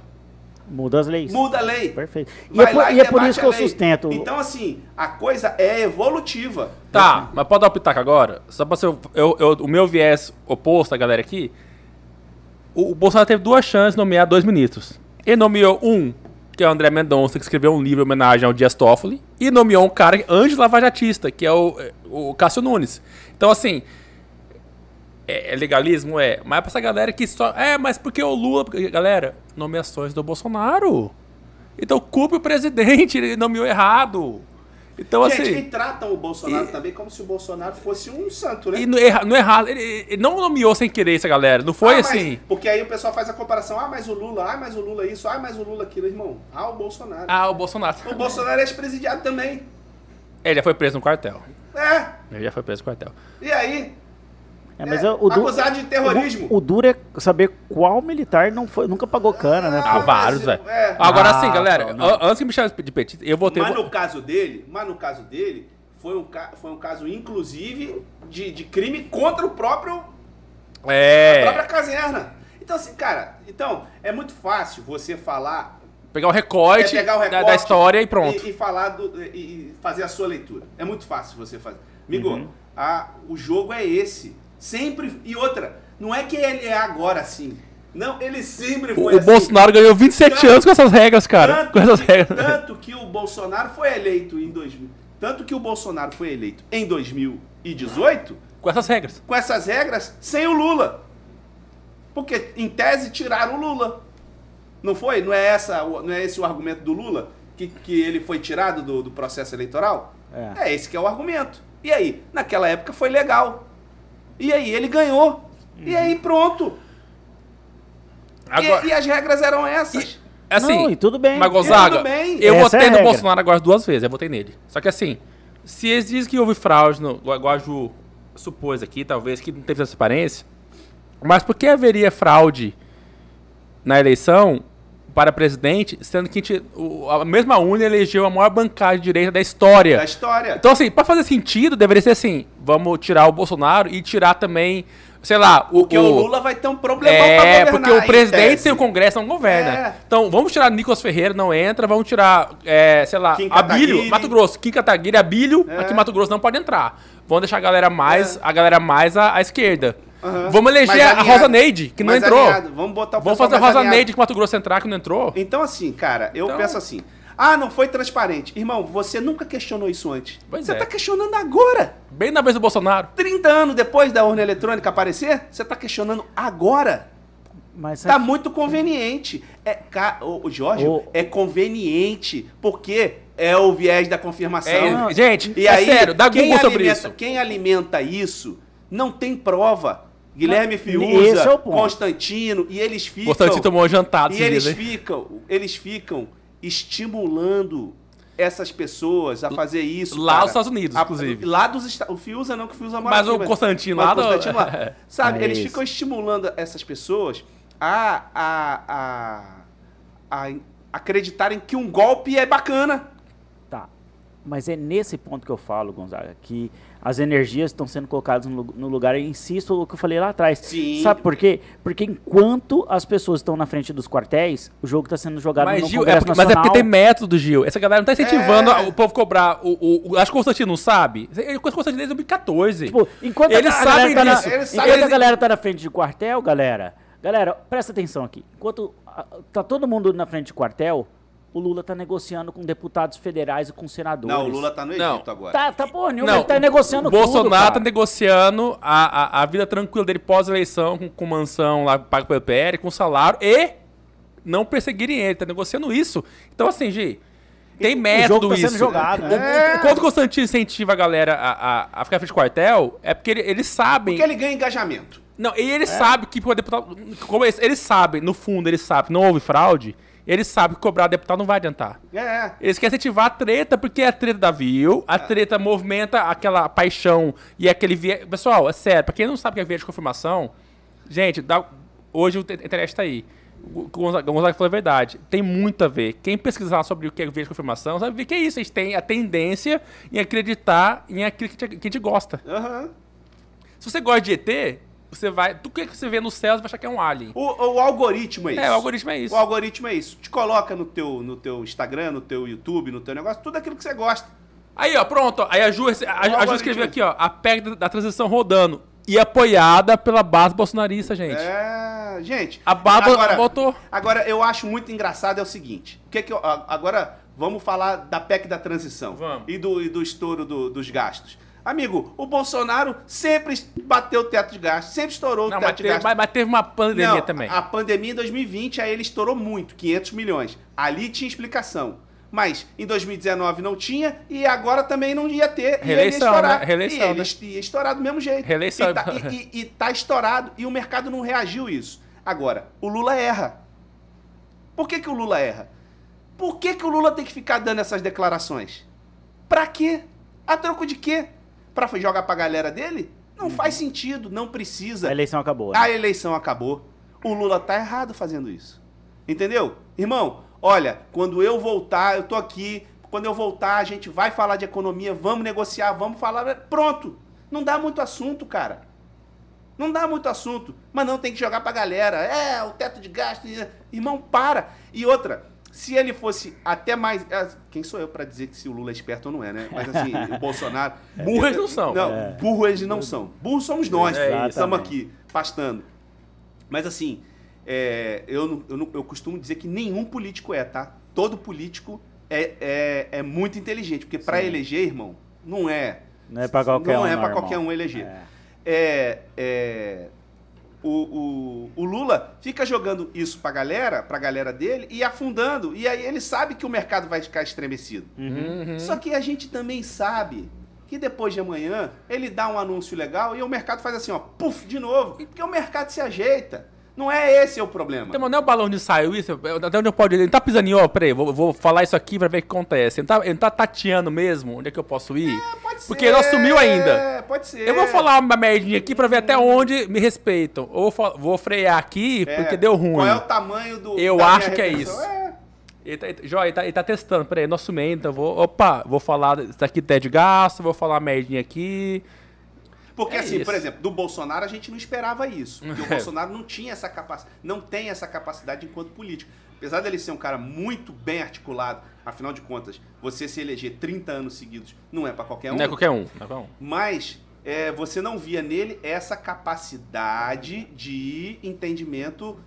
[SPEAKER 1] Muda as leis.
[SPEAKER 3] Muda a lei.
[SPEAKER 1] Perfeito. E
[SPEAKER 3] Vai
[SPEAKER 1] é por,
[SPEAKER 3] lá
[SPEAKER 1] e é por
[SPEAKER 3] debate
[SPEAKER 1] isso
[SPEAKER 3] a
[SPEAKER 1] que eu
[SPEAKER 3] lei.
[SPEAKER 1] sustento.
[SPEAKER 3] Então, assim, a coisa é evolutiva.
[SPEAKER 2] Tá, mas pode dar o pitaco agora? Só pra ser. o- Eu, eu- o meu viés oposto à galera aqui. O, o Bolsonaro teve duas chances de nomear dois ministros. Ele nomeou um, que é o André Mendonça, que escreveu um livro em homenagem ao Dias Toffoli. E nomeou um cara, anti-lavajatista, que é o, é, o Cássio Nunes. Então, assim. É, é legalismo? É. Mas pra essa galera que só. É, mas porque o Lula. porque- Galera, nomeações do Bolsonaro. Então, culpe o presidente, ele nomeou errado. Então,
[SPEAKER 3] gente,
[SPEAKER 2] assim.
[SPEAKER 3] e tratam o Bolsonaro também como se o Bolsonaro fosse um santo, né?
[SPEAKER 2] E não erra, não erra- ele, ele não nomeou sem querer essa galera. Não foi
[SPEAKER 3] Ah, mas-
[SPEAKER 2] assim.
[SPEAKER 3] Porque aí o pessoal faz a comparação, ah, mas o Lula, ah, mas o Lula isso, ah, mas o Lula aquilo, irmão. Ah, o Bolsonaro.
[SPEAKER 2] Ah, o Bolsonaro.
[SPEAKER 3] O Bolsonaro é ex-presidiado também.
[SPEAKER 2] Ele já foi preso no quartel.
[SPEAKER 3] É.
[SPEAKER 2] Ele já foi preso no quartel.
[SPEAKER 3] E aí?
[SPEAKER 1] É, mas
[SPEAKER 3] É,
[SPEAKER 1] o, o, du-
[SPEAKER 3] acusado de terrorismo.
[SPEAKER 1] o du- o duro é saber qual militar não foi, nunca pagou cana, né? pô?
[SPEAKER 2] Ah, vários,
[SPEAKER 3] mas-
[SPEAKER 2] velho.
[SPEAKER 3] é.
[SPEAKER 2] Agora
[SPEAKER 1] Ah,
[SPEAKER 2] sim, galera.
[SPEAKER 1] não, não.
[SPEAKER 2] an- Antes que me chame de petista, eu voltei.
[SPEAKER 3] Mas no caso dele, mas no caso dele, foi um, ca- foi um caso, inclusive, de, de crime contra o próprio
[SPEAKER 2] É.
[SPEAKER 3] própria caserna. Então, assim, cara, então, é muito fácil você falar
[SPEAKER 2] Pegar o recorte,
[SPEAKER 3] É pegar o
[SPEAKER 2] da- da,
[SPEAKER 3] recorte
[SPEAKER 2] história e pronto.
[SPEAKER 3] E, e falar do, e, e fazer a sua leitura. É muito fácil você fazer. Migo, a, o jogo é esse. Sempre. E outra, não é que ele é agora assim. Não, ele sempre
[SPEAKER 2] O,
[SPEAKER 3] foi
[SPEAKER 2] o
[SPEAKER 3] assim.
[SPEAKER 2] Bolsonaro ganhou 27
[SPEAKER 3] Tanto-
[SPEAKER 2] anos com essas regras, cara.
[SPEAKER 3] Tanto
[SPEAKER 2] com essas
[SPEAKER 3] que-
[SPEAKER 2] regras.
[SPEAKER 3] Tanto que o Bolsonaro foi eleito em 2000. Tanto que o Bolsonaro foi eleito em 2018
[SPEAKER 2] Com essas regras.
[SPEAKER 3] com essas regras sem o Lula. Porque, em tese, tiraram o Lula. Não foi? Não é, essa, o- não é esse o argumento do Lula? Que, que ele foi tirado do, do processo eleitoral?
[SPEAKER 1] É.
[SPEAKER 3] É esse que é o argumento. E aí? Naquela época foi legal. E aí? Ele ganhou. E aí, pronto. E-
[SPEAKER 2] Uhum. Agora,
[SPEAKER 3] e, as regras eram essas.
[SPEAKER 2] assim.
[SPEAKER 1] Não, e tudo bem.
[SPEAKER 2] Mas Gonzaga,
[SPEAKER 3] Tudo bem.
[SPEAKER 2] eu
[SPEAKER 1] Essa é
[SPEAKER 2] votei
[SPEAKER 1] a
[SPEAKER 2] no
[SPEAKER 1] regra.
[SPEAKER 2] Bolsonaro agora duas vezes, eu votei nele. Só que assim, se eles dizem que houve fraude, no, igual a Ju supôs aqui, talvez, que não teve transparência, mas por que haveria fraude na eleição para presidente, sendo que a, gente- o- a mesma Uni elegeu a maior bancada de direita da história?
[SPEAKER 3] Da história.
[SPEAKER 2] Então, assim, pra fazer sentido, deveria ser assim, vamos tirar o Bolsonaro e tirar também, sei lá, o...
[SPEAKER 3] porque o, Lula vai ter um problema
[SPEAKER 2] É, porque o
[SPEAKER 3] em
[SPEAKER 2] presidente um
[SPEAKER 3] tese.
[SPEAKER 2] sem o Congresso não governa.
[SPEAKER 3] É.
[SPEAKER 2] Então, vamos tirar Nicolas Ferreira, não entra. Vamos tirar, é, sei lá,
[SPEAKER 3] Kim Kataguiri.
[SPEAKER 2] Abílio, Mato Grosso. Kim Kataguiri, Abílio,
[SPEAKER 3] É.
[SPEAKER 2] aqui em Mato Grosso não pode entrar. Vamos deixar a galera mais, a galera mais à, à esquerda.
[SPEAKER 3] Aham.
[SPEAKER 2] Vamos eleger
[SPEAKER 3] Mais
[SPEAKER 2] a
[SPEAKER 3] alinhado.
[SPEAKER 2] Rosa Neide, que não
[SPEAKER 3] Mais
[SPEAKER 2] entrou.
[SPEAKER 3] alinhado. Vamos botar o
[SPEAKER 2] Vamos
[SPEAKER 3] pessoal
[SPEAKER 2] fazer a
[SPEAKER 3] mais
[SPEAKER 2] Rosa
[SPEAKER 3] alinhado.
[SPEAKER 2] Neide que Mato Grosso entrar, que não entrou.
[SPEAKER 3] Então, assim, cara, eu
[SPEAKER 2] Então-
[SPEAKER 3] penso assim. Ah, não foi transparente. Irmão, você nunca questionou isso antes.
[SPEAKER 2] Pois
[SPEAKER 3] você
[SPEAKER 2] é.
[SPEAKER 3] tá questionando agora.
[SPEAKER 2] Bem na vez do Bolsonaro.
[SPEAKER 3] 30 anos depois da urna eletrônica aparecer, você tá questionando agora.
[SPEAKER 1] Mas
[SPEAKER 3] Tá muito conveniente. É, ca- o, o Jorge,
[SPEAKER 1] O-
[SPEAKER 3] é conveniente porque é o viés da confirmação. Ah.
[SPEAKER 2] É,
[SPEAKER 1] não.
[SPEAKER 2] gente,
[SPEAKER 3] E
[SPEAKER 2] é
[SPEAKER 3] aí,
[SPEAKER 2] sério, dá
[SPEAKER 3] quem
[SPEAKER 2] Google sobre
[SPEAKER 3] alimenta,
[SPEAKER 2] isso.
[SPEAKER 3] Quem alimenta isso não tem prova. Guilherme
[SPEAKER 1] esse
[SPEAKER 3] Fiuza,
[SPEAKER 1] é o ponto.
[SPEAKER 3] Constantino, e eles ficam...
[SPEAKER 2] Constantino tomou um jantado
[SPEAKER 3] E
[SPEAKER 2] esses
[SPEAKER 3] eles
[SPEAKER 2] dias, hein?
[SPEAKER 3] ficam, eles ficam estimulando essas pessoas a fazer isso.
[SPEAKER 2] Lá
[SPEAKER 3] cara.
[SPEAKER 2] nos Estados Unidos,
[SPEAKER 3] A-
[SPEAKER 2] inclusive.
[SPEAKER 3] Lá dos Estados O Fiuza não, que o Fiuza mora
[SPEAKER 2] Mas
[SPEAKER 3] aqui,
[SPEAKER 2] o Constantino
[SPEAKER 3] mas
[SPEAKER 2] lá
[SPEAKER 3] o
[SPEAKER 2] do-
[SPEAKER 3] Constantino lá. Sabe,
[SPEAKER 1] É
[SPEAKER 3] eles
[SPEAKER 1] isso.
[SPEAKER 3] ficam estimulando essas pessoas a, a, a, a acreditarem que um golpe é bacana.
[SPEAKER 1] Tá. Mas é nesse ponto que eu falo, Gonzaga, que as energias estão sendo colocadas no lu- no lugar. Eu insisto no que eu falei lá atrás.
[SPEAKER 3] Sim.
[SPEAKER 1] Sabe por quê? Porque enquanto as pessoas estão na frente dos quartéis, o jogo está sendo jogado
[SPEAKER 2] Mas,
[SPEAKER 1] no
[SPEAKER 2] Gil, é
[SPEAKER 1] Congresso
[SPEAKER 2] porque, mas é
[SPEAKER 1] Nacional.
[SPEAKER 2] porque tem método, Gil. Essa galera não tá incentivando
[SPEAKER 3] É.
[SPEAKER 2] o povo cobrar. O, o, o- acho que o Constantino não sabe. Ele conhece o Constantino desde 2014.
[SPEAKER 1] Tipo, enquanto
[SPEAKER 2] Eles
[SPEAKER 1] a, galera
[SPEAKER 2] sabem
[SPEAKER 1] tá na,
[SPEAKER 2] disso.
[SPEAKER 3] Eles
[SPEAKER 1] enquanto
[SPEAKER 3] sabem-
[SPEAKER 1] a galera tá na frente de quartel, galera, Galera, presta atenção aqui. Enquanto ah, tá todo mundo na frente de quartel, o Lula tá negociando com deputados federais e com senadores.
[SPEAKER 3] Não, o Lula tá no Egito
[SPEAKER 2] Não.
[SPEAKER 3] agora.
[SPEAKER 1] Tá, tá porra nenhuma, ele tá negociando
[SPEAKER 2] o Bolsonaro tá
[SPEAKER 1] tudo, cara.
[SPEAKER 2] negociando a, a, a vida tranquila dele pós-eleição, com, com mansão lá paga pelo PL, com salário e não perseguirem ele. Tá negociando isso. Então, assim, Gi, tem método
[SPEAKER 1] jogo tá sendo
[SPEAKER 2] isso.
[SPEAKER 1] jogado, né?
[SPEAKER 2] O- o- Quando o Constantino incentiva a galera a, a, a ficar frente de quartel, é porque ele- eles sabem.
[SPEAKER 3] Porque ele ganha engajamento.
[SPEAKER 2] Não, e ele sabe que pô, deputado. Como esse, ele sabe, no fundo, ele sabe, não houve fraude, ele sabe que cobrar deputado não vai adiantar.
[SPEAKER 3] É, é.
[SPEAKER 2] Eles querem incentivar a treta porque é a treta da Viu, a treta movimenta aquela paixão e aquele viés. Pessoal, é sério, pra quem não sabe o que é viés de confirmação, gente, dá- hoje o te- a internet tá aí. O que o Gonzaga, o Gonzaga falou a verdade. Tem muito a ver. Quem pesquisar sobre o que é viés de confirmação, sabe ver que é isso. Eles têm a tendência em acreditar em aquilo que a gente- que a gente gosta.
[SPEAKER 3] Aham.
[SPEAKER 2] Se você gosta de ET, você vai. Tudo que você vê no céu, você vai achar que é um alien.
[SPEAKER 3] O, o algoritmo é isso.
[SPEAKER 2] É, o algoritmo é isso.
[SPEAKER 3] O algoritmo é isso. Te coloca no teu, no teu Instagram, no teu YouTube, no teu negócio, tudo aquilo que você gosta.
[SPEAKER 2] Aí, ó, pronto. ó. Aí a Ju, rece- a, a Ju
[SPEAKER 3] algoritmo.
[SPEAKER 2] escreveu aqui, ó. A PEC da, da transição rodando. E apoiada pela base bolsonarista, gente.
[SPEAKER 3] É, gente.
[SPEAKER 2] A Bárbara botou.
[SPEAKER 3] Agora, eu acho muito engraçado é o seguinte. O que que eu- a- agora, vamos falar da PEC da transição.
[SPEAKER 2] Vamos.
[SPEAKER 3] E do, e do estouro do- dos gastos. Amigo, o Bolsonaro sempre bateu o teto de gastos, sempre estourou
[SPEAKER 2] Não,
[SPEAKER 3] o teto
[SPEAKER 2] mas
[SPEAKER 3] de
[SPEAKER 2] teve,
[SPEAKER 3] gastos.
[SPEAKER 2] mas- mas teve uma pandemia
[SPEAKER 3] Não,
[SPEAKER 2] também.
[SPEAKER 3] A pandemia em 2020, aí ele estourou muito, 500 milhões. Ali tinha explicação. Mas em 2019 não tinha e agora também não ia ter. e ele ia
[SPEAKER 2] Reeleição,
[SPEAKER 3] estourar.
[SPEAKER 2] né? Reeleição,
[SPEAKER 3] E ele
[SPEAKER 2] né?
[SPEAKER 3] est- ia estourar do mesmo jeito.
[SPEAKER 2] Reeleição. né?
[SPEAKER 3] E tá, e- e- e tá estourado e o mercado não reagiu a isso. Agora, o Lula erra. Por que, que o Lula erra? Por que, que o Lula tem que ficar dando essas declarações? Pra quê? A troco de quê? Pra jogar pra galera dele? Não
[SPEAKER 2] Uhum.
[SPEAKER 3] faz sentido, não precisa.
[SPEAKER 1] A eleição acabou.
[SPEAKER 2] Ah,
[SPEAKER 1] né?
[SPEAKER 3] A eleição acabou. O Lula tá errado fazendo isso. Entendeu? Irmão, olha, quando eu voltar, eu tô aqui. Quando eu voltar, a gente vai falar de economia, vamos negociar, vamos falar. Pronto. Não dá muito assunto, cara. Não dá muito assunto. Mas não tem que jogar pra galera. É, o teto de gasto. Irmão, para. E outra, se ele fosse até mais. ah, Quem sou eu pra dizer que se o Lula é esperto ou não é, né? Mas assim, o Bolsonaro.
[SPEAKER 2] Burro É, eles não são.
[SPEAKER 3] Não,
[SPEAKER 1] É.
[SPEAKER 3] burro eles não são. Burro somos nós,
[SPEAKER 2] É,
[SPEAKER 1] exatamente.
[SPEAKER 3] estamos aqui, pastando. Mas assim, é, eu, não- eu, não- eu costumo dizer que nenhum político é, tá? Todo político é, é, é muito inteligente, porque pra
[SPEAKER 1] Sim.
[SPEAKER 3] eleger, irmão, não é.
[SPEAKER 1] Não é pra qualquer
[SPEAKER 3] não
[SPEAKER 1] um.
[SPEAKER 3] é pra
[SPEAKER 1] irmão.
[SPEAKER 3] qualquer um eleger.
[SPEAKER 1] É.
[SPEAKER 3] É, é, o, o, o Lula fica jogando isso pra galera, pra galera dele, e afundando. E aí ele sabe que o mercado vai ficar estremecido.
[SPEAKER 2] Uhum.
[SPEAKER 3] Só que a gente também sabe que depois de amanhã ele dá um anúncio legal e o mercado faz assim, ó, puf, de novo. E Porque o mercado se ajeita. Não é esse o problema.
[SPEAKER 2] Então, mas não é o balão de ensaio isso? É Até onde eu posso ir? Ele não tá pisando em, ó, peraí, vou, vou falar isso aqui pra ver o que acontece. Ele não tá, ele não tá tateando mesmo onde é que eu posso ir?
[SPEAKER 3] Pode
[SPEAKER 2] porque ele não assumiu ainda.
[SPEAKER 3] É, pode ser.
[SPEAKER 2] Eu vou falar uma merdinha aqui pra ver até onde me respeitam. Ou vou, fa- vou frear aqui
[SPEAKER 3] É,
[SPEAKER 2] porque deu ruim.
[SPEAKER 3] Qual é o tamanho do.
[SPEAKER 2] Eu
[SPEAKER 3] minha
[SPEAKER 2] acho que é
[SPEAKER 3] repercussão?
[SPEAKER 2] isso.
[SPEAKER 3] É.
[SPEAKER 2] Ele tá, ele tá- Jó, ele tá, ele tá testando, peraí, nosso meio, então eu vou. Opa, vou falar isso aqui é de gasto, vou falar uma merdinha aqui.
[SPEAKER 3] Porque
[SPEAKER 2] É
[SPEAKER 3] assim, por
[SPEAKER 2] isso.
[SPEAKER 3] exemplo, do Bolsonaro a gente não esperava isso. Porque o
[SPEAKER 2] É.
[SPEAKER 3] Bolsonaro não tinha essa capacidade, não tem essa capacidade enquanto político. Apesar dele ser um cara muito bem articulado, afinal de contas, você se eleger 30 anos seguidos não é pra qualquer um.
[SPEAKER 2] Não é qualquer um. Não é qualquer um.
[SPEAKER 3] Mas é, você não via nele essa capacidade de entendimento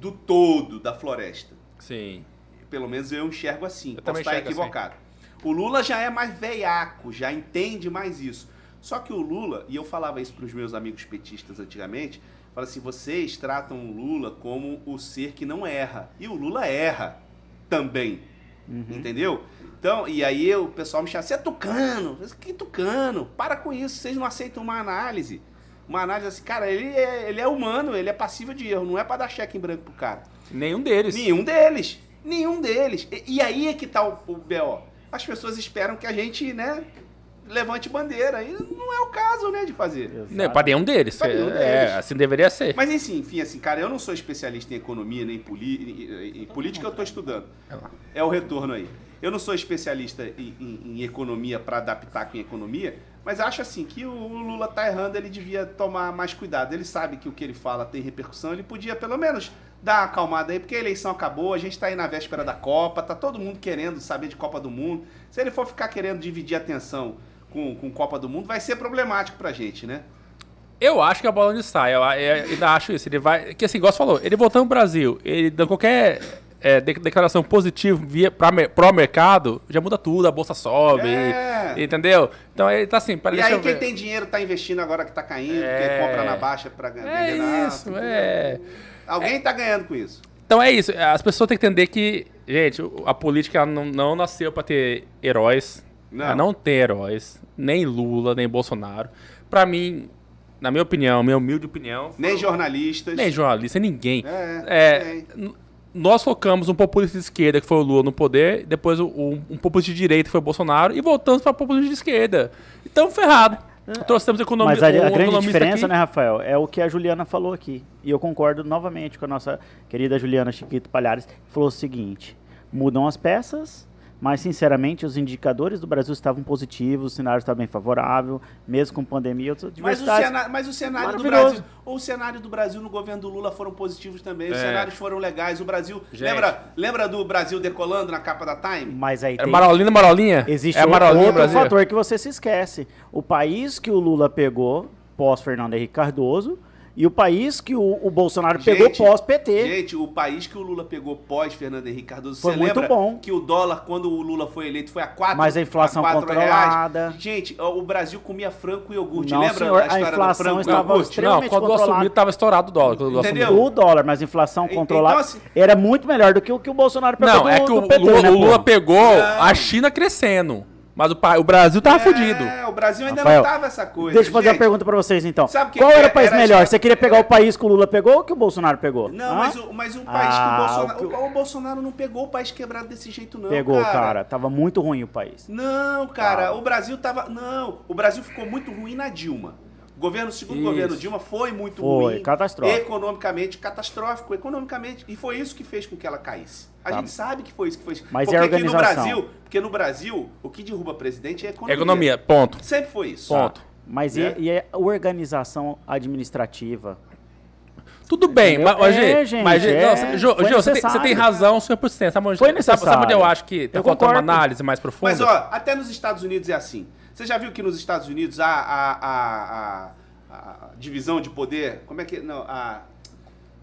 [SPEAKER 3] do todo da floresta.
[SPEAKER 2] Sim.
[SPEAKER 3] Pelo menos eu enxergo assim.
[SPEAKER 2] Eu
[SPEAKER 3] posso
[SPEAKER 2] também
[SPEAKER 3] estar
[SPEAKER 2] enxergo
[SPEAKER 3] equivocado. O Lula já é mais veiaco, já entende mais isso. Só que o Lula, e eu falava isso para os meus amigos petistas antigamente, fala assim: vocês tratam o Lula como o ser que não erra. E o Lula erra também.
[SPEAKER 2] Uhum.
[SPEAKER 3] Entendeu? Então, e aí eu- o pessoal me chama, você é tucano? Eu disse, Que tucano? Para com isso, vocês não aceitam uma análise. Uma análise assim, cara, ele é, ele é humano, ele é passível de erro, não é para dar cheque em branco pro cara.
[SPEAKER 2] Nenhum deles.
[SPEAKER 3] Nenhum deles. Nenhum deles. E, e aí é que tá o, o B.O. As pessoas esperam que a gente, né, levante bandeira. E não é o caso, né, de fazer.
[SPEAKER 2] Não, pra nenhum deles.
[SPEAKER 3] Pra nenhum
[SPEAKER 2] é,
[SPEAKER 3] deles.
[SPEAKER 2] é, assim deveria ser.
[SPEAKER 3] Mas enfim, enfim, assim, cara, eu não sou especialista em economia, nem em, poli- em- em política, eu tô estudando. É o retorno aí. Eu não sou especialista em, em- em economia para adaptar com economia, mas acho assim que o Lula tá errando, ele devia tomar mais cuidado. Ele sabe que o que ele fala tem repercussão, ele podia pelo menos dar uma acalmada aí, porque a eleição acabou, a gente tá aí na véspera da Copa, tá todo mundo querendo saber de Copa do Mundo. Se ele for ficar querendo dividir a atenção com, com Copa do Mundo, vai ser problemático pra gente, né?
[SPEAKER 2] Eu acho que é a bola onde sai. Eu, eu ainda acho isso. Ele vai. Que assim, igual você falou, ele voltando ao Brasil, ele dando qualquer é, de- declaração positiva via pra, mer- pro mercado, já muda tudo, a bolsa sobe.
[SPEAKER 3] É.
[SPEAKER 2] Entendeu? Então ele tá assim, para
[SPEAKER 3] E aí quem tem dinheiro tá investindo agora que tá caindo,
[SPEAKER 2] É.
[SPEAKER 3] quem compra na baixa pra ganhar.
[SPEAKER 2] É
[SPEAKER 3] vender na
[SPEAKER 2] isso,
[SPEAKER 3] alta,
[SPEAKER 2] é.
[SPEAKER 3] Alguém tá ganhando com isso.
[SPEAKER 2] Então é isso. As pessoas têm que entender que, gente, o- a política ela não, não nasceu pra ter heróis.
[SPEAKER 3] Não.
[SPEAKER 2] Ela não tem heróis. Nem Lula, nem Bolsonaro. Pra mim, na minha opinião, minha humilde opinião,
[SPEAKER 3] Nem jornalistas.
[SPEAKER 2] nem jornalista, ninguém.
[SPEAKER 3] É,
[SPEAKER 2] É, n- nós focamos um populista de esquerda, que foi o Lula, no poder, depois o- um, um populista de direita, que foi o Bolsonaro, e voltamos para populista de esquerda. Então, ferrado. Trouxemos
[SPEAKER 1] É.
[SPEAKER 2] economia,
[SPEAKER 1] Mas a, a
[SPEAKER 2] um
[SPEAKER 1] grande
[SPEAKER 2] economista
[SPEAKER 1] diferença,
[SPEAKER 2] aqui.
[SPEAKER 1] né, Rafael, é o que a Juliana falou aqui. E eu concordo novamente com a nossa querida Juliana Chiquito Palhares, que falou o seguinte: mudam as peças, mas sinceramente os indicadores do Brasil estavam positivos, o cenário está bem favorável, mesmo com pandemia, outras
[SPEAKER 3] Mas o,
[SPEAKER 1] adversidades.
[SPEAKER 3] cena- mas o cenário do
[SPEAKER 1] Maravilhoso.
[SPEAKER 3] Brasil. Ou o cenário do Brasil no governo do Lula foram positivos também. Os
[SPEAKER 2] É.
[SPEAKER 3] cenários foram legais. O Brasil.
[SPEAKER 2] Gente.
[SPEAKER 3] Lembra, lembra do Brasil decolando na capa da Time?
[SPEAKER 1] Mas aí
[SPEAKER 2] É
[SPEAKER 1] tem,
[SPEAKER 2] Marolina, Marolinha?
[SPEAKER 1] existe
[SPEAKER 2] é
[SPEAKER 1] outro-
[SPEAKER 2] Marolinha,
[SPEAKER 1] outro
[SPEAKER 2] Brasil?
[SPEAKER 1] fator que você se esquece. O país que o Lula pegou pós Fernando Henrique Cardoso e o país que o, o Bolsonaro pegou
[SPEAKER 3] Gente,
[SPEAKER 1] pós PT.
[SPEAKER 3] Gente, o país que o Lula pegou pós Fernando Henrique Cardoso,
[SPEAKER 1] Foi
[SPEAKER 3] você
[SPEAKER 1] muito
[SPEAKER 3] lembra
[SPEAKER 1] bom.
[SPEAKER 3] que o dólar, quando o Lula foi eleito, foi a 4
[SPEAKER 1] Mas a inflação controlada.
[SPEAKER 3] Reais. Gente, ó, o Brasil comia frango e iogurte.
[SPEAKER 1] Não,
[SPEAKER 3] lembra
[SPEAKER 1] senhor,
[SPEAKER 3] a
[SPEAKER 1] a
[SPEAKER 3] história do
[SPEAKER 1] inflação
[SPEAKER 3] frango e
[SPEAKER 1] estava
[SPEAKER 3] iogurte?
[SPEAKER 1] extrema-
[SPEAKER 2] Não,
[SPEAKER 1] extremamente
[SPEAKER 2] quando eu assumi,
[SPEAKER 1] controlado.
[SPEAKER 2] tava estourado o dólar. Quando eu assumi.
[SPEAKER 3] Entendeu?
[SPEAKER 1] O dólar, mas a inflação
[SPEAKER 3] Então,
[SPEAKER 1] controlada
[SPEAKER 3] assim-
[SPEAKER 1] era muito melhor do que o que o Bolsonaro pegou
[SPEAKER 2] Não,
[SPEAKER 1] do,
[SPEAKER 2] é que
[SPEAKER 1] do
[SPEAKER 2] o,
[SPEAKER 1] PT,
[SPEAKER 2] Lula,
[SPEAKER 1] né,
[SPEAKER 2] o Lula
[SPEAKER 1] pô?
[SPEAKER 2] pegou
[SPEAKER 3] Não.
[SPEAKER 2] a China crescendo, mas o, pa- o Brasil tava fudido.
[SPEAKER 3] É, o Brasil ainda
[SPEAKER 1] Rafael,
[SPEAKER 3] não tava essa coisa.
[SPEAKER 1] Deixa eu fazer
[SPEAKER 3] gente.
[SPEAKER 1] uma pergunta pra vocês, então.
[SPEAKER 3] Sabe o que
[SPEAKER 1] Qual
[SPEAKER 3] que
[SPEAKER 1] era
[SPEAKER 3] é?
[SPEAKER 1] o país
[SPEAKER 3] Era
[SPEAKER 1] melhor?
[SPEAKER 3] essa-
[SPEAKER 1] Você queria pegar o país que o Lula pegou ou que o Bolsonaro pegou?
[SPEAKER 3] Não,
[SPEAKER 1] Hã?
[SPEAKER 3] mas, o, mas um país
[SPEAKER 1] Ah,
[SPEAKER 3] que o Bolsonaro.
[SPEAKER 1] o que-
[SPEAKER 3] O, o Bolsonaro não pegou o país quebrado desse jeito, não.
[SPEAKER 1] Pegou, cara. Tava muito ruim o país.
[SPEAKER 3] Não, cara,
[SPEAKER 1] Tá.
[SPEAKER 3] o Brasil tava. Não, o Brasil ficou muito ruim na Dilma. O governo, o segundo
[SPEAKER 2] Isso.
[SPEAKER 3] governo Dilma foi muito
[SPEAKER 1] Foi,
[SPEAKER 3] ruim.
[SPEAKER 1] catastrófico.
[SPEAKER 3] Economicamente, catastrófico, economicamente. E foi isso que fez com que ela caísse. A
[SPEAKER 1] Tá.
[SPEAKER 3] gente sabe que foi isso que fez.
[SPEAKER 1] Mas
[SPEAKER 3] porque
[SPEAKER 1] e a
[SPEAKER 3] aqui no
[SPEAKER 1] organização?
[SPEAKER 3] Brasil, porque no Brasil, o que derruba presidente é a economia.
[SPEAKER 2] Economia, ponto.
[SPEAKER 3] Sempre foi isso.
[SPEAKER 2] Ponto.
[SPEAKER 1] Mas
[SPEAKER 3] Né?
[SPEAKER 1] e, e a organização administrativa?
[SPEAKER 2] Tudo bem,
[SPEAKER 1] Entendeu?
[SPEAKER 2] mas, mas,
[SPEAKER 1] É,
[SPEAKER 2] Gê,
[SPEAKER 1] gente,
[SPEAKER 2] mas, Gê,
[SPEAKER 1] é,
[SPEAKER 2] não, você- Jô,
[SPEAKER 1] foi
[SPEAKER 2] Jô, você, tem, você
[SPEAKER 1] necessário.
[SPEAKER 2] tem razão 100%. Sabe onde,
[SPEAKER 1] Foi
[SPEAKER 2] sabe- Sabe onde eu
[SPEAKER 1] necessário.
[SPEAKER 2] acho que tá
[SPEAKER 1] Eu
[SPEAKER 2] faltando uma
[SPEAKER 1] concordo.
[SPEAKER 2] análise mais profunda?
[SPEAKER 3] Mas, ó, até nos Estados Unidos é assim. Você já viu que nos Estados Unidos a, a, a, a- a divisão de poder. Como é que. Não, a.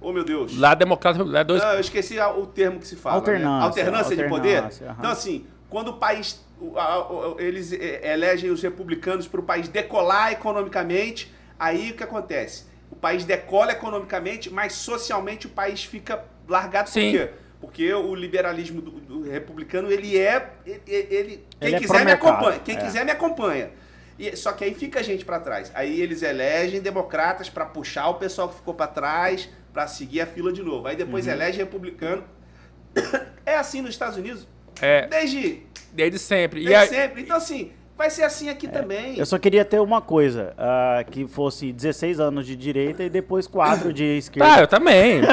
[SPEAKER 3] Oh, meu Deus.
[SPEAKER 2] Lá democrata, lá é dois...
[SPEAKER 3] Não, eu esqueci a- o termo que se fala. né?
[SPEAKER 1] Alternância,
[SPEAKER 3] Alternância de poder?
[SPEAKER 1] alternância, aham.
[SPEAKER 3] Então, assim, quando o país. o- a- o- o- eles eh, elegem os republicanos para o país decolar economicamente, aí o que acontece? O país decola economicamente, mas socialmente o país fica largado.
[SPEAKER 2] Sim.
[SPEAKER 3] Por quê? Porque o liberalismo do, do republicano, ele é. Ele, ele- quem
[SPEAKER 1] Ele é
[SPEAKER 3] quiser me
[SPEAKER 1] pro-mercado,
[SPEAKER 3] acompanha. Quem
[SPEAKER 1] é.
[SPEAKER 3] quiser me acompanha. E- só que aí fica a gente pra trás. Aí eles elegem democratas pra puxar o pessoal que ficou pra trás, pra seguir a fila de novo. Aí depois
[SPEAKER 1] Uhum.
[SPEAKER 3] elege republicano. É assim nos Estados Unidos
[SPEAKER 2] É,
[SPEAKER 3] desde,
[SPEAKER 2] desde sempre.
[SPEAKER 3] desde
[SPEAKER 2] E aí,
[SPEAKER 3] sempre. Então assim, vai ser assim aqui também.
[SPEAKER 1] É, Eu só queria ter uma coisa, ah, que fosse 16 anos de direita e depois 4 de
[SPEAKER 2] tá,
[SPEAKER 1] esquerda.
[SPEAKER 2] eu também. pô.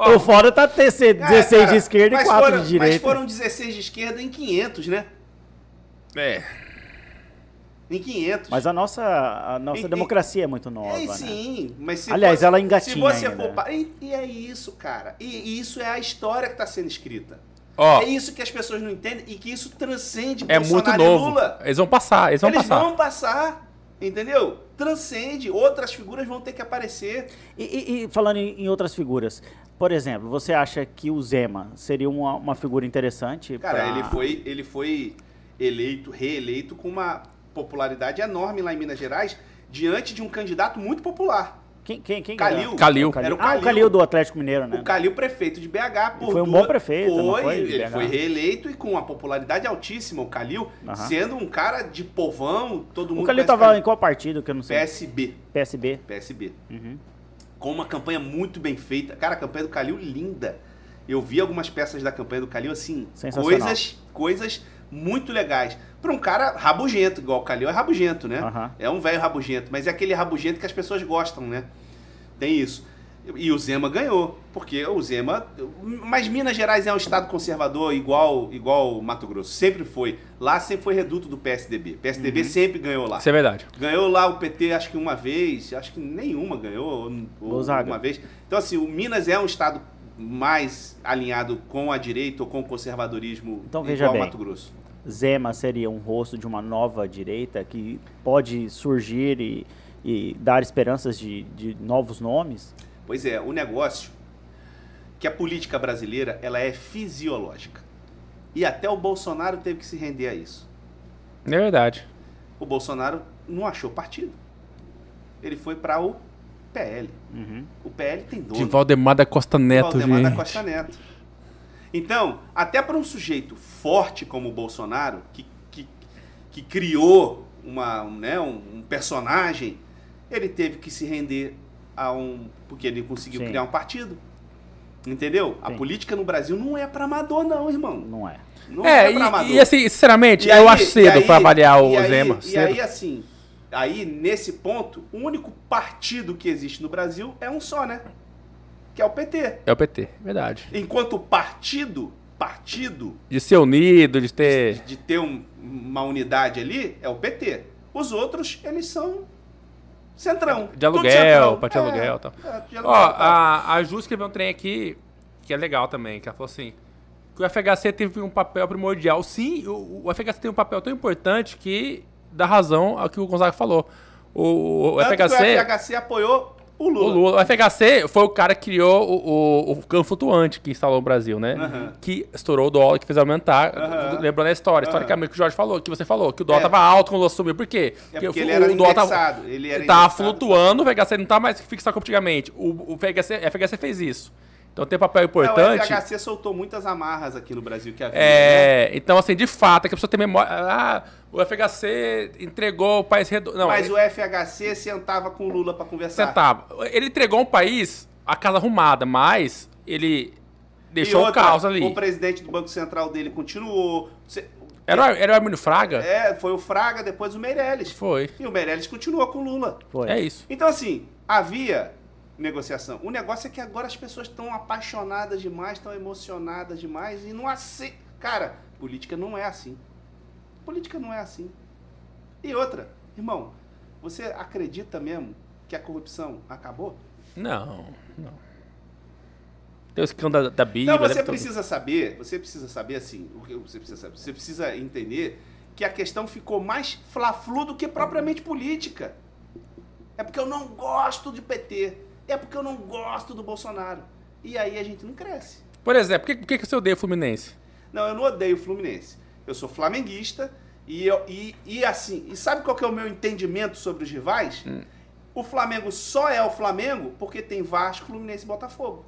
[SPEAKER 2] Ó,
[SPEAKER 1] o fora tá ter ser
[SPEAKER 3] Ah,
[SPEAKER 1] 16
[SPEAKER 3] cara,
[SPEAKER 1] de esquerda e
[SPEAKER 3] mas
[SPEAKER 1] 4
[SPEAKER 3] foram-
[SPEAKER 1] de direita.
[SPEAKER 3] Mas foram 16 de esquerda em 500, né?
[SPEAKER 2] é.
[SPEAKER 3] Em 500.
[SPEAKER 1] Mas a nossa, a nossa
[SPEAKER 3] E- e-
[SPEAKER 1] democracia é muito nova,
[SPEAKER 3] É,
[SPEAKER 1] né?
[SPEAKER 3] sim, mas se
[SPEAKER 1] Aliás,
[SPEAKER 3] fosse-
[SPEAKER 1] ela engatinha
[SPEAKER 3] Se você
[SPEAKER 1] ainda.
[SPEAKER 3] for pa- e, e é isso, cara. E, e isso é a história que está sendo escrita.
[SPEAKER 2] Ó,
[SPEAKER 3] É isso que as pessoas não entendem e que isso transcende
[SPEAKER 2] é muito
[SPEAKER 3] Bolsonaro e
[SPEAKER 2] novo.
[SPEAKER 3] Lula.
[SPEAKER 2] Eles vão passar, eles vão
[SPEAKER 3] Eles
[SPEAKER 2] passar.
[SPEAKER 3] vão passar, entendeu? Transcende, outras figuras vão ter que aparecer.
[SPEAKER 1] E, e- e falando em, em outras figuras, por exemplo, você acha que o Zema seria uma, uma figura interessante?
[SPEAKER 3] Cara,
[SPEAKER 1] pra-
[SPEAKER 3] ele foi, ele foi eleito, reeleito com uma popularidade enorme lá em Minas Gerais, diante de um candidato muito popular.
[SPEAKER 1] Quem, quem, quem
[SPEAKER 3] Calil.
[SPEAKER 1] ganhou?
[SPEAKER 2] Calil.
[SPEAKER 1] Calil.
[SPEAKER 3] Era o
[SPEAKER 1] Ah,
[SPEAKER 3] Calil.
[SPEAKER 1] o Calil do Atlético Mineiro, né?
[SPEAKER 3] O Calil, prefeito de BH, por
[SPEAKER 1] Ele foi um
[SPEAKER 3] duas-
[SPEAKER 1] bom prefeito,
[SPEAKER 3] Foi,
[SPEAKER 1] não foi,
[SPEAKER 3] ele
[SPEAKER 1] BH?
[SPEAKER 3] foi reeleito e com uma popularidade altíssima. O Calil,
[SPEAKER 1] Aham.
[SPEAKER 3] sendo um cara de povão, todo mundo.
[SPEAKER 1] O Calil
[SPEAKER 3] conhece
[SPEAKER 1] tava em qual partido, que eu não sei?
[SPEAKER 3] PSB.
[SPEAKER 1] PSB.
[SPEAKER 3] PSB.
[SPEAKER 1] Uhum.
[SPEAKER 3] com uma campanha muito bem feita. Cara, a campanha do Calil linda. Eu vi algumas peças da campanha do Calil, assim,
[SPEAKER 1] Sensacional.
[SPEAKER 3] coisas, coisas muito legais. Pra um cara rabugento, igual o Calil é rabugento, né?
[SPEAKER 1] Aham.
[SPEAKER 3] É um velho rabugento, mas é aquele rabugento que as pessoas gostam, né? Tem isso. E o Zema ganhou, porque o Zema. Mas Minas Gerais é um estado conservador igual igual Mato Grosso. Sempre foi. Lá sempre foi reduto do PSDB. PSDB sempre ganhou lá.
[SPEAKER 2] Isso é verdade.
[SPEAKER 3] Ganhou lá o PT, acho que uma vez, acho que nenhuma ganhou, ou
[SPEAKER 1] Gonzaga.
[SPEAKER 3] uma vez. Então, assim, o Minas é um estado mais alinhado com a direita ou com o conservadorismo
[SPEAKER 1] Então,
[SPEAKER 3] igual
[SPEAKER 1] veja
[SPEAKER 3] ao
[SPEAKER 1] bem.
[SPEAKER 3] Mato Grosso.
[SPEAKER 1] Zema seria um rosto de uma nova direita que pode surgir e, e dar esperanças de, de novos nomes.
[SPEAKER 3] Pois é, o negócio que a política brasileira ela é fisiológica. E até o Bolsonaro teve que se render a isso.
[SPEAKER 2] É verdade.
[SPEAKER 3] O Bolsonaro não achou partido. Ele foi para o PL.
[SPEAKER 1] Uhum.
[SPEAKER 3] O PL tem dono.
[SPEAKER 2] De Valdemar da Costa Neto,
[SPEAKER 3] Valdemar
[SPEAKER 2] gente.
[SPEAKER 3] da Costa Neto. Então, até para um sujeito forte como o Bolsonaro, que, que, que criou uma, um, né, um, um personagem, ele teve que se render a um. Porque ele conseguiu
[SPEAKER 1] Sim.
[SPEAKER 3] criar um partido. Entendeu? A
[SPEAKER 1] Sim.
[SPEAKER 3] política no Brasil não é para amador, não, irmão.
[SPEAKER 1] Não é.
[SPEAKER 3] Não é,
[SPEAKER 2] É,
[SPEAKER 3] para
[SPEAKER 2] e,
[SPEAKER 3] amador.
[SPEAKER 2] e assim, sinceramente,
[SPEAKER 3] E
[SPEAKER 2] eu
[SPEAKER 3] aí-
[SPEAKER 2] acho cedo
[SPEAKER 3] e aí-
[SPEAKER 2] pra avaliar o
[SPEAKER 3] e aí-
[SPEAKER 2] Zema.
[SPEAKER 3] E
[SPEAKER 2] cedo.
[SPEAKER 3] aí, assim, aí nesse ponto, o único partido que existe no Brasil é um só, né? Que é o PT.
[SPEAKER 2] É o PT, verdade.
[SPEAKER 3] Enquanto partido, partido,
[SPEAKER 2] De ser unido, de
[SPEAKER 3] de,
[SPEAKER 2] ter.
[SPEAKER 3] de ter um- uma unidade ali, é o PT. Os outros, eles são centrão.
[SPEAKER 2] É, De
[SPEAKER 3] tudo
[SPEAKER 2] aluguel,
[SPEAKER 3] centrão.
[SPEAKER 2] pra de
[SPEAKER 3] É,
[SPEAKER 2] aluguel e tal.
[SPEAKER 3] é, de
[SPEAKER 2] Ó,
[SPEAKER 3] aluguel e tal.
[SPEAKER 2] a, a Ju escreveu um trem aqui que é legal também, que ela falou assim. Que o FHC teve um papel primordial. Sim, o, o FHC tem um papel tão importante que dá razão ao que o Gonzaga falou. O, o
[SPEAKER 3] Tanto que
[SPEAKER 2] FHC.
[SPEAKER 3] o FHC apoiou o
[SPEAKER 2] O
[SPEAKER 3] Lula.
[SPEAKER 2] Lula. O FHC foi o cara que criou o, o, o câmbio flutuante que instalou no Brasil, né?
[SPEAKER 3] Aham.
[SPEAKER 2] Que estourou o dólar, que fez aumentar.
[SPEAKER 3] Aham.
[SPEAKER 2] Lembrando a história,
[SPEAKER 3] Aham.
[SPEAKER 2] historicamente, que o Jorge falou, que você falou, que o dólar
[SPEAKER 3] É.
[SPEAKER 2] tava alto quando o Lula subiu. Por quê?
[SPEAKER 3] É porque ele era
[SPEAKER 2] dólar tava-
[SPEAKER 3] indexado. Ele era
[SPEAKER 2] ele tava
[SPEAKER 3] indexado.
[SPEAKER 2] flutuando, o FHC não tá mais fixado como antigamente. O, o FHC, FHC fez isso. Então tem um papel
[SPEAKER 3] Não,
[SPEAKER 2] importante.
[SPEAKER 3] o FHC soltou muitas amarras aqui no Brasil que havia. né?
[SPEAKER 2] É, então assim, de fato, é que a pessoa tem memória. Ah, o FHC entregou o país redondo. Não,
[SPEAKER 3] Mas
[SPEAKER 2] ele-
[SPEAKER 3] o FHC sentava com o Lula pra conversar.
[SPEAKER 2] sentava. Ele entregou um país a casa arrumada, mas ele deixou
[SPEAKER 3] E outra,
[SPEAKER 2] o caos ali.
[SPEAKER 3] O presidente do Banco Central dele continuou. Cê-
[SPEAKER 2] Era, era o Hermínio Fraga?
[SPEAKER 3] É, foi o Fraga, depois o Meirelles.
[SPEAKER 2] Foi.
[SPEAKER 3] E o Meirelles continuou com o Lula.
[SPEAKER 1] Foi.
[SPEAKER 2] É isso.
[SPEAKER 3] Então, assim, havia negociação. O negócio é que agora as pessoas estão apaixonadas demais, estão emocionadas demais e não aceitam. Cara, política não é assim. Política não é assim. E outra, irmão, você acredita mesmo que a corrupção acabou?
[SPEAKER 2] Não, não. Tem o escândalo da, da Bíblia.
[SPEAKER 3] Então você
[SPEAKER 2] né, tudo.
[SPEAKER 3] precisa saber, você precisa saber assim, o que você precisa saber? Você precisa entender que a questão ficou mais flaflu do que propriamente política. É porque eu não gosto de PT, é porque eu não gosto do Bolsonaro. E aí a gente não cresce.
[SPEAKER 2] Por exemplo, por que, por que que você odeia o Fluminense?
[SPEAKER 3] Não, eu não odeio o Fluminense. Eu sou flamenguista e eu e, e assim, e sabe qual que é o meu entendimento sobre os rivais? O Flamengo só é o Flamengo porque tem Vasco, Fluminense e Botafogo.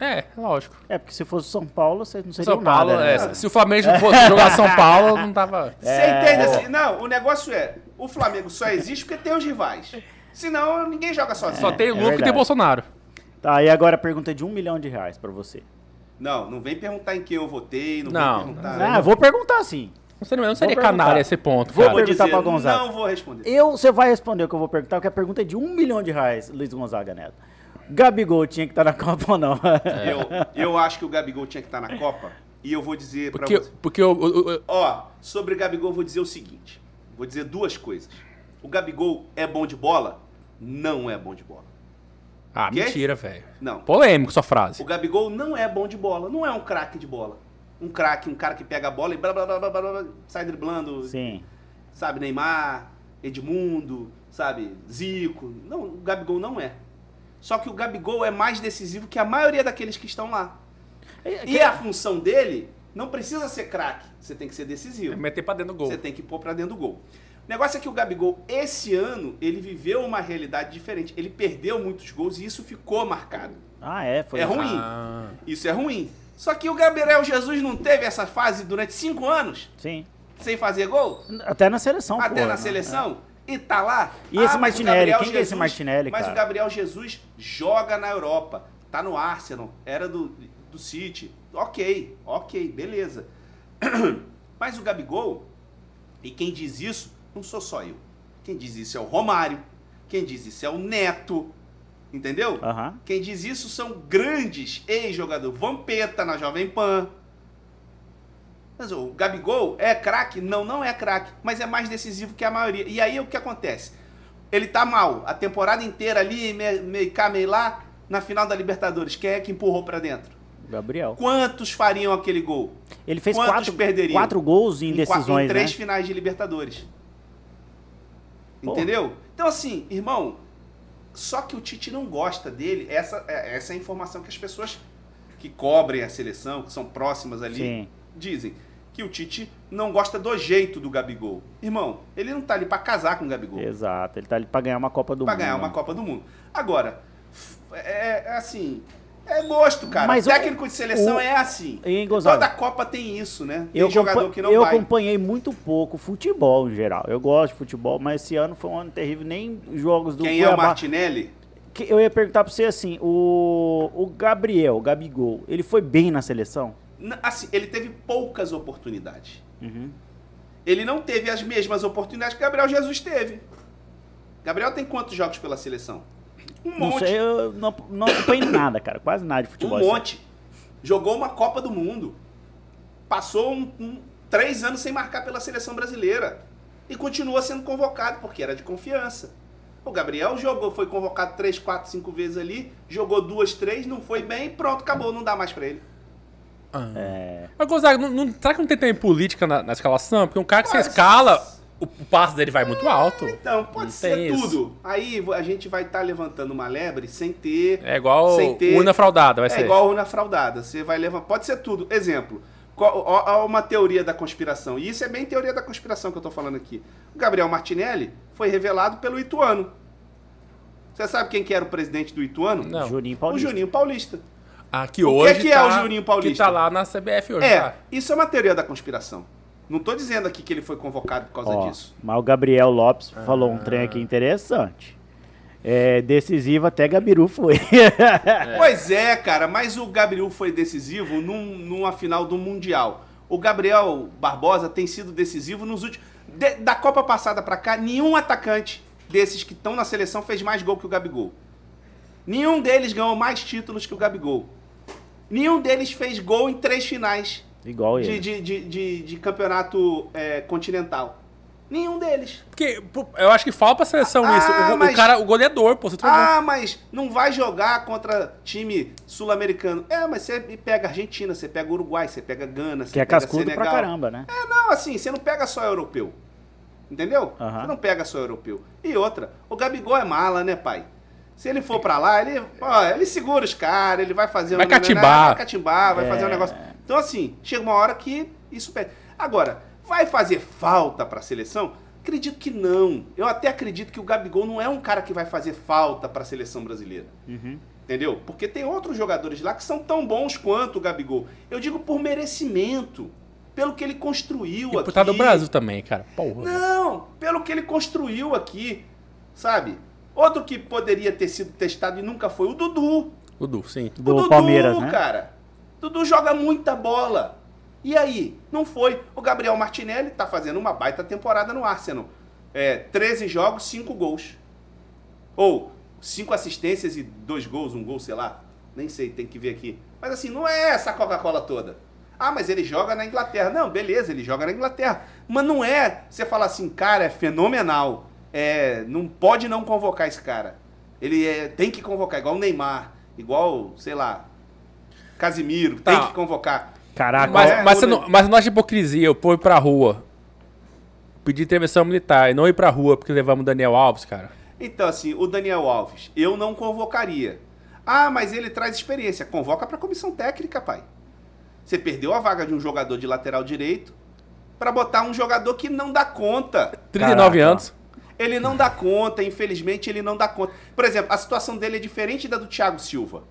[SPEAKER 2] É, lógico.
[SPEAKER 1] É, porque se fosse São Paulo, vocês não seriam
[SPEAKER 2] São Paulo,
[SPEAKER 1] nada. né?
[SPEAKER 2] é, se- se o Flamengo fosse jogar São Paulo, não tava.
[SPEAKER 1] É,
[SPEAKER 3] Você entende assim? Não, o negócio é, o Flamengo só existe porque tem os rivais. Senão ninguém joga sozinho.
[SPEAKER 2] Só tem
[SPEAKER 1] é
[SPEAKER 2] Lula e tem
[SPEAKER 1] verdade.
[SPEAKER 2] Bolsonaro.
[SPEAKER 1] Tá, e agora a pergunta é de um milhão de reais pra você.
[SPEAKER 3] Não, não vem perguntar em quem eu votei, não,
[SPEAKER 2] Não,
[SPEAKER 3] vem perguntar.
[SPEAKER 1] Ah, vou perguntar sim.
[SPEAKER 2] Não seria, não seria
[SPEAKER 1] Vou
[SPEAKER 2] canalha
[SPEAKER 1] perguntar.
[SPEAKER 2] esse ponto,
[SPEAKER 1] Vou
[SPEAKER 2] cara.
[SPEAKER 1] perguntar pra Gonzaga.
[SPEAKER 3] não vou responder.
[SPEAKER 1] Eu, você vai responder o que eu vou perguntar, porque a pergunta é de um milhão de reais, Luiz Gonzaga Neto. Gabigol tinha que estar na Copa ou não?
[SPEAKER 3] Eu, eu acho que o Gabigol tinha que estar na Copa e eu vou dizer pra
[SPEAKER 2] Porque,
[SPEAKER 3] você.
[SPEAKER 2] porque o, o- o-
[SPEAKER 3] Ó, sobre Gabigol eu vou dizer o seguinte. Vou dizer duas coisas. O Gabigol é bom de bola? Não é bom de bola.
[SPEAKER 2] Ah,
[SPEAKER 3] Quê?
[SPEAKER 2] mentira, velho.
[SPEAKER 3] Não.
[SPEAKER 2] Polêmico sua frase.
[SPEAKER 3] O Gabigol não é bom de bola, não é um craque de bola. Um craque, um cara que pega a bola e blá blá blá blá blá, blá, blá sai driblando,
[SPEAKER 1] Sim.
[SPEAKER 3] sabe, Neymar, Edmundo, sabe, Zico. Não, o Gabigol não é. Só que o Gabigol é mais decisivo que a maioria daqueles que estão lá.
[SPEAKER 1] É
[SPEAKER 3] E é a função dele não precisa ser craque, você tem que ser
[SPEAKER 2] É
[SPEAKER 3] decisivo.
[SPEAKER 2] meter pra dentro do gol.
[SPEAKER 3] Você tá tem que pôr pra dentro do gol. O negócio é que o Gabigol, esse ano, ele viveu uma realidade diferente. Ele perdeu muitos gols e isso ficou marcado.
[SPEAKER 1] Ah, é, foi.
[SPEAKER 3] É ruim.
[SPEAKER 2] Ah.
[SPEAKER 3] Isso é ruim. Só que o Gabriel Jesus não teve essa fase durante cinco anos,
[SPEAKER 1] Sim.
[SPEAKER 3] sem fazer gol?
[SPEAKER 1] Até na seleção,
[SPEAKER 3] até
[SPEAKER 1] pô,
[SPEAKER 3] na
[SPEAKER 1] né?
[SPEAKER 3] seleção e tá lá.
[SPEAKER 1] E esse
[SPEAKER 3] mas o
[SPEAKER 1] Martinelli?
[SPEAKER 3] Gabriel
[SPEAKER 1] Quem que é esse Martinelli,
[SPEAKER 3] Mas
[SPEAKER 1] cara?
[SPEAKER 3] o Gabriel Jesus joga na Europa, tá no Arsenal, era do, do City. Ok, ok, beleza. Mas o Gabigol, e quem diz isso, não sou só eu. Quem diz isso é o Romário, quem diz isso é o Neto, entendeu?
[SPEAKER 1] Aham.
[SPEAKER 3] Quem diz isso são grandes ex-jogador. Vampeta na Jovem Pan. Mas o Gabigol é craque? Não, não é craque, mas é mais decisivo que a maioria. E aí o que acontece? Ele tá mal a temporada inteira ali, me- meio cá, meio lá, na final da Libertadores. Quem é que empurrou pra dentro?
[SPEAKER 1] Gabriel.
[SPEAKER 3] Quantos fariam aquele gol?
[SPEAKER 1] Ele fez
[SPEAKER 3] Quantos
[SPEAKER 1] quatro,
[SPEAKER 3] perderiam?
[SPEAKER 1] quatro gols em né?
[SPEAKER 3] qua-
[SPEAKER 1] decisões,
[SPEAKER 3] em três
[SPEAKER 1] né?
[SPEAKER 3] finais de Libertadores.
[SPEAKER 1] Pô.
[SPEAKER 3] Entendeu? Então, assim, irmão, só que o Tite não gosta dele. Essa, é- essa é a informação que as pessoas que cobrem a seleção, que são próximas ali,
[SPEAKER 1] Sim.
[SPEAKER 3] dizem. Que o Tite não gosta do jeito do Gabigol. Irmão, ele não tá ali pra casar com o Gabigol.
[SPEAKER 1] Exato. Ele tá ali pra ganhar uma Copa do
[SPEAKER 3] pra
[SPEAKER 1] Mundo.
[SPEAKER 3] ganhar
[SPEAKER 1] né?
[SPEAKER 3] uma Copa do Mundo. Agora, f- é, é assim, é gosto, cara.
[SPEAKER 1] Mas o-
[SPEAKER 3] Técnico de seleção
[SPEAKER 1] o-
[SPEAKER 3] é assim.
[SPEAKER 1] E, Gonzalo,
[SPEAKER 3] Toda Copa tem isso, né? Tem
[SPEAKER 1] Eu,
[SPEAKER 3] jogador
[SPEAKER 1] acompa-
[SPEAKER 3] que não
[SPEAKER 1] eu
[SPEAKER 3] vai.
[SPEAKER 1] acompanhei muito pouco futebol em geral. Eu gosto de futebol, mas esse ano foi um ano terrível. Nem jogos do
[SPEAKER 3] Quem é o
[SPEAKER 1] Cuiabá.
[SPEAKER 3] Martinelli?
[SPEAKER 1] Que- eu ia perguntar pra você assim, o, o Gabriel, o Gabigol, ele foi bem na seleção?
[SPEAKER 3] N- Assim, ele teve poucas oportunidades.
[SPEAKER 1] Uhum.
[SPEAKER 3] Ele não teve as mesmas oportunidades que Gabriel Jesus teve. Gabriel tem quantos jogos pela seleção? Um
[SPEAKER 1] Não
[SPEAKER 3] monte.
[SPEAKER 1] sei, eu não, não acompanhei nada, cara. Quase nada de
[SPEAKER 3] um
[SPEAKER 1] futebol. assim.
[SPEAKER 3] monte. Jogou uma Copa do Mundo. Passou um- um- três anos sem marcar pela seleção brasileira. E continua sendo convocado, porque era de confiança. O Gabriel jogou, foi convocado três, quatro, cinco vezes ali, jogou duas, três, não foi bem, pronto, acabou, não dá mais pra ele.
[SPEAKER 2] Ah.
[SPEAKER 3] É.
[SPEAKER 2] Mas, Gonzaga, não, não- será que não tem também política na, na escalação? Porque um cara que você
[SPEAKER 3] Mas-
[SPEAKER 2] escala, o, o passo dele vai muito alto.
[SPEAKER 3] Então, pode
[SPEAKER 2] Não
[SPEAKER 3] ser
[SPEAKER 2] tem isso.
[SPEAKER 3] tudo. Aí a gente vai estar levantando uma lebre sem ter
[SPEAKER 2] É igual
[SPEAKER 3] Sem ter-
[SPEAKER 2] urna fraudada, vai
[SPEAKER 3] É
[SPEAKER 2] ser.
[SPEAKER 3] igual urna fraudada. Você vai levar. Pode ser tudo. Exemplo. Qual, ó- ó uma teoria da conspiração. E isso é bem teoria da conspiração que eu tô falando aqui. O Gabriel Martinelli foi revelado pelo Ituano. Você sabe quem que era o presidente do Ituano?
[SPEAKER 2] Não.
[SPEAKER 1] Juninho
[SPEAKER 3] O
[SPEAKER 1] Paulista.
[SPEAKER 3] Juninho Paulista.
[SPEAKER 2] Ah, que
[SPEAKER 3] O que
[SPEAKER 2] hoje
[SPEAKER 3] é que é
[SPEAKER 2] tá,
[SPEAKER 3] o Juninho Paulista?
[SPEAKER 2] Que tá lá na CBF hoje,
[SPEAKER 3] É,
[SPEAKER 2] tá?
[SPEAKER 3] isso é uma teoria da conspiração. Não tô dizendo aqui que ele foi convocado por causa
[SPEAKER 1] Ó,
[SPEAKER 3] disso. Ah.
[SPEAKER 1] Mas o Gabriel Lopes falou um trem aqui interessante. É decisivo até Gabiru foi.
[SPEAKER 3] Pois é, cara, mas o Gabriel foi decisivo num- numa final do Mundial. O Gabriel Barbosa tem sido decisivo nos últimos. de- da Copa passada pra cá, nenhum atacante desses que estão na seleção fez mais gol que o Gabigol. Nenhum deles ganhou mais títulos que o Gabigol. Nenhum deles fez gol em três finais
[SPEAKER 1] Igual
[SPEAKER 3] de,
[SPEAKER 1] ele.
[SPEAKER 3] de, de, de- de campeonato eh, continental. Nenhum deles.
[SPEAKER 2] Porque pô, eu acho que fala pra seleção
[SPEAKER 3] Ah,
[SPEAKER 2] isso. O, go- o
[SPEAKER 3] mas-
[SPEAKER 2] cara, o goleador, pô, você tá vendo?
[SPEAKER 3] Ah, mas não vai jogar contra time sul-americano. É, mas você pega Argentina, você pega Uruguai, você pega Gana, você
[SPEAKER 1] Que é
[SPEAKER 3] pega
[SPEAKER 1] cascudo
[SPEAKER 3] Senegal.
[SPEAKER 1] pra caramba, né?
[SPEAKER 3] Não, assim, você não pega só europeu. Entendeu?
[SPEAKER 1] Aham.
[SPEAKER 3] Você não pega só europeu. E outra, o Gabigol é mala, né, pai? Se ele for pra lá, ele, ó, ele segura os caras, ele vai fazer
[SPEAKER 2] Vai
[SPEAKER 3] um-
[SPEAKER 2] catimbar.
[SPEAKER 3] vai catimbar, vai fazer um
[SPEAKER 1] É.
[SPEAKER 3] negócio. Então, assim, chega uma hora que isso perde. Agora, vai fazer falta pra seleção? Acredito que não. Eu até acredito que o Gabigol não é um cara que vai fazer falta pra seleção brasileira.
[SPEAKER 1] Uhum.
[SPEAKER 3] Entendeu? Porque tem outros jogadores lá que são tão bons quanto o Gabigol. Eu digo por merecimento, pelo que ele construiu
[SPEAKER 2] E
[SPEAKER 3] aqui.
[SPEAKER 2] por tá do Brasil também, cara. Porra.
[SPEAKER 3] Não, pelo que ele construiu aqui, sabe? Outro que poderia ter sido testado e nunca foi, o Dudu.
[SPEAKER 2] Dudu, sim.
[SPEAKER 1] Do
[SPEAKER 3] o Dudu,
[SPEAKER 1] Palmeiras, né?
[SPEAKER 3] cara. Dudu joga muita bola. E aí? Não foi. O Gabriel Martinelli tá fazendo uma baita temporada no Arsenal. É, 13 jogos, 5 gols. Ou 5 assistências e 2 gols, 1 gol, sei lá. Nem sei, tem que ver aqui. Mas assim, não é essa Coca-Cola toda. Ah, mas ele joga na Inglaterra. Não, beleza, ele joga na Inglaterra. Mas não é você falar assim, cara, é fenomenal. É, não pode não convocar esse cara. Ele é- tem que convocar, igual o Neymar, igual, sei lá, Casimiro, tem
[SPEAKER 2] Tá.
[SPEAKER 3] que convocar.
[SPEAKER 1] Caraca,
[SPEAKER 2] Mas,
[SPEAKER 3] é,
[SPEAKER 2] mas você
[SPEAKER 3] tudo-
[SPEAKER 2] não, mas você não acha hipocrisia eu pôr ir pra rua, pedir intervenção militar e não ir pra rua porque levamos o Daniel Alves, cara?
[SPEAKER 3] Então, assim, o Daniel Alves, eu não convocaria. Ah, mas ele traz experiência. Convoca pra comissão técnica, pai. Você perdeu a vaga de um jogador de lateral direito pra botar um jogador que não dá conta.
[SPEAKER 2] 39
[SPEAKER 1] Caraca.
[SPEAKER 2] anos.
[SPEAKER 3] Ele não dá conta, infelizmente ele não dá conta. Por exemplo, a situação dele é diferente da do Thiago Silva.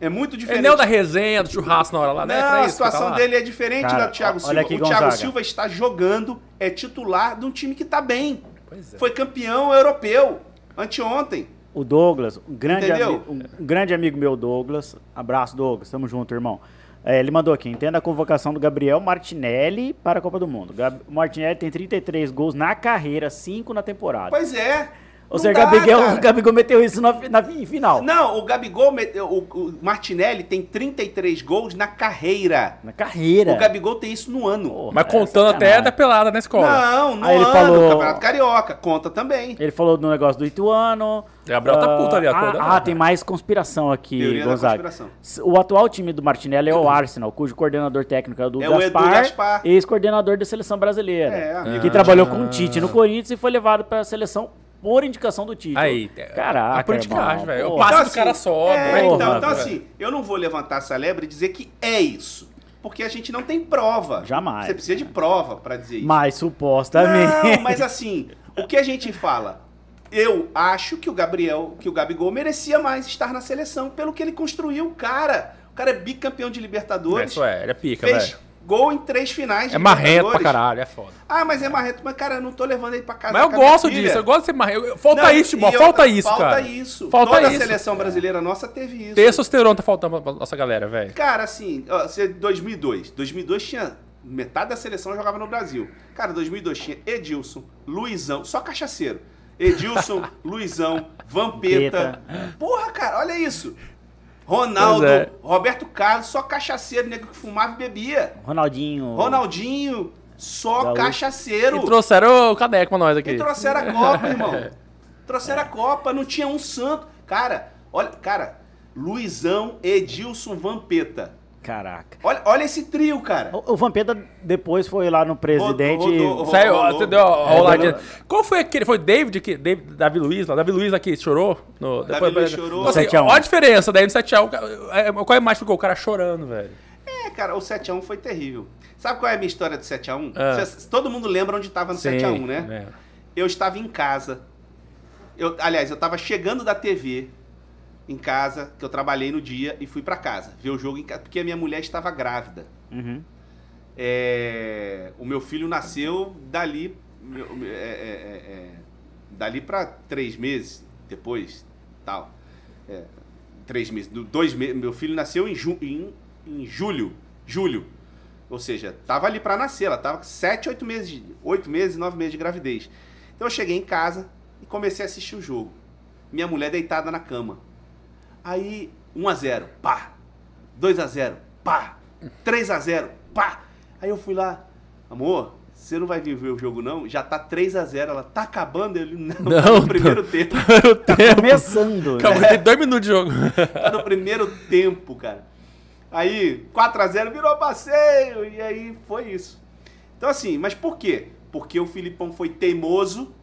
[SPEAKER 3] É muito
[SPEAKER 2] Ele
[SPEAKER 3] diferente.
[SPEAKER 2] não é o da resenha, do churrasco na hora lá,
[SPEAKER 3] Não,
[SPEAKER 2] né? Pra
[SPEAKER 3] a
[SPEAKER 2] isso que tá
[SPEAKER 3] situação
[SPEAKER 2] lá.
[SPEAKER 3] dele é diferente
[SPEAKER 1] Cara,
[SPEAKER 3] da do Thiago
[SPEAKER 1] olha
[SPEAKER 3] Silva.
[SPEAKER 1] aqui,
[SPEAKER 3] o Thiago
[SPEAKER 1] Gonzaga.
[SPEAKER 3] Silva está jogando, é titular de um time que tá bem.
[SPEAKER 2] Pois é.
[SPEAKER 3] Foi campeão europeu anteontém.
[SPEAKER 1] O Douglas, um grande,
[SPEAKER 3] Entendeu?
[SPEAKER 1] ami- um grande amigo meu, Douglas. Abraço, Douglas. Tamo junto, irmão. É, ele mandou aqui, entenda a convocação do Gabriel Martinelli para a Copa do Mundo. Gab- O Martinelli tem 33 gols na carreira, 5 na temporada.
[SPEAKER 3] Pois é.
[SPEAKER 1] Ou seja, o Gabigol, o Gabigol meteu isso na, fi- na fi- final.
[SPEAKER 3] Não, o Gabigol, mete- o, o Martinelli tem 33 gols na carreira.
[SPEAKER 1] Na carreira.
[SPEAKER 3] O Gabigol tem isso no ano.
[SPEAKER 1] Porra,
[SPEAKER 2] Mas
[SPEAKER 1] é
[SPEAKER 2] contando até
[SPEAKER 1] sacanagem.
[SPEAKER 2] da pelada na escola.
[SPEAKER 3] Não, no
[SPEAKER 1] Aí ele
[SPEAKER 3] ano,
[SPEAKER 1] falou-
[SPEAKER 3] Campeonato Carioca, conta também. Então,
[SPEAKER 1] Ele falou do negócio do Ituano.
[SPEAKER 2] Gabriel tá
[SPEAKER 1] Ah,
[SPEAKER 2] puto ali, acordando,
[SPEAKER 1] Ah, ah,
[SPEAKER 2] né?
[SPEAKER 1] tem mais conspiração aqui,
[SPEAKER 3] Teoria da
[SPEAKER 1] Gonzaga.
[SPEAKER 3] conspiração.
[SPEAKER 1] S- O atual time do Martinelli é o Arsenal, cujo coordenador técnico é o do
[SPEAKER 3] É o Edu
[SPEAKER 1] Gaspar,
[SPEAKER 3] Gaspar.
[SPEAKER 1] ex-coordenador da seleção brasileira,
[SPEAKER 3] É, amigo.
[SPEAKER 1] que trabalhou
[SPEAKER 2] Ah.
[SPEAKER 1] com o Tite no Corinthians e foi levado para a seleção por indicação do Tite.
[SPEAKER 2] Aí,
[SPEAKER 1] Caraca,
[SPEAKER 2] a politicagem,
[SPEAKER 1] irmão,
[SPEAKER 2] velho. O
[SPEAKER 1] pô.
[SPEAKER 2] passe
[SPEAKER 3] Então,
[SPEAKER 2] do
[SPEAKER 3] assim,
[SPEAKER 2] cara sobe.
[SPEAKER 3] É,
[SPEAKER 2] velho.
[SPEAKER 1] porra,
[SPEAKER 3] então, então
[SPEAKER 1] velho.
[SPEAKER 3] assim, eu não vou levantar essa lebre e dizer que é isso. Porque a gente não tem prova.
[SPEAKER 1] Jamais.
[SPEAKER 3] Você precisa de prova pra dizer isso.
[SPEAKER 1] mas supostamente.
[SPEAKER 3] Não, mas assim, o que a gente fala? Eu acho que o Gabriel, que o Gabigol merecia mais estar na seleção pelo que ele construiu, cara. O cara é bicampeão de Libertadores.
[SPEAKER 2] Isso é, ele é pica,
[SPEAKER 3] fez
[SPEAKER 2] velho.
[SPEAKER 3] gol em três finais de
[SPEAKER 2] É marrento pra
[SPEAKER 3] Libertadores.
[SPEAKER 2] caralho, é foda.
[SPEAKER 3] Ah, mas é marrento, mas cara, eu não tô levando ele pra casa.
[SPEAKER 2] Mas eu
[SPEAKER 3] com a minha
[SPEAKER 2] gosto
[SPEAKER 3] filha.
[SPEAKER 2] disso, eu gosto de ser marrento. Eu- Falta
[SPEAKER 3] Não,
[SPEAKER 2] isso,
[SPEAKER 3] e
[SPEAKER 2] irmão,
[SPEAKER 3] outra,
[SPEAKER 2] falta isso,
[SPEAKER 3] falta
[SPEAKER 2] cara.
[SPEAKER 3] isso.
[SPEAKER 2] Falta
[SPEAKER 3] Toda
[SPEAKER 2] isso.
[SPEAKER 3] a seleção brasileira nossa teve isso.
[SPEAKER 2] Testosterona tá faltando pra nossa galera, velho.
[SPEAKER 3] Cara, assim, ó, você- 2002. 2002 tinha metade da seleção jogava no Brasil. Cara, 2002 tinha Edilson, Luizão, só cachaceiro. Edilson, Luizão, Vampeta. Porra, cara, olha isso. Ronaldo,
[SPEAKER 2] Pois é.
[SPEAKER 3] Roberto Carlos, só cachaceiro, nego que fumava e bebia.
[SPEAKER 1] Ronaldinho.
[SPEAKER 3] Ronaldinho, só
[SPEAKER 1] Gaúcho.
[SPEAKER 3] cachaceiro.
[SPEAKER 2] E trouxeram o caneco pra nós
[SPEAKER 3] E
[SPEAKER 2] aqui.
[SPEAKER 3] trouxeram a Copa, irmão. Trouxeram a Copa, não tinha um santo. Cara, olha, cara, Luizão, Edilson, Vampeta.
[SPEAKER 1] Caraca.
[SPEAKER 3] Olha, olha esse trio, cara.
[SPEAKER 1] O, o Vampeta depois foi lá no presidente.
[SPEAKER 3] rodou, rodou.
[SPEAKER 2] Saiu,
[SPEAKER 3] Rolou.
[SPEAKER 2] entendeu? A
[SPEAKER 1] É,
[SPEAKER 2] roladinha.
[SPEAKER 1] rolou.
[SPEAKER 2] Qual foi aquele? Foi David que. David, Davi Luiz lá. Davi Luiz aqui chorou? No,
[SPEAKER 3] Davi Luiz chorou.
[SPEAKER 2] Então, assim,
[SPEAKER 1] 7 a 1.
[SPEAKER 2] Olha a diferença daí no 7x1. o cara- é, Qual é mais ficou? O cara chorando, velho.
[SPEAKER 3] É, cara, o 7x1 foi terrível. Sabe qual é a minha história do 7x1?
[SPEAKER 2] Ah.
[SPEAKER 3] Cês- Todo mundo lembra onde tava no 7x1, né? Eu estava em casa. Eu, aliás, eu estava chegando da TV em casa, que eu trabalhei no dia, e fui pra casa ver o jogo em casa, porque a minha mulher estava grávida.
[SPEAKER 1] Uhum.
[SPEAKER 3] É, o meu filho nasceu dali, meu- é, é, é, é, dali para três meses depois, tal. É, três meses, do- dois meses. Meu filho nasceu em, ju- em- em julho, julho. Ou seja, tava ali para nascer, ela tava com sete, oito meses, de- oito meses, nove meses de gravidez. Então eu cheguei em casa e comecei a assistir o jogo. Minha mulher deitada na cama. Aí 1 a 0, pá. 2 a 0, pá. 3 a 0, pá. Aí eu fui lá, amor, você não vai vir ver o jogo não? Já tá 3 a 0, ela tá acabando, ele não,
[SPEAKER 2] Não,
[SPEAKER 3] tá
[SPEAKER 2] tá-
[SPEAKER 3] no primeiro tempo.
[SPEAKER 2] o tempo.
[SPEAKER 1] Começando. né?
[SPEAKER 2] Acabou, tem dois minutos de jogo.
[SPEAKER 3] Tá no primeiro tempo, cara. Aí, 4x0 virou passeio, e aí foi isso. Então, assim, mas por quê? Porque o Filipão foi teimoso,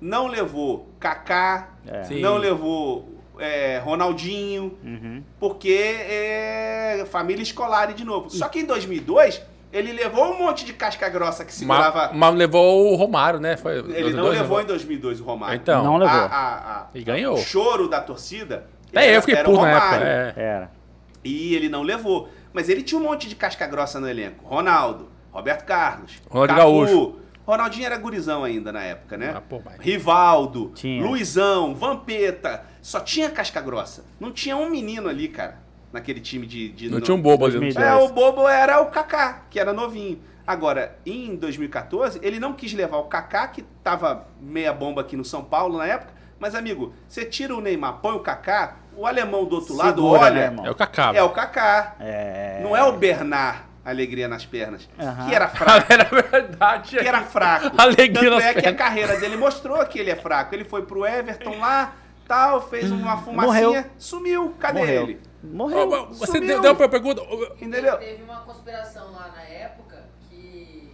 [SPEAKER 3] não levou Kaká,
[SPEAKER 1] É.
[SPEAKER 2] Sim.
[SPEAKER 3] não levou é, Ronaldinho,
[SPEAKER 1] Uhum.
[SPEAKER 3] porque é família escolar de novo. Só que em 2002, ele levou um monte de casca grossa que
[SPEAKER 2] Mas,
[SPEAKER 3] segurava.
[SPEAKER 2] mas levou o Romário, né? Foi,
[SPEAKER 3] ele não levou em 2002 o Romário.
[SPEAKER 2] Então.
[SPEAKER 1] Não levou.
[SPEAKER 3] A- a- a-
[SPEAKER 2] E ganhou.
[SPEAKER 3] o choro da torcida.
[SPEAKER 2] Até
[SPEAKER 3] era-
[SPEAKER 2] eu fiquei
[SPEAKER 3] era o
[SPEAKER 2] puto na época.
[SPEAKER 3] Romário.
[SPEAKER 2] É.
[SPEAKER 1] Era.
[SPEAKER 3] E ele não levou. Mas ele tinha um monte de casca grossa no elenco. Ronaldo, Roberto Carlos,
[SPEAKER 2] Ronaldo Gaúcho.
[SPEAKER 3] Ronaldinho era gurizão ainda na época, né?
[SPEAKER 2] Ah, pô, mas-
[SPEAKER 3] Rivaldo,
[SPEAKER 1] Tinha.
[SPEAKER 3] Luizão, Vampeta. Só tinha casca grossa. Não tinha um menino ali, cara, naquele time de... de
[SPEAKER 2] Não
[SPEAKER 3] no-
[SPEAKER 2] tinha um bobo ali.
[SPEAKER 1] 2010.
[SPEAKER 3] É, o bobo era o Kaká, que era novinho. Agora, em 2014, ele não quis levar o Kaká, que tava meia bomba aqui no São Paulo na época. Mas, amigo, você tira o Neymar, põe o Kaká, o alemão do outro lado
[SPEAKER 1] Segura,
[SPEAKER 3] olha...
[SPEAKER 1] né, irmão?
[SPEAKER 2] É o Kaká.
[SPEAKER 3] É o Kaká.
[SPEAKER 1] É.
[SPEAKER 3] Não é o Bernard, alegria nas pernas.
[SPEAKER 1] Aham.
[SPEAKER 3] Que era fraco.
[SPEAKER 2] Era verdade.
[SPEAKER 3] Que é era fraco.
[SPEAKER 2] Alegria
[SPEAKER 3] Tanto
[SPEAKER 2] nas
[SPEAKER 3] é que a
[SPEAKER 2] pernas.
[SPEAKER 3] carreira dele mostrou que ele é fraco. Ele foi pro Everton lá, tal, fez uma fumacinha,
[SPEAKER 1] Hum. Morreu.
[SPEAKER 3] sumiu. Cadê
[SPEAKER 1] Morreu.
[SPEAKER 3] ele?
[SPEAKER 2] Ô,
[SPEAKER 1] Morreu.
[SPEAKER 2] mas Você
[SPEAKER 3] Sumiu.
[SPEAKER 2] deu deu uma pergunta.
[SPEAKER 3] Entendeu?
[SPEAKER 4] Teve uma conspiração lá na época que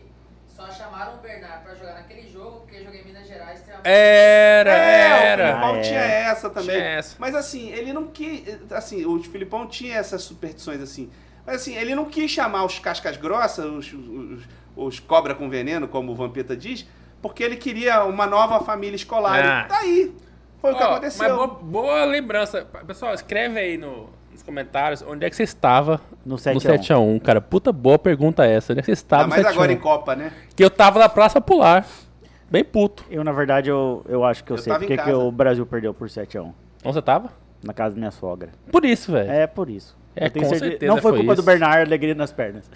[SPEAKER 4] só chamaram o Bernard pra jogar naquele jogo, porque joguei em Minas Gerais tem uma...
[SPEAKER 2] Era,
[SPEAKER 3] É, o
[SPEAKER 2] era.
[SPEAKER 3] Filipão
[SPEAKER 1] Ah, é.
[SPEAKER 3] tinha essa também.
[SPEAKER 2] Tinha essa.
[SPEAKER 3] Mas assim, ele não quis. Assim, o Filipão tinha essas superstições assim. Mas assim, ele não quis chamar os cascas grossas, os, os- os cobra com veneno, como o Vampeta diz, porque ele queria uma nova família escolar.
[SPEAKER 2] Ah.
[SPEAKER 3] E daí. Foi o que
[SPEAKER 2] Ó,
[SPEAKER 3] aconteceu.
[SPEAKER 2] Mas boa, boa lembrança. Pessoal, escreve aí no- nos comentários onde é que você estava
[SPEAKER 1] No
[SPEAKER 2] no
[SPEAKER 1] 7 a 1.
[SPEAKER 2] 7x1. Cara, puta boa pergunta essa. Onde é que você estava
[SPEAKER 3] Ah,
[SPEAKER 2] no
[SPEAKER 3] mas
[SPEAKER 2] 7
[SPEAKER 3] agora
[SPEAKER 2] a
[SPEAKER 3] em
[SPEAKER 2] 1?
[SPEAKER 3] Copa, né?
[SPEAKER 2] Que eu tava na Praça Pular. Bem puto.
[SPEAKER 1] Eu, na verdade, eu, eu acho que eu,
[SPEAKER 3] Eu
[SPEAKER 1] sei
[SPEAKER 3] tava em
[SPEAKER 1] porque que
[SPEAKER 3] casa.
[SPEAKER 1] o Brasil perdeu por 7 a 1
[SPEAKER 2] Onde você tava?
[SPEAKER 1] na casa da minha sogra.
[SPEAKER 2] Por isso, velho.
[SPEAKER 1] É por isso.
[SPEAKER 2] É,
[SPEAKER 1] Eu tenho
[SPEAKER 2] com
[SPEAKER 1] certeza-
[SPEAKER 2] certeza
[SPEAKER 1] Não foi,
[SPEAKER 2] foi
[SPEAKER 1] culpa do
[SPEAKER 2] isso.
[SPEAKER 1] Bernardo, alegria nas pernas.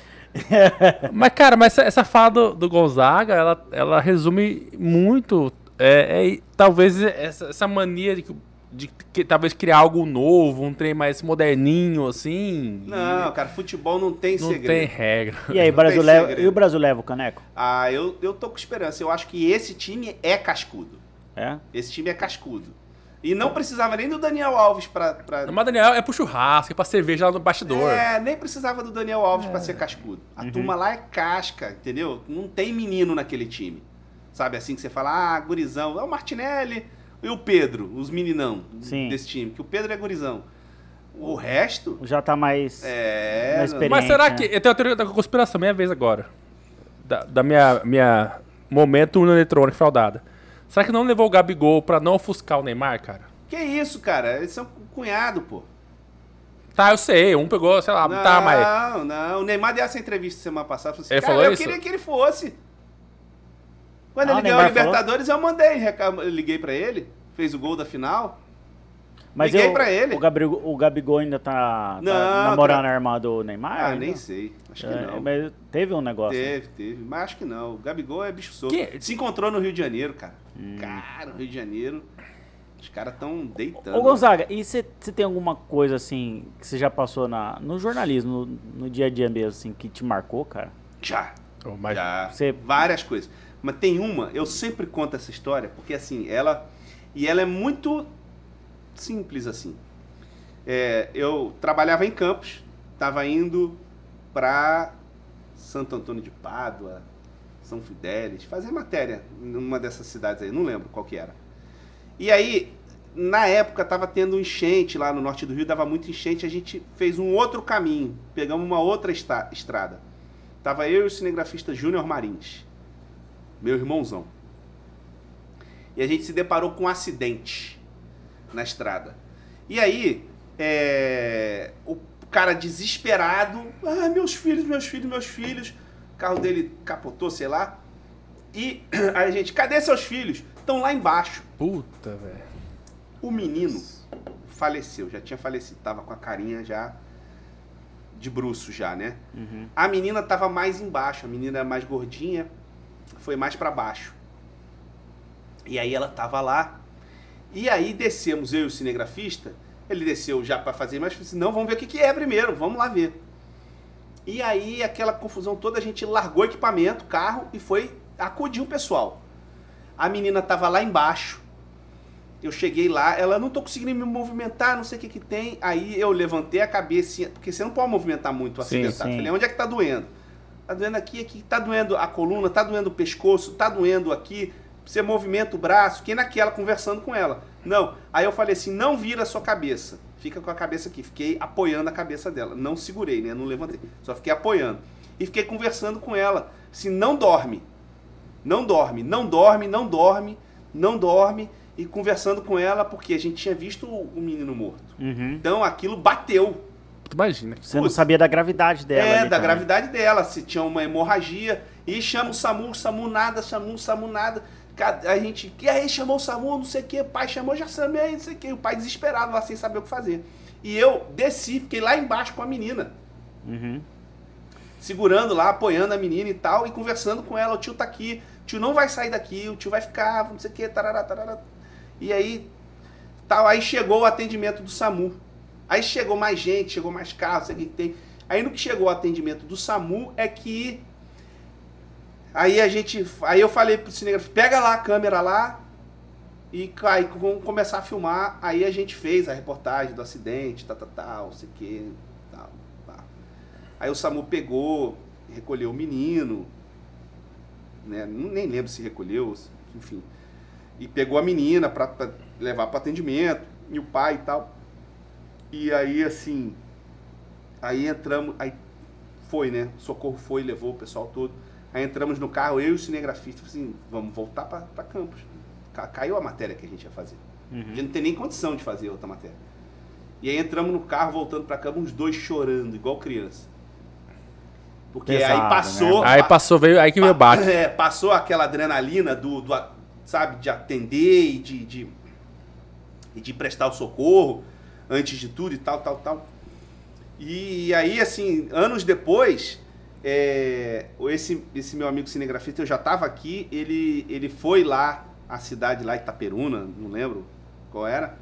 [SPEAKER 2] Mas, cara, mas essa, essa fala do, do Gonzaga, ela, ela resume muito É, é, e talvez essa, essa mania de, que- de que- talvez criar algo novo, um trem mais moderninho, assim.
[SPEAKER 3] Não, cara, futebol não tem
[SPEAKER 2] não
[SPEAKER 3] segredo.
[SPEAKER 2] tem regra.
[SPEAKER 1] E aí,
[SPEAKER 3] Não
[SPEAKER 1] Brasil
[SPEAKER 3] tem
[SPEAKER 1] leva,
[SPEAKER 3] segredo.
[SPEAKER 1] e o Brasil leva o caneco?
[SPEAKER 3] Ah, eu, eu tô com esperança. Eu acho que esse time é cascudo.
[SPEAKER 1] É?
[SPEAKER 3] Esse time é cascudo. E
[SPEAKER 2] Tá.
[SPEAKER 3] não precisava nem do Daniel Alves pra. pra...
[SPEAKER 2] Mas, Daniel, é pro churrasco, é pra cerveja lá no bastidor.
[SPEAKER 3] É, nem precisava do Daniel Alves pra ser cascudo. A turma lá é casca, entendeu? Não tem menino naquele time. Sabe assim que você fala, ah, gurizão. É o Martinelli e o Pedro, os meninão
[SPEAKER 1] Sim.
[SPEAKER 3] desse time, que o Pedro é gurizão. O resto
[SPEAKER 1] Já tá mais.
[SPEAKER 3] é.
[SPEAKER 1] Mais
[SPEAKER 3] não-
[SPEAKER 1] experiente.
[SPEAKER 2] Mas será
[SPEAKER 1] né?
[SPEAKER 2] que. Eu tenho a teoria da conspiração, minha vez agora. Da, da minha, minha. Momento urna eletrônica fraudada. Será que não levou o Gabigol pra não ofuscar o Neymar, cara?
[SPEAKER 3] Que isso, cara? Eles são cunhado, pô.
[SPEAKER 2] Tá, eu sei. Um pegou, sei lá, tá, mas.
[SPEAKER 3] Não, não. O Neymar deu essa entrevista semana passada. Falou assim,
[SPEAKER 2] Ele
[SPEAKER 3] cara,
[SPEAKER 2] falou
[SPEAKER 3] eu
[SPEAKER 2] isso?
[SPEAKER 3] queria que ele fosse. Quando
[SPEAKER 1] Ah, o
[SPEAKER 3] ele ganhou a
[SPEAKER 1] Neymar falou?
[SPEAKER 3] Libertadores, eu mandei. reca- eu Liguei pra ele, fez o gol da final.
[SPEAKER 1] Mas
[SPEAKER 3] Liguei
[SPEAKER 1] eu,
[SPEAKER 3] pra ele.
[SPEAKER 1] O, Gabriel, o Gabigol ainda tá, tá
[SPEAKER 3] Não,
[SPEAKER 1] namorando
[SPEAKER 3] tá-
[SPEAKER 1] a irmã do Neymar?
[SPEAKER 3] Ah,
[SPEAKER 1] ainda?
[SPEAKER 3] nem sei. Acho que
[SPEAKER 1] É,
[SPEAKER 3] não.
[SPEAKER 1] Mas teve um negócio.
[SPEAKER 3] Teve, teve. Mas acho que não. O Gabigol é bicho solto.
[SPEAKER 2] Que-
[SPEAKER 3] Se encontrou no Rio de Janeiro, cara. Cara, o Rio de Janeiro. Os caras tão deitando.
[SPEAKER 1] Hum. Ô Gonzaga, e você tem alguma coisa assim que você já passou na, no jornalismo, no, no dia a dia mesmo, assim, que te marcou, cara?
[SPEAKER 3] Já.
[SPEAKER 2] Oh, mas-
[SPEAKER 3] Já.
[SPEAKER 1] Você-
[SPEAKER 3] Várias coisas. Mas tem uma, eu sempre conto essa história, porque assim, ela. E ela é muito simples assim. É, eu trabalhava em Campos, estava indo para Santo Antônio de Pádua, São Fidélis, fazer matéria numa dessas cidades aí, não lembro qual que era. E aí, na época, estava tendo enchente lá no norte do Rio, dava muito enchente, a gente fez um outro caminho, pegamos uma outra esta- estrada. Tava eu e o cinegrafista Júnior Marins, meu irmãozão. E a gente se deparou com um acidente na estrada. E aí, é, o cara desesperado, ah, meus filhos, meus filhos, meus filhos. O carro dele capotou, sei lá. E aí a gente, cadê seus filhos? Estão lá embaixo.
[SPEAKER 2] Puta, velho.
[SPEAKER 3] O menino faleceu, já tinha falecido, tava com a carinha já de bruxo já, né?
[SPEAKER 1] Uhum.
[SPEAKER 3] A menina tava mais embaixo, a menina era mais gordinha, foi mais pra baixo. E aí ela tava lá. E aí descemos eu e o cinegrafista, ele desceu já pra fazer, mas falou assim, não, vamos ver o que que é primeiro, vamos lá ver. E aí aquela confusão toda, a gente largou o equipamento, o carro e foi acudir o pessoal. A menina tava lá embaixo. Eu cheguei lá, ela não tô conseguindo me movimentar, não sei o que que tem. Aí eu levantei a cabeça, porque você não pode movimentar muito
[SPEAKER 2] Sim,
[SPEAKER 3] acidentado.
[SPEAKER 1] sim.
[SPEAKER 3] Falei, onde é que tá doendo? Tá doendo aqui, aqui, tá doendo a coluna, tá doendo o pescoço, tá doendo aqui. Você movimenta o braço, que naquela conversando com ela. Não. Aí eu falei assim: não vira a sua cabeça. Fica com a cabeça aqui. Fiquei apoiando a cabeça dela. Não segurei, né? Não levantei. Só fiquei apoiando. E fiquei conversando com ela. Assim, não dorme. Não dorme, não dorme, não dorme, não dorme. E conversando com ela, porque a gente tinha visto o o menino morto.
[SPEAKER 1] Uhum.
[SPEAKER 3] Então aquilo bateu.
[SPEAKER 2] Tu imagina.
[SPEAKER 1] Você não
[SPEAKER 3] Putz.
[SPEAKER 1] sabia da gravidade dela.
[SPEAKER 3] É,
[SPEAKER 1] ali
[SPEAKER 3] da
[SPEAKER 1] também.
[SPEAKER 3] gravidade dela, se tinha uma hemorragia. E chama o SAMU, o SAMU nada, SAMU, SAMU nada. Ca- A gente, e aí chamou o SAMU, não sei o que, pai chamou, já chamei, não sei o que. O pai desesperado lá, sem saber o que fazer. E eu desci, fiquei lá embaixo com a menina,
[SPEAKER 1] Uhum.
[SPEAKER 3] segurando lá, apoiando a menina e tal, e conversando com ela, o tio tá aqui, o tio não vai sair daqui, o tio vai ficar, não sei o que, tarará, tarará. E aí, tal, aí chegou o atendimento do SAMU. Aí chegou mais gente, chegou mais carro, sei o que que tem. Aí no que chegou o atendimento do SAMU é que aí a gente, aí eu falei pro cinegrafista, pega lá a câmera lá e cai, vamos começar a filmar. Aí a gente fez a reportagem do acidente, tá, tá, tal, não sei o que, tal, pá. Aí o SAMU pegou, recolheu o menino, né? Nem lembro se recolheu, enfim. E pegou a menina pra, pra levar pro atendimento, e o pai e tal. E aí, assim, aí entramos, aí foi, né? O socorro foi, levou o pessoal todo. Aí entramos no carro, eu e o cinegrafista, assim, vamos voltar pra, pra Campos. Ca- Caiu a matéria que a gente ia fazer.
[SPEAKER 1] Uhum.
[SPEAKER 3] A gente não tem nem condição de fazer outra matéria. E aí entramos no carro, voltando pra Campos, os dois chorando, igual criança. Porque
[SPEAKER 1] Pesado,
[SPEAKER 3] aí
[SPEAKER 1] né?
[SPEAKER 3] passou,
[SPEAKER 2] Aí
[SPEAKER 3] pa-
[SPEAKER 2] passou, veio, aí que veio o
[SPEAKER 3] Pa-
[SPEAKER 2] bate.
[SPEAKER 3] é, passou aquela adrenalina do, do a- sabe, de atender e de, de, e de prestar o socorro antes de tudo e tal, tal, tal. E aí, assim, anos depois, é, esse, esse meu amigo cinegrafista, eu já estava aqui, ele, ele foi lá a cidade lá, Itaperuna, não lembro qual era.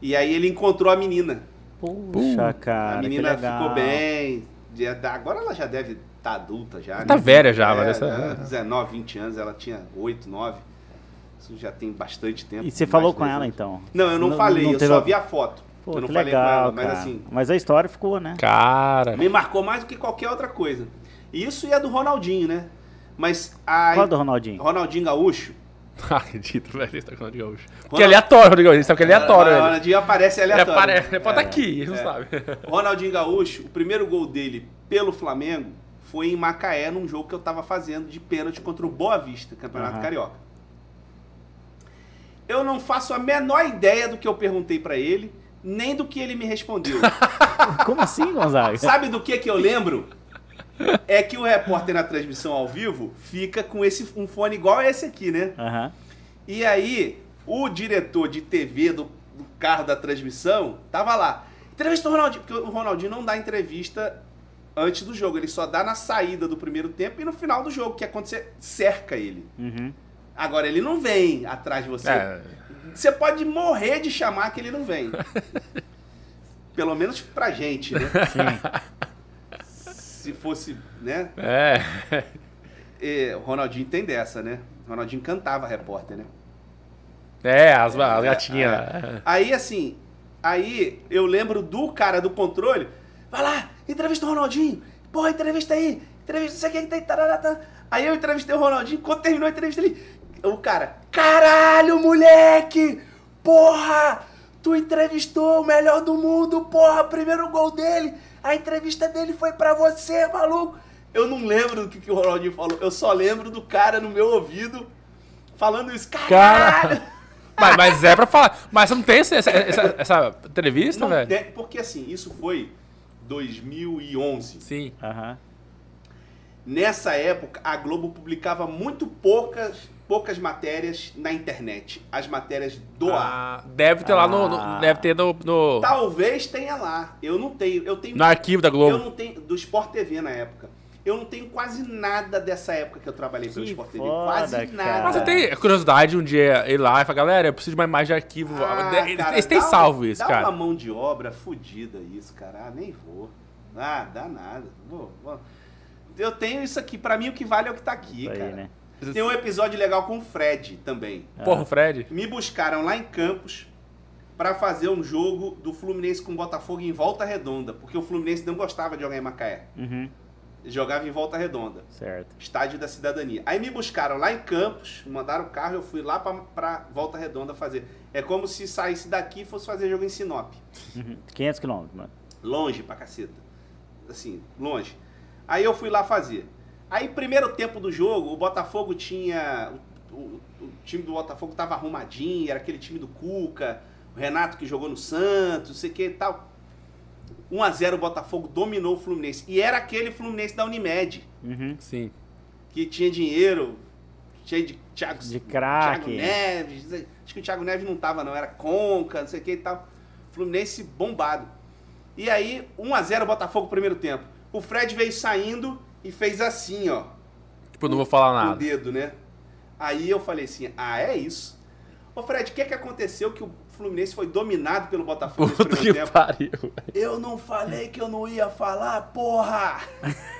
[SPEAKER 3] E aí ele encontrou a menina.
[SPEAKER 1] Puxa, cara.
[SPEAKER 3] a
[SPEAKER 1] que
[SPEAKER 3] menina
[SPEAKER 1] legal.
[SPEAKER 3] ficou bem. já dá- Agora ela já deve estar adulta já.
[SPEAKER 2] Tá velha já, mas
[SPEAKER 3] é,
[SPEAKER 2] essa-
[SPEAKER 3] né, 19, 20 anos, ela tinha 8, 9. Isso já tem bastante tempo.
[SPEAKER 1] E você
[SPEAKER 3] mais
[SPEAKER 1] falou
[SPEAKER 3] de
[SPEAKER 1] com
[SPEAKER 3] 10
[SPEAKER 1] ela
[SPEAKER 3] anos.
[SPEAKER 1] então?
[SPEAKER 3] Não, eu não,
[SPEAKER 1] Não-
[SPEAKER 3] falei,
[SPEAKER 1] não
[SPEAKER 3] eu
[SPEAKER 1] teve
[SPEAKER 3] só
[SPEAKER 1] a-
[SPEAKER 3] vi a foto.
[SPEAKER 1] Pô,
[SPEAKER 3] eu não
[SPEAKER 1] que
[SPEAKER 3] falei
[SPEAKER 1] legal,
[SPEAKER 3] com ela, mas
[SPEAKER 1] cara.
[SPEAKER 3] assim,
[SPEAKER 1] Mas a história ficou, né?
[SPEAKER 2] Cara.
[SPEAKER 3] me marcou mais do que qualquer outra coisa. Isso e a do Ronaldinho, né? Mas a
[SPEAKER 1] Qual do Ronaldinho?
[SPEAKER 3] Ronaldinho Gaúcho.
[SPEAKER 2] Não acredito, velho. Ele tá com o Rodrigo Gaúcho. Porque
[SPEAKER 3] Ronald-
[SPEAKER 2] é aleatório, Rodrigo Gaúcho. Sabe que é aleatório,
[SPEAKER 3] O
[SPEAKER 2] velho.
[SPEAKER 3] Ronaldinho aparece
[SPEAKER 2] Ele
[SPEAKER 3] aleatório.
[SPEAKER 2] apare- ele pode estar
[SPEAKER 3] É.
[SPEAKER 2] aqui, ele não sabe.
[SPEAKER 3] Ronaldinho Gaúcho, o primeiro gol dele pelo Flamengo foi em Macaé, num jogo que eu tava fazendo de pênalti contra o Boa Vista, Campeonato
[SPEAKER 1] Aham.
[SPEAKER 3] Carioca. Eu não faço a menor ideia do que eu perguntei pra ele, nem do que ele me respondeu.
[SPEAKER 1] Como assim, Gonzaga?
[SPEAKER 3] Sabe do que que eu lembro? É que o repórter na transmissão ao vivo fica com esse um fone igual a esse aqui, né?
[SPEAKER 1] Aham.
[SPEAKER 3] E aí, o diretor de TV do, do carro da transmissão tava lá. Entrevista o Ronaldinho, porque o Ronaldinho não dá entrevista antes do jogo, ele só dá na saída do primeiro tempo e no final do jogo, que acontecer cerca ele.
[SPEAKER 1] Uhum.
[SPEAKER 3] Agora ele não vem atrás de você.
[SPEAKER 2] É.
[SPEAKER 3] Você pode morrer de chamar que ele não vem. Pelo menos pra gente, né? Se fosse, né?
[SPEAKER 2] É.
[SPEAKER 3] Eh, o Ronaldinho tem dessa, né? O Ronaldinho cantava repórter, né?
[SPEAKER 2] É, as, as gatinhas. lá.
[SPEAKER 3] Aí, assim, aí eu lembro do cara do controle. Vai lá, entrevista o Ronaldinho. Porra, entrevista aí. Entrevista, não sei o que que tem. tarará, tá. Aí eu entrevistei o Ronaldinho. Quando terminou a entrevista, ele... O cara... Caralho, moleque! Porra! Tu entrevistou o melhor do mundo, porra! Primeiro gol dele. A entrevista dele foi pra você, maluco. Eu não lembro do que, que o Ronaldinho falou. Eu só lembro do cara no meu ouvido falando isso. Caralho!
[SPEAKER 2] Mas, mas é pra falar. Mas você não tem esse- essa, essa- essa entrevista,
[SPEAKER 3] Não
[SPEAKER 2] velho?
[SPEAKER 3] tem- porque assim, isso foi 2011.
[SPEAKER 2] Sim.
[SPEAKER 1] Aham.
[SPEAKER 3] Nessa época, a Globo publicava muito poucas, poucas matérias na internet. As matérias do ar. Tá
[SPEAKER 2] Ah, deve ter lá no, no-
[SPEAKER 1] Ah.
[SPEAKER 2] Deve ter no. No,
[SPEAKER 3] Talvez tenha lá. Eu não tenho. Eu tenho.
[SPEAKER 2] no arquivo da
[SPEAKER 3] eu
[SPEAKER 2] Globo.
[SPEAKER 3] não tenho. Do Sport TV na época. Eu não tenho quase nada dessa época que eu trabalhei pelo
[SPEAKER 1] Que
[SPEAKER 3] Sport TV.
[SPEAKER 1] foda,
[SPEAKER 3] Quase
[SPEAKER 1] cara.
[SPEAKER 3] nada.
[SPEAKER 2] Mas eu tenho curiosidade um dia ir lá e falar, galera, eu preciso de uma imagem de arquivo.
[SPEAKER 3] Ah,
[SPEAKER 2] De-
[SPEAKER 3] cara,
[SPEAKER 2] Eles têm
[SPEAKER 3] dá
[SPEAKER 2] salvo
[SPEAKER 3] uma-
[SPEAKER 2] isso,
[SPEAKER 3] dá
[SPEAKER 2] cara.
[SPEAKER 3] uma mão de obra fodida isso, cara. Ah, nem vou. Ah, dá nada. Vou- vou. Eu tenho isso aqui. Pra mim, o que vale é o que tá aqui,
[SPEAKER 1] Isso aí,
[SPEAKER 3] cara.
[SPEAKER 1] né?
[SPEAKER 3] Tem um episódio legal com o Fred também.
[SPEAKER 2] Porra, o Fred.
[SPEAKER 3] Me buscaram lá em Campos pra fazer um jogo do Fluminense com o Botafogo em Volta Redonda, porque o Fluminense não gostava de jogar em Macaé.
[SPEAKER 1] Uhum.
[SPEAKER 3] Ele Jogava em Volta Redonda,
[SPEAKER 1] Certo.
[SPEAKER 3] estádio da cidadania. Aí me buscaram lá em Campos, mandaram o carro, eu fui lá pra, pra Volta Redonda fazer. É como se saísse daqui e fosse fazer jogo em Sinop.
[SPEAKER 1] Uhum. 500 quilômetros, mano.
[SPEAKER 3] Longe pra caceta. Assim, longe. Aí eu fui lá fazer. Aí, primeiro tempo do jogo, o Botafogo tinha. O, o- o time do Botafogo tava arrumadinho, era aquele time do Cuca, o Renato que jogou no Santos, não sei o que e tal. 1x0 o Botafogo dominou o Fluminense. E era aquele Fluminense da Unimed,
[SPEAKER 1] Uhum.
[SPEAKER 2] Sim.
[SPEAKER 3] que tinha dinheiro, cheio de Thiago,
[SPEAKER 1] De craque.
[SPEAKER 3] Thiago Neves. Acho que o Thiago Neves não tava, não. Era Conca, não sei o que e tal. Fluminense bombado. E aí, 1x0 Botafogo primeiro tempo. O Fred veio saindo e fez assim, ó.
[SPEAKER 2] Tipo, não vou falar
[SPEAKER 3] com O
[SPEAKER 2] nada.
[SPEAKER 3] dedo, né? Aí eu falei assim, ah, é isso? Ô Fred, o que é que aconteceu que o Fluminense foi dominado pelo Botafogo nesse
[SPEAKER 2] Puta que
[SPEAKER 3] primeiro tempo?
[SPEAKER 2] pariu.
[SPEAKER 3] Eu não falei que eu não ia falar, porra!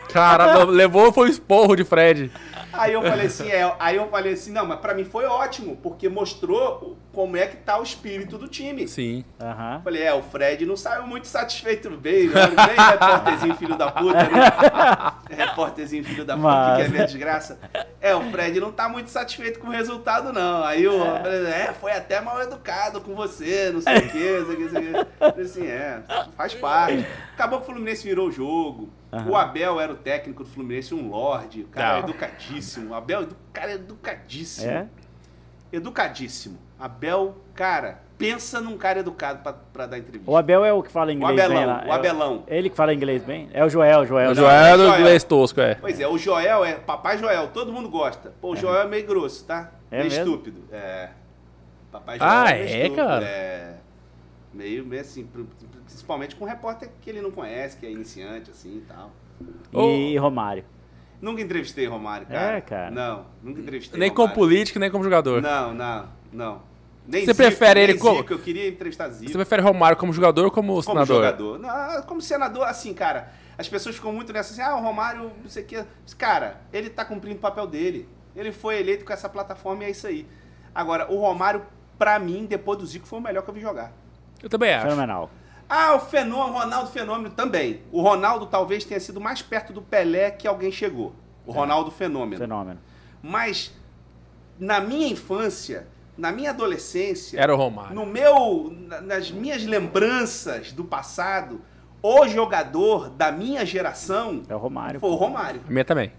[SPEAKER 2] Cara, levou foi o esporro de Fred.
[SPEAKER 3] Aí eu falei assim, é, aí eu falei assim, não, mas pra mim foi ótimo, porque mostrou o- como é que tá o espírito do time.
[SPEAKER 2] Sim.
[SPEAKER 1] Aham.
[SPEAKER 3] Falei, é, o Fred não saiu muito satisfeito bem, né? bem repórterzinho filho da puta, né? Repórterzinho filho da puta
[SPEAKER 1] Mas-
[SPEAKER 3] que quer ver a desgraça. É, o Fred não tá muito satisfeito com o resultado, não. Aí o é, foi até mal educado com você, não sei o quê, não sei o quê, não sei o quê. Falei Assim, é, faz parte. Acabou que o Fluminense virou o jogo. O Abel era o técnico do Fluminense, um lorde, o cara
[SPEAKER 2] Tá.
[SPEAKER 3] é educadíssimo. O Abel, edu- o cara é educadíssimo
[SPEAKER 1] É?
[SPEAKER 3] educadíssimo. Abel, cara, pensa num cara educado pra, pra dar entrevista.
[SPEAKER 1] O Abel é o que fala
[SPEAKER 3] O
[SPEAKER 1] inglês bem lá.
[SPEAKER 3] Abelão,
[SPEAKER 1] É
[SPEAKER 3] o Abelão.
[SPEAKER 1] Ele que fala inglês bem? É o Joel, Joel.
[SPEAKER 2] O
[SPEAKER 1] né?
[SPEAKER 2] Joel do
[SPEAKER 3] Joel.
[SPEAKER 2] inglês tosco, é.
[SPEAKER 3] Pois é, o Joel é Papai Joel, todo mundo gosta. Pô, o Joel é meio grosso, tá?
[SPEAKER 1] É
[SPEAKER 3] meio
[SPEAKER 1] mesmo?
[SPEAKER 3] estúpido. É. Papai Joel
[SPEAKER 2] Ah,
[SPEAKER 3] meio
[SPEAKER 2] é,
[SPEAKER 3] estúpido,
[SPEAKER 2] cara?
[SPEAKER 3] É. Meio, meio assim, pr- pr- principalmente com um repórter que ele não conhece, que é iniciante, assim e tal.
[SPEAKER 1] E Romário.
[SPEAKER 3] Nunca entrevistei Romário, cara.
[SPEAKER 1] É, cara.
[SPEAKER 3] Não, nunca entrevistei
[SPEAKER 2] Nem como
[SPEAKER 3] Romário.
[SPEAKER 2] político, nem como jogador.
[SPEAKER 3] Não, não, não. Nem
[SPEAKER 2] Você prefere
[SPEAKER 3] nem
[SPEAKER 2] ele como-
[SPEAKER 3] Zico, eu queria entrevistar Zico.
[SPEAKER 2] Você prefere Romário como jogador ou como,
[SPEAKER 3] Como
[SPEAKER 2] senador?
[SPEAKER 3] jogador. Não, como senador, assim, cara. As pessoas ficam muito nessa, assim, ah, o Romário, não sei o quê. Cara, ele tá cumprindo o papel dele. Ele foi eleito com essa plataforma e é isso aí. Agora, o Romário, pra mim, depois do Zico, foi o melhor que eu vi jogar.
[SPEAKER 2] Eu também acho.
[SPEAKER 1] Fenomenal.
[SPEAKER 3] Ah, o fenômeno, o Ronaldo Fenômeno também. O Ronaldo talvez tenha sido mais perto do Pelé que alguém chegou.
[SPEAKER 2] É.
[SPEAKER 3] O Ronaldo Fenômeno.
[SPEAKER 1] Fenômeno.
[SPEAKER 3] Mas, na minha infância, na minha adolescência,
[SPEAKER 2] Era o Romário.
[SPEAKER 3] no meu, na- nas minhas lembranças do passado, o jogador da minha geração
[SPEAKER 1] É o Romário.
[SPEAKER 3] foi o Romário.
[SPEAKER 2] A minha também.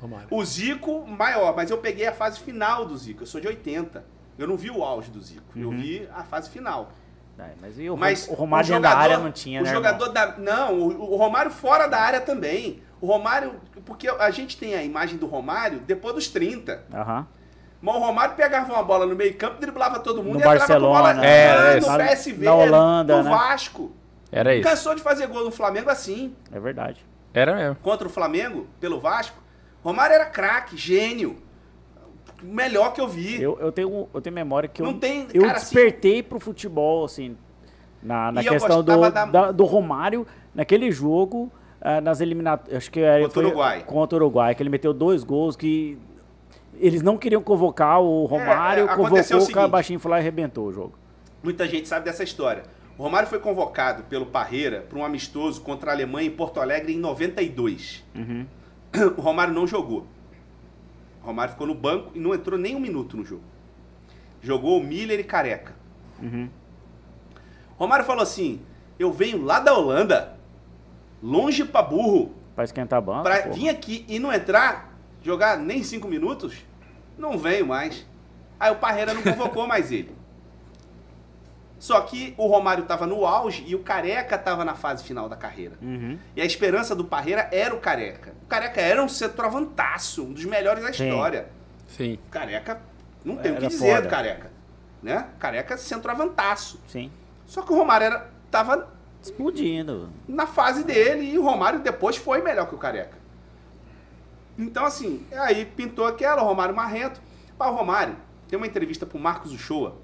[SPEAKER 2] Romário.
[SPEAKER 3] O Zico maior, mas eu peguei a fase final do Zico. Eu sou de 80. Eu não vi o auge do Zico. Eu vi a fase final.
[SPEAKER 1] É, Mas e Uhum. o,
[SPEAKER 3] Mas
[SPEAKER 1] o Romário
[SPEAKER 3] o
[SPEAKER 1] dentro da
[SPEAKER 3] jogador-
[SPEAKER 1] área não tinha,
[SPEAKER 3] o
[SPEAKER 1] né? irmão?
[SPEAKER 3] jogador da não, o, o Romário fora da área também. O Romário, porque a gente tem a imagem do Romário depois dos 30.
[SPEAKER 1] Aham.
[SPEAKER 3] Mas o Romário pegava uma bola no meio-campo, driblava todo mundo
[SPEAKER 1] No
[SPEAKER 3] e entrava
[SPEAKER 1] Barcelona,
[SPEAKER 3] com bola
[SPEAKER 2] né?
[SPEAKER 3] Ah,
[SPEAKER 2] É,
[SPEAKER 3] no
[SPEAKER 1] é.
[SPEAKER 3] PSV,
[SPEAKER 1] Na Holanda,
[SPEAKER 3] no
[SPEAKER 1] né?
[SPEAKER 3] Vasco.
[SPEAKER 2] Era isso.
[SPEAKER 3] Cansou de fazer gol no Flamengo assim,
[SPEAKER 1] É verdade.
[SPEAKER 2] Era mesmo.
[SPEAKER 3] contra o Flamengo, pelo Vasco. Romário era craque, gênio. O Melhor que eu vi.
[SPEAKER 1] Eu, eu, tenho, eu tenho memória que eu,
[SPEAKER 3] Não tem-
[SPEAKER 1] eu
[SPEAKER 3] cara, assim-
[SPEAKER 1] despertei pro futebol, assim, na, na
[SPEAKER 3] E eu
[SPEAKER 1] questão do,
[SPEAKER 3] gostava da-
[SPEAKER 1] da- do Romário, naquele jogo, ah, nas eliminatórias, acho que era,
[SPEAKER 3] Contra o
[SPEAKER 1] foi
[SPEAKER 3] Uruguai.
[SPEAKER 1] contra o Uruguai, que ele meteu dois gols que eles não queriam convocar o Romário,
[SPEAKER 3] É,
[SPEAKER 1] convocou o
[SPEAKER 3] aconteceu o
[SPEAKER 1] cara
[SPEAKER 3] seguinte.
[SPEAKER 1] baixinho foi lá e arrebentou o jogo.
[SPEAKER 3] Muita gente sabe dessa história. O Romário foi convocado pelo Parreira para um amistoso contra a Alemanha em Porto Alegre em 92. O Romário não jogou. O Romário ficou no banco e não entrou nem um minuto no jogo. Jogou o Miller e Careca. O Romário falou assim: Eu venho lá da Holanda, longe pra burro,
[SPEAKER 1] Pra esquentar a banda.
[SPEAKER 3] pra
[SPEAKER 1] Ah, pô.
[SPEAKER 3] vir aqui e não entrar, jogar nem cinco minutos, não venho mais. Aí o Parreira não convocou mais ele. Só que o Romário tava no auge e o Careca tava na fase final da carreira.
[SPEAKER 1] Uhum.
[SPEAKER 3] E a esperança do Parreira era o Careca. O Careca era um centroavantaço, um dos melhores da
[SPEAKER 1] Sim.
[SPEAKER 3] história.
[SPEAKER 2] Sim.
[SPEAKER 3] O Careca, não tem o que
[SPEAKER 1] Era
[SPEAKER 3] dizer
[SPEAKER 1] foda.
[SPEAKER 3] do Careca. Né? Careca centroavantaço.
[SPEAKER 1] Sim.
[SPEAKER 3] Só que o Romário era, tava
[SPEAKER 1] Explodindo.
[SPEAKER 3] na fase dele e o Romário depois foi melhor que o Careca. Então, assim, aí pintou aquela, o Romário Marrento. Mas o Romário, tem uma entrevista pro Marcos Uchoa,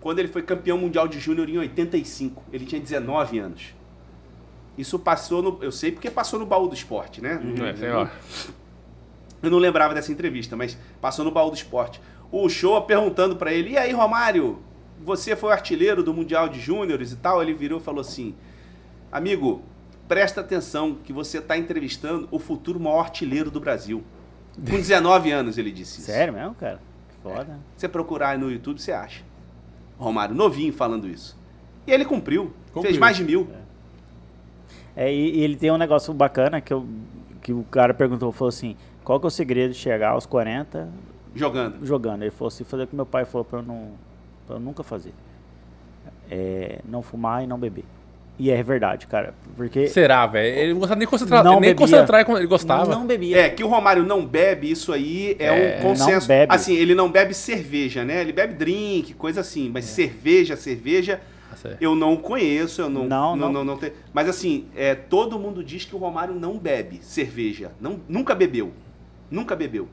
[SPEAKER 3] quando ele foi campeão mundial de júnior em 85. Ele tinha 19 anos. Isso passou no. Eu sei porque passou no baú do esporte, né?
[SPEAKER 2] Não é, sei lá.
[SPEAKER 3] Eu não lembrava dessa entrevista, mas passou no baú do esporte. O Show perguntando pra ele: "E aí, Romário, você foi o artilheiro do Mundial de Júniores e tal?" Ele virou e falou assim: "Amigo, presta atenção que você tá entrevistando o futuro maior artilheiro do Brasil." Com 19 anos ele disse isso.
[SPEAKER 1] Sério mesmo, cara? Que foda.
[SPEAKER 3] Você procurar aí no YouTube, você acha. Romário novinho falando isso. E ele cumpriu. Fez
[SPEAKER 2] Cumpriu.
[SPEAKER 3] mais de mil.
[SPEAKER 1] É, e, e ele tem um negócio bacana que, eu, que o cara perguntou, falou assim, qual que é o segredo de chegar aos 40
[SPEAKER 3] Jogando.
[SPEAKER 1] jogando? Ele falou assim, fazer o que meu pai falou pra eu, não, pra eu nunca fazer. É, não fumar e não beber. E é verdade, cara, porque
[SPEAKER 2] Será, velho? Ele não gostava nem concentrar.
[SPEAKER 1] Não
[SPEAKER 2] nem
[SPEAKER 1] bebia.
[SPEAKER 2] concentrar ele gostava.
[SPEAKER 1] não bebia.
[SPEAKER 3] É, que o Romário não bebe, isso aí é,
[SPEAKER 1] É,
[SPEAKER 3] um
[SPEAKER 1] não
[SPEAKER 3] consenso.
[SPEAKER 1] bebe.
[SPEAKER 3] Assim, ele não bebe cerveja, né? Ele bebe drink, coisa assim.
[SPEAKER 1] É.
[SPEAKER 3] Mas cerveja, cerveja,
[SPEAKER 2] Nossa, é.
[SPEAKER 3] eu não conheço, eu não.
[SPEAKER 1] Não, não.
[SPEAKER 3] não, tem- Mas assim, é, todo mundo diz que o Romário não bebe cerveja. Não, nunca bebeu. Nunca bebeu.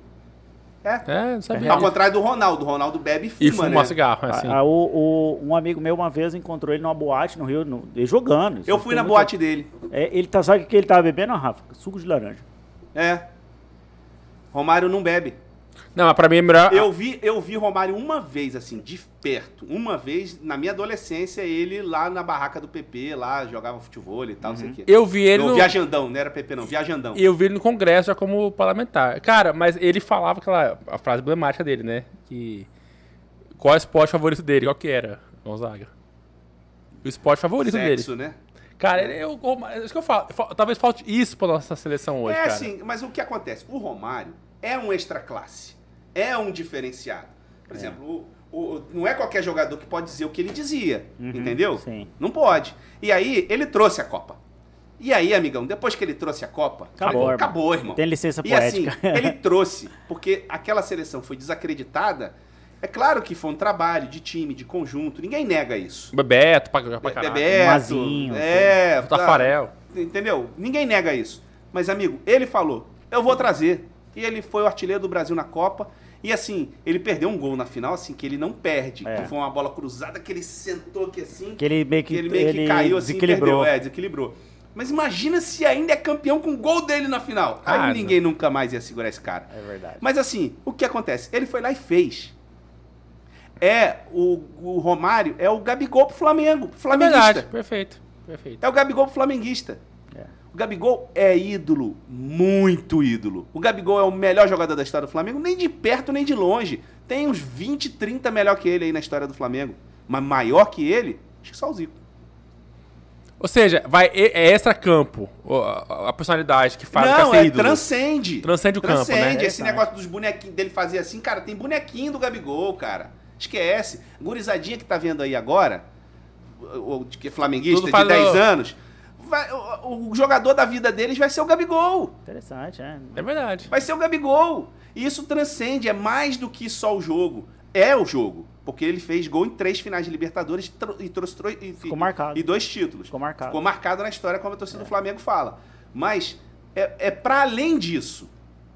[SPEAKER 3] É.
[SPEAKER 2] É, não sabia.
[SPEAKER 3] Ao contrário do Ronaldo. O Ronaldo bebe e fuma,
[SPEAKER 2] E fumar
[SPEAKER 3] né?
[SPEAKER 2] cigarro, é
[SPEAKER 1] A-
[SPEAKER 2] assim.
[SPEAKER 1] a- Ah, o- o- um amigo meu uma vez encontrou ele numa boate no Rio, no- ele jogando. Isso
[SPEAKER 3] Eu fui
[SPEAKER 1] tem
[SPEAKER 3] na
[SPEAKER 1] muito-
[SPEAKER 3] boate dele.
[SPEAKER 1] É, ele tá, sabe o que ele tava bebendo, Rafa? Suco de laranja.
[SPEAKER 3] É. Romário não bebe.
[SPEAKER 2] Não, mas pra mim é melhor.
[SPEAKER 3] Eu vi, eu vi Romário uma vez, assim, de perto. Uma vez, na minha adolescência, ele lá na barraca do PP, lá jogava futebol e tal, não sei o quê.
[SPEAKER 2] Eu vi ele
[SPEAKER 3] não,
[SPEAKER 2] no.
[SPEAKER 3] Viajandão, não era PP não, Viajandão.
[SPEAKER 2] Eu vi ele no Congresso já como parlamentar. Cara, mas ele falava aquela a frase emblemática dele, né? Que. Qual é o esporte favorito dele? Qual que era? Gonzaga. O esporte favorito dele.
[SPEAKER 3] Sexo, né?
[SPEAKER 2] Cara, ele, é eu, eu- acho que eu falo. fa- Talvez falte isso pra nossa seleção hoje,
[SPEAKER 3] é
[SPEAKER 2] cara.
[SPEAKER 3] assim, mas o que acontece? O Romário é um extra classe, é um diferenciado. Por exemplo, o, o- não é qualquer jogador que pode dizer o que ele dizia, entendeu?
[SPEAKER 1] sim.
[SPEAKER 3] Não pode. E aí, ele trouxe a Copa. E aí, amigão, depois que ele trouxe a Copa,
[SPEAKER 1] Acabou, irmão.
[SPEAKER 3] acabou irmão.
[SPEAKER 1] Tem licença
[SPEAKER 3] E assim,
[SPEAKER 1] poética.
[SPEAKER 3] ele trouxe, porque aquela seleção foi desacreditada. É claro que foi um trabalho de time, de conjunto, ninguém nega isso.
[SPEAKER 2] Bebeto, pra, pra caralho.
[SPEAKER 3] Bebeto,
[SPEAKER 1] Mazinho,
[SPEAKER 3] é, tá,
[SPEAKER 2] Tafarel.
[SPEAKER 3] Entendeu? Ninguém nega isso. Mas, amigo, ele falou: eu vou trazer. E ele foi o artilheiro do Brasil na Copa. E assim, ele perdeu um gol na final, assim, que ele não perde.
[SPEAKER 1] É.
[SPEAKER 3] Que foi uma bola cruzada que ele sentou aqui assim.
[SPEAKER 1] Que ele meio que,
[SPEAKER 3] que ele meio que caiu assim,
[SPEAKER 1] desequilibrou.
[SPEAKER 3] perdeu, é, desequilibrou. Mas imagina se ainda é campeão com o gol dele na final.
[SPEAKER 2] Ah,
[SPEAKER 3] Aí ninguém nunca mais ia segurar esse cara.
[SPEAKER 1] é verdade.
[SPEAKER 3] Mas assim, o que acontece? Ele foi lá e fez. É, o, o Romário é o Gabigol pro Flamengo. Flamenguista.
[SPEAKER 2] É Verdade, perfeito. Perfeito.
[SPEAKER 3] É o Gabigol pro flamenguista.
[SPEAKER 1] É.
[SPEAKER 3] O Gabigol é ídolo, muito ídolo. O Gabigol é o melhor jogador da história do Flamengo, nem de perto nem de longe. Tem uns 20, 30 melhor que ele aí na história do Flamengo. Mas maior que ele, acho que só o Zico.
[SPEAKER 2] Ou seja, vai, é é extra-campo o- a, a personalidade que faz o cara
[SPEAKER 3] Não,
[SPEAKER 2] ser
[SPEAKER 3] é,
[SPEAKER 2] ídolo.
[SPEAKER 3] transcende.
[SPEAKER 2] Transcende o campo, né?
[SPEAKER 3] Transcende. Esse
[SPEAKER 1] Exato.
[SPEAKER 3] negócio dos bonequinhos dele fazer assim, cara, tem bonequinho do Gabigol, cara. Esquece. Gurizadinha que tá vendo aí agora, o, o- de que é flamenguista
[SPEAKER 2] Tudo
[SPEAKER 3] de
[SPEAKER 2] falou.
[SPEAKER 3] 10 anos, vai- o- o jogador da vida deles vai ser o Gabigol.
[SPEAKER 1] Interessante, é.
[SPEAKER 2] É verdade.
[SPEAKER 3] Vai ser o Gabigol. E isso transcende, é mais do que só o jogo. É o jogo. Porque ele fez gol em três finais de Libertadores e tro- e trouxe tro- e,
[SPEAKER 1] Ficou marcado.
[SPEAKER 3] e dois títulos.
[SPEAKER 1] Ficou marcado.
[SPEAKER 3] Ficou marcado na história, como a torcida do Flamengo fala. Mas é, é para além disso.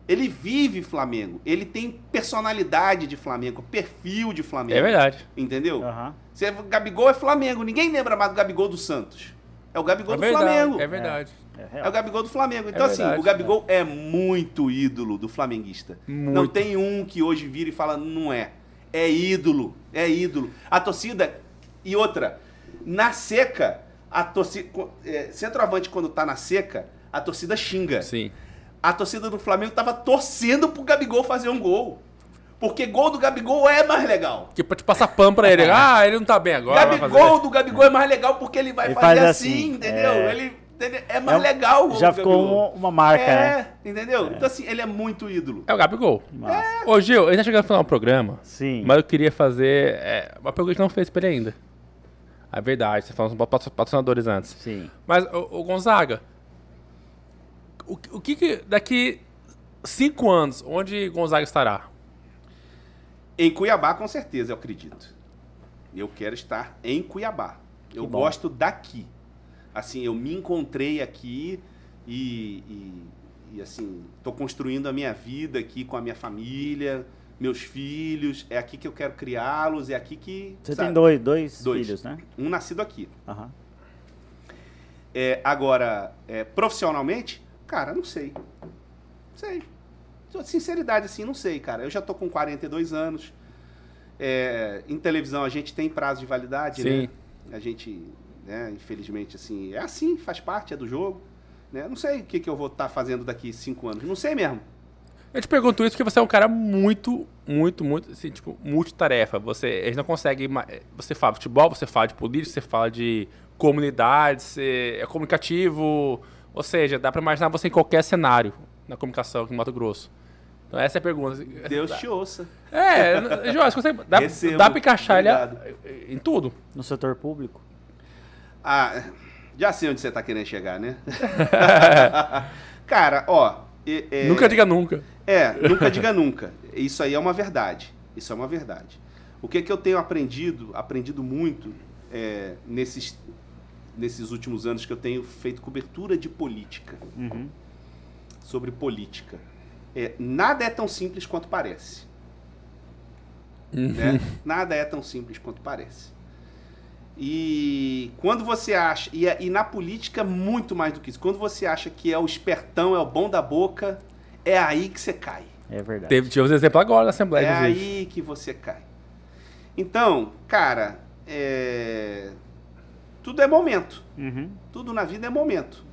[SPEAKER 3] Ele vive Flamengo. Ele tem personalidade de Flamengo, perfil de Flamengo.
[SPEAKER 2] É verdade.
[SPEAKER 3] Entendeu?
[SPEAKER 1] Aham.
[SPEAKER 3] Você, Gabigol é Flamengo. Ninguém lembra mais do Gabigol do Santos. É o Gabigol
[SPEAKER 2] é
[SPEAKER 3] do
[SPEAKER 2] verdade.
[SPEAKER 3] Flamengo.
[SPEAKER 2] É verdade.
[SPEAKER 1] É
[SPEAKER 3] É o
[SPEAKER 1] real.
[SPEAKER 3] Gabigol do Flamengo. Então, assim,
[SPEAKER 2] verdade,
[SPEAKER 3] o Gabigol é muito ídolo do flamenguista. Não
[SPEAKER 2] Muito.
[SPEAKER 3] tem um que hoje vira e fala, não é. É ídolo, é ídolo. A torcida. E outra, na seca, a torcida. é, centroavante, quando tá na seca, a torcida xinga.
[SPEAKER 2] É. Sim.
[SPEAKER 3] A torcida do Flamengo tava torcendo pro Gabigol fazer um gol. Porque gol do Gabigol é mais legal.
[SPEAKER 2] Que pode passar pano pra ele. Ah, ele não tá bem agora. vai fazer-
[SPEAKER 3] Gabigol do Gabigol é mais legal porque ele vai
[SPEAKER 1] Ele
[SPEAKER 3] fazer
[SPEAKER 1] faz
[SPEAKER 3] assim,
[SPEAKER 1] assim,
[SPEAKER 3] entendeu?
[SPEAKER 1] é.
[SPEAKER 3] Ele, entendeu? é mais
[SPEAKER 1] É um-
[SPEAKER 3] legal o gol
[SPEAKER 1] Já
[SPEAKER 3] do
[SPEAKER 1] ficou um
[SPEAKER 3] Gabigol.
[SPEAKER 1] uma, uma marca, né?
[SPEAKER 3] É, entendeu? Então, assim, ele é muito ídolo.
[SPEAKER 2] É o Gabigol.
[SPEAKER 1] Mas-
[SPEAKER 2] Ô, Gil, a gente tá chegando no final do programa,
[SPEAKER 1] Sim.
[SPEAKER 2] mas eu queria fazer é, uma pergunta que não fez pra ele ainda. É verdade, você falou sobre patro- patrocinadores antes.
[SPEAKER 1] Sim.
[SPEAKER 2] Mas, ô, ô, Gonzaga, o, que- o que, que daqui cinco anos, onde Gonzaga estará?
[SPEAKER 3] Em Cuiabá, com certeza, eu acredito. Eu quero estar em Cuiabá. Eu
[SPEAKER 1] bom.
[SPEAKER 3] gosto daqui. Assim, eu me encontrei aqui e, e- e, assim, tô construindo a minha vida aqui com a minha família, meus filhos. É aqui que eu quero criá-los, é aqui que.
[SPEAKER 1] Você
[SPEAKER 3] sabe,
[SPEAKER 1] tem dois, dois,
[SPEAKER 3] Dois.
[SPEAKER 1] filhos, né?
[SPEAKER 3] Um nascido aqui.
[SPEAKER 1] Aham.
[SPEAKER 3] É, agora, é, profissionalmente, cara, não sei. Sei. Só de Sinceridade, assim, não sei, cara. Eu já tô com 42 anos. É, em televisão a gente tem prazo de validade,
[SPEAKER 2] Sim.
[SPEAKER 3] né? A gente, né, infelizmente, assim, é assim, faz parte, é do jogo. Né? Não sei o que, que eu vou estar fazendo daqui cinco anos. Não sei mesmo.
[SPEAKER 2] Eu te pergunto isso porque você é um cara muito, muito, muito, assim, tipo, multitarefa. Você, a gente não consegue, ma- eh, você fala de futebol, você fala de política, você fala de comunidade, você é comunicativo, ou seja, dá pra imaginar você em qualquer cenário na comunicação aqui no Mato Grosso. Então essa é a pergunta.
[SPEAKER 3] Deus te ouça.
[SPEAKER 2] É, n- Jorge, você consegue, dá,
[SPEAKER 3] Recebo.
[SPEAKER 2] dá pra encaixar ele a-
[SPEAKER 3] Obrigado.
[SPEAKER 2] em tudo.
[SPEAKER 1] No setor público?
[SPEAKER 3] Ah, já sei onde você tá querendo chegar, né? cara, ó. e- é-
[SPEAKER 2] Nunca diga nunca.
[SPEAKER 3] É, nunca diga nunca. Isso aí é uma verdade. Isso é uma verdade. O que, que eu tenho aprendido, aprendido muito é, nesses, nesses últimos anos que eu tenho feito cobertura de política,
[SPEAKER 1] Uhum.
[SPEAKER 3] sobre política. É, nada é tão simples quanto parece. Né? Nada é tão simples quanto parece. E quando você acha, e, é, e na política muito mais do que isso, quando você acha que é o espertão, é o bom da boca, é aí que você cai.
[SPEAKER 1] É verdade.
[SPEAKER 2] Teve, tivemos exemplo agora na Assembleia,
[SPEAKER 3] É
[SPEAKER 2] inclusive.
[SPEAKER 3] aí que você cai. Então, cara, é, tudo é momento.
[SPEAKER 1] Uhum.
[SPEAKER 3] Tudo na vida é momento.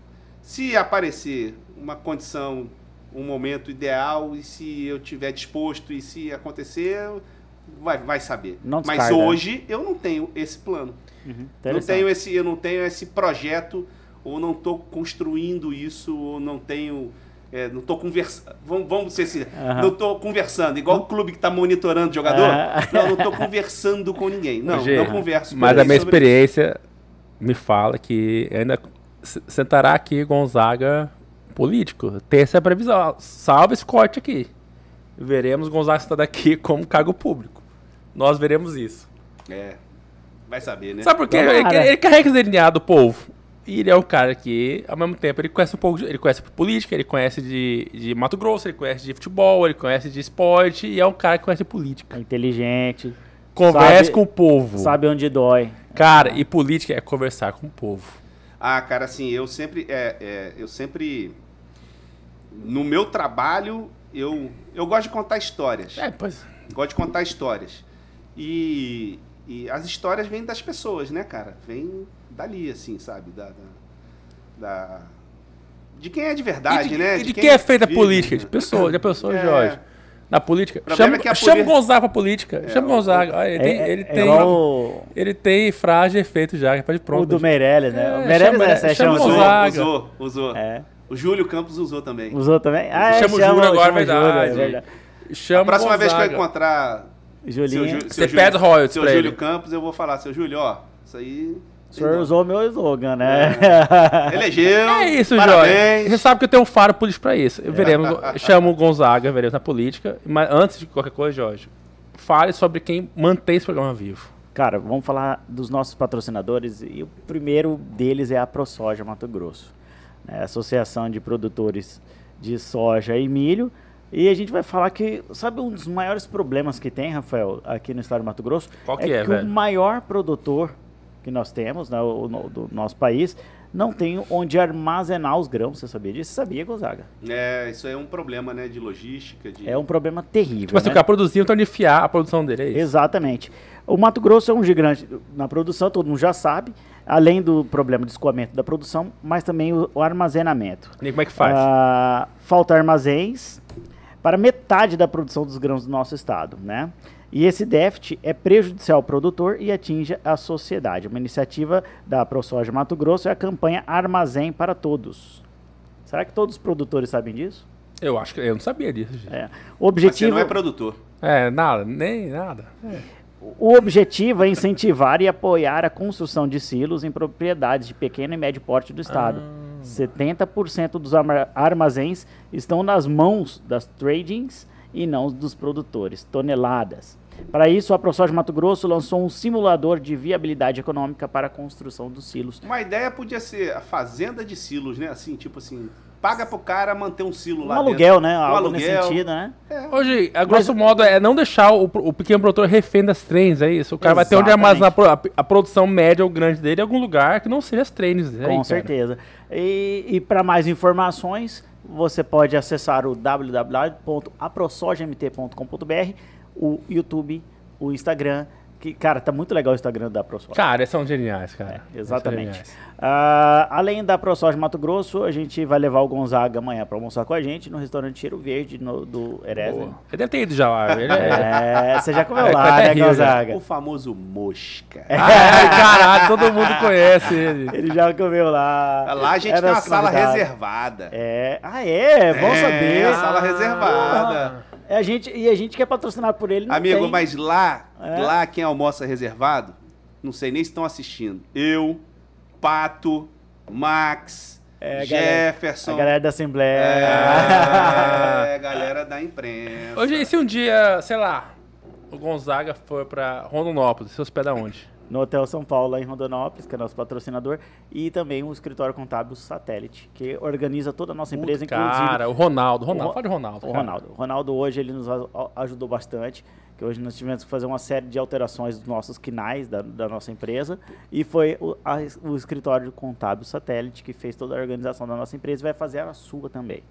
[SPEAKER 3] Se aparecer uma condição, um momento ideal, e se eu tiver disposto, e se acontecer, vai, vai saber.
[SPEAKER 1] Não
[SPEAKER 3] Mas
[SPEAKER 1] descarta.
[SPEAKER 3] hoje eu não tenho esse plano.
[SPEAKER 1] Uhum.
[SPEAKER 3] Não
[SPEAKER 1] Interessante.
[SPEAKER 3] tenho esse, eu não tenho esse projeto, ou não estou construindo isso, ou não tenho. é, não estou conversando. Vamos, vamos ser assim.
[SPEAKER 1] Aham.
[SPEAKER 3] Não estou conversando, igual o clube que está monitorando o jogador.
[SPEAKER 1] Ah.
[SPEAKER 3] Não, não estou conversando com ninguém. Não,
[SPEAKER 2] Gê,
[SPEAKER 3] não converso com
[SPEAKER 2] Mas a
[SPEAKER 3] ninguém
[SPEAKER 2] minha
[SPEAKER 3] sobre-
[SPEAKER 2] experiência me fala que ainda se- sentará aqui Gonzaga político. Tem essa previsão. Salve esse corte aqui. Veremos Gonzaga sentado aqui como cargo público. Nós veremos isso.
[SPEAKER 3] É. né? Vai saber, né?
[SPEAKER 2] Sabe por quê?
[SPEAKER 1] Tomara.
[SPEAKER 2] Ele, ele carrega esse DNA do povo. E ele é um cara que, ao mesmo tempo, ele conhece um pouco, de, ele conhece política, ele conhece de, de Mato Grosso, ele conhece de futebol, ele conhece de esporte, e é um cara que conhece política.
[SPEAKER 1] É inteligente.
[SPEAKER 2] Converse
[SPEAKER 1] sabe-
[SPEAKER 2] com o povo.
[SPEAKER 1] Sabe onde dói.
[SPEAKER 2] Cara, e política é conversar com o povo.
[SPEAKER 3] Ah, cara, assim, eu sempre. é, é, eu sempre. No meu trabalho, eu, eu gosto de contar histórias.
[SPEAKER 2] É, pois.
[SPEAKER 3] Gosto de contar histórias. E, e as histórias vêm das pessoas, né, cara? Vêm dali, assim, sabe? Da. da- da- de quem é de verdade,
[SPEAKER 2] e de,
[SPEAKER 3] né?
[SPEAKER 2] e de quem é feita a
[SPEAKER 3] vive,
[SPEAKER 2] política?
[SPEAKER 3] né?
[SPEAKER 2] De pessoas, de pessoas,
[SPEAKER 3] É.
[SPEAKER 2] Jorge. Na política.
[SPEAKER 3] problema
[SPEAKER 2] Chama,
[SPEAKER 3] é que a
[SPEAKER 2] chama o
[SPEAKER 3] política- É,
[SPEAKER 2] Gonzaga pra política. chama o Gonzaga. Olha, ele,
[SPEAKER 1] é,
[SPEAKER 2] ele
[SPEAKER 1] é
[SPEAKER 2] tem.
[SPEAKER 1] igual o,
[SPEAKER 2] Ele tem frase e efeito já, que pode pronto.
[SPEAKER 1] o do Meirelles, né?
[SPEAKER 2] É,
[SPEAKER 1] o Meirelles
[SPEAKER 2] chama-
[SPEAKER 1] é, você
[SPEAKER 2] chama
[SPEAKER 1] chama,
[SPEAKER 3] Usou,
[SPEAKER 1] o
[SPEAKER 2] Gonzaga.
[SPEAKER 1] Júlio.
[SPEAKER 3] usou, usou.
[SPEAKER 1] É.
[SPEAKER 3] O Júlio Campos usou também.
[SPEAKER 1] Usou também? Ah, é,
[SPEAKER 2] Chama o Júlio agora,
[SPEAKER 1] chama o Júlio, é
[SPEAKER 2] verdade.
[SPEAKER 1] verdade.
[SPEAKER 2] Chama
[SPEAKER 3] A próxima vez que eu
[SPEAKER 2] Gonzaga.
[SPEAKER 3] encontrar
[SPEAKER 1] Julinho.
[SPEAKER 3] Júlio-
[SPEAKER 2] Você pede royalties
[SPEAKER 3] seu
[SPEAKER 2] pra
[SPEAKER 3] Júlio
[SPEAKER 2] ele.
[SPEAKER 3] Campos, eu vou falar, seu Júlio, ó, isso aí.
[SPEAKER 1] O
[SPEAKER 3] Então.
[SPEAKER 1] senhor usou o meu slogan, né?
[SPEAKER 3] Elegeu.
[SPEAKER 2] É isso, Jorge.
[SPEAKER 3] parabéns.
[SPEAKER 2] Você sabe que eu tenho um faro político pra isso. Veremos, chamo o Gonzaga, veremos na política. Mas antes de qualquer coisa, Jorge, fale sobre quem mantém esse programa vivo.
[SPEAKER 1] Cara, vamos falar dos nossos patrocinadores e o primeiro deles é a ProSoja Mato Grosso, né? a Associação de Produtores de Soja e Milho. E a gente vai falar que, sabe um dos maiores problemas que tem, Rafael, aqui no estado de Mato Grosso?
[SPEAKER 2] Qual que é,
[SPEAKER 1] que
[SPEAKER 2] velho?
[SPEAKER 1] o maior produtor que nós temos, né, o, no- do nosso país, não tem onde armazenar os grãos, você sabia disso? Você sabia, Gonzaga?
[SPEAKER 3] É, isso aí é um problema, né, de logística, de...
[SPEAKER 1] É um problema terrível,
[SPEAKER 2] Tipo assim,
[SPEAKER 1] né?
[SPEAKER 2] o cara produzir, então ele fiar a produção dele. É isso.
[SPEAKER 1] Exatamente. O Mato Grosso é um gigante na produção, todo mundo já sabe, além do problema de escoamento da produção, mas também o, o armazenamento.
[SPEAKER 2] E como é que faz?
[SPEAKER 1] Ah, falta armazéns para metade da produção dos grãos do nosso estado, né? E esse déficit é prejudicial ao produtor e atinge a sociedade. Uma iniciativa da ProSoja Mato Grosso é a campanha Armazém para Todos. Será que todos os produtores sabem disso?
[SPEAKER 2] Eu acho que eu não sabia disso, gente.
[SPEAKER 1] É. O
[SPEAKER 3] Mas você
[SPEAKER 1] objetivo
[SPEAKER 3] não é produtor.
[SPEAKER 2] É, nada, nem nada. É.
[SPEAKER 1] O objetivo é incentivar e apoiar a construção de silos em propriedades de pequeno e médio porte do estado. 70% dos arma- armazéns estão nas mãos das tradings e não dos produtores, toneladas. Para isso, a ProSoja Mato Grosso lançou um simulador de viabilidade econômica para a construção dos silos.
[SPEAKER 3] Uma ideia podia ser a fazenda de silos, né, assim, tipo assim, paga pro cara manter um silo
[SPEAKER 1] Um
[SPEAKER 3] lá
[SPEAKER 1] aluguel, né?
[SPEAKER 3] Um
[SPEAKER 1] Algo nesse
[SPEAKER 3] aluguel.
[SPEAKER 1] sentido, né?
[SPEAKER 2] Hoje, a grosso modo, é não deixar o, pro- o pequeno produtor refém das trends, é isso? O cara vai ter onde
[SPEAKER 1] Exatamente.
[SPEAKER 2] armazenar a pro- a, a produção média ou grande dele em algum lugar que não seja as trends. é aí,
[SPEAKER 1] Com
[SPEAKER 2] cara.
[SPEAKER 1] certeza. E, para mais informações, você pode acessar o www.aprosojmt.com.br, o YouTube, o Instagram, que, cara, tá muito legal o Instagram da ProSoja.
[SPEAKER 2] Cara, eles são geniais, cara.
[SPEAKER 1] É,
[SPEAKER 2] Eles são
[SPEAKER 1] exatamente.
[SPEAKER 2] geniais.
[SPEAKER 1] Ah, além da ProSoja Mato Grosso, a gente vai levar o Gonzaga amanhã para almoçar com a gente no restaurante Tiro Verde no- do Erez.
[SPEAKER 2] Boa.
[SPEAKER 1] né?
[SPEAKER 2] Ele deve ter ido já lá. Ele é...
[SPEAKER 1] É, você já comeu
[SPEAKER 2] É,
[SPEAKER 1] lá,
[SPEAKER 2] até
[SPEAKER 1] né,
[SPEAKER 2] rio, já.
[SPEAKER 1] Gonzaga?
[SPEAKER 3] O famoso mosca.
[SPEAKER 1] É,
[SPEAKER 2] Ai, caralho, todo mundo conhece ele.
[SPEAKER 1] Ele já comeu lá.
[SPEAKER 3] Lá a gente
[SPEAKER 1] Era
[SPEAKER 3] tem uma sala
[SPEAKER 1] convidado.
[SPEAKER 3] reservada.
[SPEAKER 1] É. Ah, é? Bom
[SPEAKER 3] É,
[SPEAKER 1] saber. Ah,
[SPEAKER 3] a sala reservada.
[SPEAKER 1] É a gente, e a gente que é patrocinado por ele. Não
[SPEAKER 3] Amigo,
[SPEAKER 1] tem.
[SPEAKER 3] mas lá,
[SPEAKER 1] É.
[SPEAKER 3] lá quem almoça reservado, não sei nem se estão assistindo. Eu, Pato, Max,
[SPEAKER 1] É, galera- A
[SPEAKER 3] Jefferson.
[SPEAKER 1] galera da Assembleia.
[SPEAKER 3] É, galera da imprensa.
[SPEAKER 2] Hoje, e se um dia, sei lá, o Gonzaga for pra Rondonópolis, se hospeda onde?
[SPEAKER 1] No Hotel São Paulo, lá em Rondonópolis, que é nosso patrocinador. E também o escritório contábil Satélite, que organiza toda a nossa empresa,
[SPEAKER 2] Puta,
[SPEAKER 1] inclusive.
[SPEAKER 2] Cara, o Ronaldo,
[SPEAKER 1] O
[SPEAKER 2] Ronaldo,
[SPEAKER 1] Ro-
[SPEAKER 2] fala de Ronaldo.
[SPEAKER 1] O
[SPEAKER 2] cara.
[SPEAKER 1] Ronaldo. O Ronaldo hoje ele nos a- a- ajudou bastante, que hoje nós tivemos que fazer uma série de alterações dos nossos quinais da, da nossa empresa e foi o, a- o escritório contábil satélite que fez toda a organização da nossa empresa e vai fazer a sua também.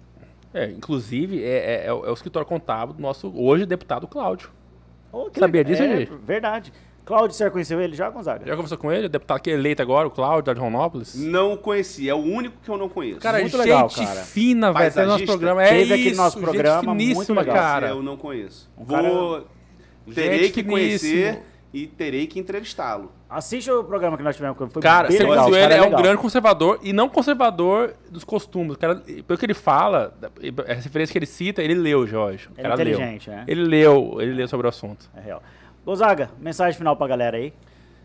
[SPEAKER 2] É, inclusive, é, é- é o é o escritório contábil do nosso, hoje, deputado Cláudio.
[SPEAKER 1] Oh, que
[SPEAKER 2] Sabia
[SPEAKER 1] legal.
[SPEAKER 2] disso,
[SPEAKER 1] é,
[SPEAKER 2] Gigi?
[SPEAKER 1] Verdade. Cláudio, você já conheceu ele já, Gonzaga?
[SPEAKER 2] Já conversou com ele? O deputado que é eleito agora, o Cláudio, lá de Rondonópolis?
[SPEAKER 3] Não conheci, é o único que eu não conheço.
[SPEAKER 2] Cara,
[SPEAKER 1] Muito
[SPEAKER 2] gente
[SPEAKER 1] legal, Hum, cara.
[SPEAKER 2] fina, velho. Teve nosso
[SPEAKER 3] Paisagista.
[SPEAKER 2] programa. É
[SPEAKER 1] Teve aqui
[SPEAKER 2] isso,
[SPEAKER 1] nosso programa,
[SPEAKER 2] gente
[SPEAKER 1] muito
[SPEAKER 2] finíssima,
[SPEAKER 1] legal.
[SPEAKER 2] cara. um
[SPEAKER 3] eu não conheço.
[SPEAKER 1] cara-
[SPEAKER 3] Vou terei
[SPEAKER 2] Gente
[SPEAKER 3] que
[SPEAKER 2] finíssimo.
[SPEAKER 3] conhecer e terei que entrevistá-lo.
[SPEAKER 1] Assiste o programa que nós tivemos com ele. Foi
[SPEAKER 2] Cara,
[SPEAKER 1] bem
[SPEAKER 2] você
[SPEAKER 1] legal,
[SPEAKER 2] viu
[SPEAKER 1] o
[SPEAKER 2] ele,
[SPEAKER 1] cara
[SPEAKER 2] é um
[SPEAKER 1] legal.
[SPEAKER 2] grande conservador e não conservador dos costumes. O Cara, pelo que ele fala, a referência que ele cita, ele leu, Jorge. O
[SPEAKER 1] Ele é
[SPEAKER 2] cara leu.
[SPEAKER 1] inteligente, né?
[SPEAKER 2] Ele leu, ele leu sobre o assunto.
[SPEAKER 1] É real. Gonzaga, mensagem final pra galera aí.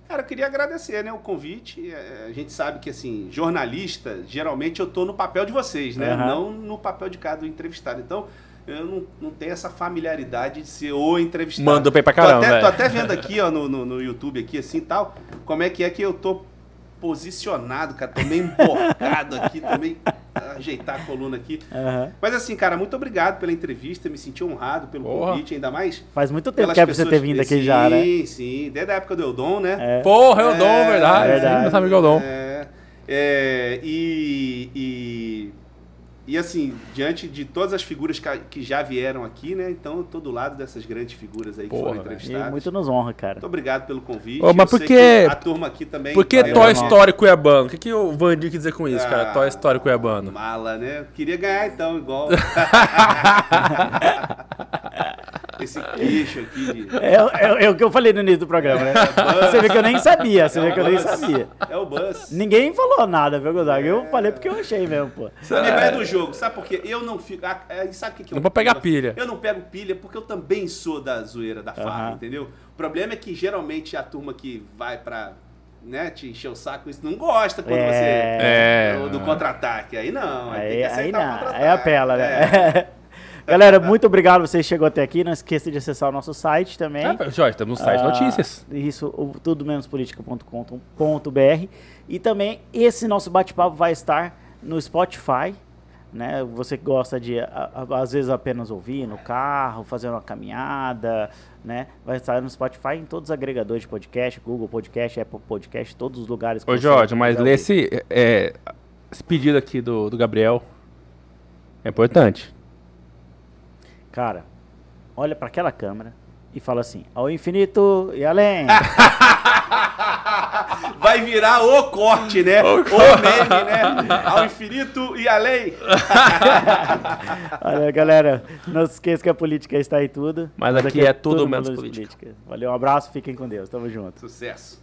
[SPEAKER 3] Cara, eu queria agradecer, né, o convite. É, A gente sabe que, assim, jornalista, geralmente eu tô no papel de vocês, né?
[SPEAKER 1] Aham.
[SPEAKER 3] Não no papel de cada entrevistado. Então, eu não, não tenho essa familiaridade de ser o entrevistado.
[SPEAKER 2] Mandou bem pra
[SPEAKER 3] tô
[SPEAKER 2] caramba,
[SPEAKER 3] até, tô
[SPEAKER 2] velho.
[SPEAKER 3] até vendo aqui, ó, no, no, no YouTube aqui, assim, tal, como é que é que eu tô posicionado, cara. Tô meio embocado aqui, tô meio ah, ajeitar a coluna aqui.
[SPEAKER 1] Aham.
[SPEAKER 3] Mas assim, cara, muito obrigado pela entrevista. Me senti honrado pelo
[SPEAKER 2] Porra.
[SPEAKER 3] convite, ainda mais.
[SPEAKER 1] Faz muito tempo
[SPEAKER 3] pelas
[SPEAKER 1] que é pra você ter
[SPEAKER 3] pessoas-
[SPEAKER 1] vindo aqui já, né?
[SPEAKER 3] Sim, sim. Desde a época do Eudon, né?
[SPEAKER 1] É.
[SPEAKER 2] Porra, eu dou, verdade.
[SPEAKER 1] verdade.
[SPEAKER 2] Sim, nosso amigo eu dou.
[SPEAKER 3] É, é, e, e, e, assim, diante de todas as figuras que, que já vieram aqui, né? Então eu tô do lado dessas grandes figuras aí que
[SPEAKER 2] Porra,
[SPEAKER 3] foram
[SPEAKER 2] velho.
[SPEAKER 1] E
[SPEAKER 3] entrevistadas.
[SPEAKER 1] muito nos honra, cara.
[SPEAKER 3] Muito obrigado pelo convite.
[SPEAKER 2] Ô, mas por
[SPEAKER 3] Eu sei
[SPEAKER 2] que-
[SPEAKER 3] a turma aqui também.
[SPEAKER 2] Por que
[SPEAKER 3] tá
[SPEAKER 2] Toy
[SPEAKER 3] entrando-
[SPEAKER 2] Story Cuiabano? O que, que o Vandinho quer dizer com isso, cara?
[SPEAKER 3] Ah,
[SPEAKER 2] Toy Story Cuiabano.
[SPEAKER 3] Mala, né? Queria ganhar então, igual. Esse queixo aqui de.
[SPEAKER 1] É, é- é o que eu falei no início do programa, né? Você vê que eu nem sabia, você vê que eu nem
[SPEAKER 3] Buzz.
[SPEAKER 1] sabia.
[SPEAKER 3] É o Buzz.
[SPEAKER 1] Ninguém falou nada, viu, Gonzaga? Eu falei porque eu achei mesmo, pô.
[SPEAKER 3] Eu lembrei do jogo, sabe por quê? Eu não fico. ah, é, e sabe o que, que eu
[SPEAKER 2] Não É. vou pegar pilha.
[SPEAKER 3] Eu não pego pilha porque eu também sou da zoeira da farra,
[SPEAKER 1] Aham.
[SPEAKER 3] entendeu? O problema é que geralmente a turma que vai pra. Né, te encher o saco, isso não gosta quando
[SPEAKER 1] É.
[SPEAKER 2] É.
[SPEAKER 3] você. do- Do contra-ataque. Aí não. Aí,
[SPEAKER 1] Aí,
[SPEAKER 3] tem que
[SPEAKER 1] aí
[SPEAKER 3] aceitar o
[SPEAKER 1] não,
[SPEAKER 3] contra-ataque.
[SPEAKER 1] aí apela,
[SPEAKER 3] É.
[SPEAKER 1] né? Galera, muito obrigado você que chegou até aqui. Não esqueça de acessar o nosso site também.
[SPEAKER 2] Ah, Jorge, estamos no site
[SPEAKER 1] É, Ah,
[SPEAKER 2] Notícias.
[SPEAKER 1] Isso, o tudomenospolitica.com.br. E também esse nosso bate-papo vai estar no Spotify. Né? Você que gosta de, a- a- às vezes, apenas ouvir no carro, fazer uma caminhada, né? vai estar no Spotify em todos os agregadores de podcast, Google Podcast, Apple Podcast, todos os lugares. que
[SPEAKER 2] Ô,
[SPEAKER 1] você
[SPEAKER 2] Jorge, mas
[SPEAKER 1] quiser
[SPEAKER 2] lê
[SPEAKER 1] ouvir.
[SPEAKER 2] esse, é, esse pedido aqui do, do Gabriel. É importante.
[SPEAKER 1] Cara, olha para aquela câmera e fala assim, ao infinito e além.
[SPEAKER 3] Vai virar o corte, né? O, meme, né? Ao infinito e além.
[SPEAKER 1] Olha, galera, não se esqueça que a política está em tudo.
[SPEAKER 2] Mas aqui é tudo menos política.
[SPEAKER 1] Valeu, um abraço, fiquem com Deus, tamo junto.
[SPEAKER 3] Sucesso.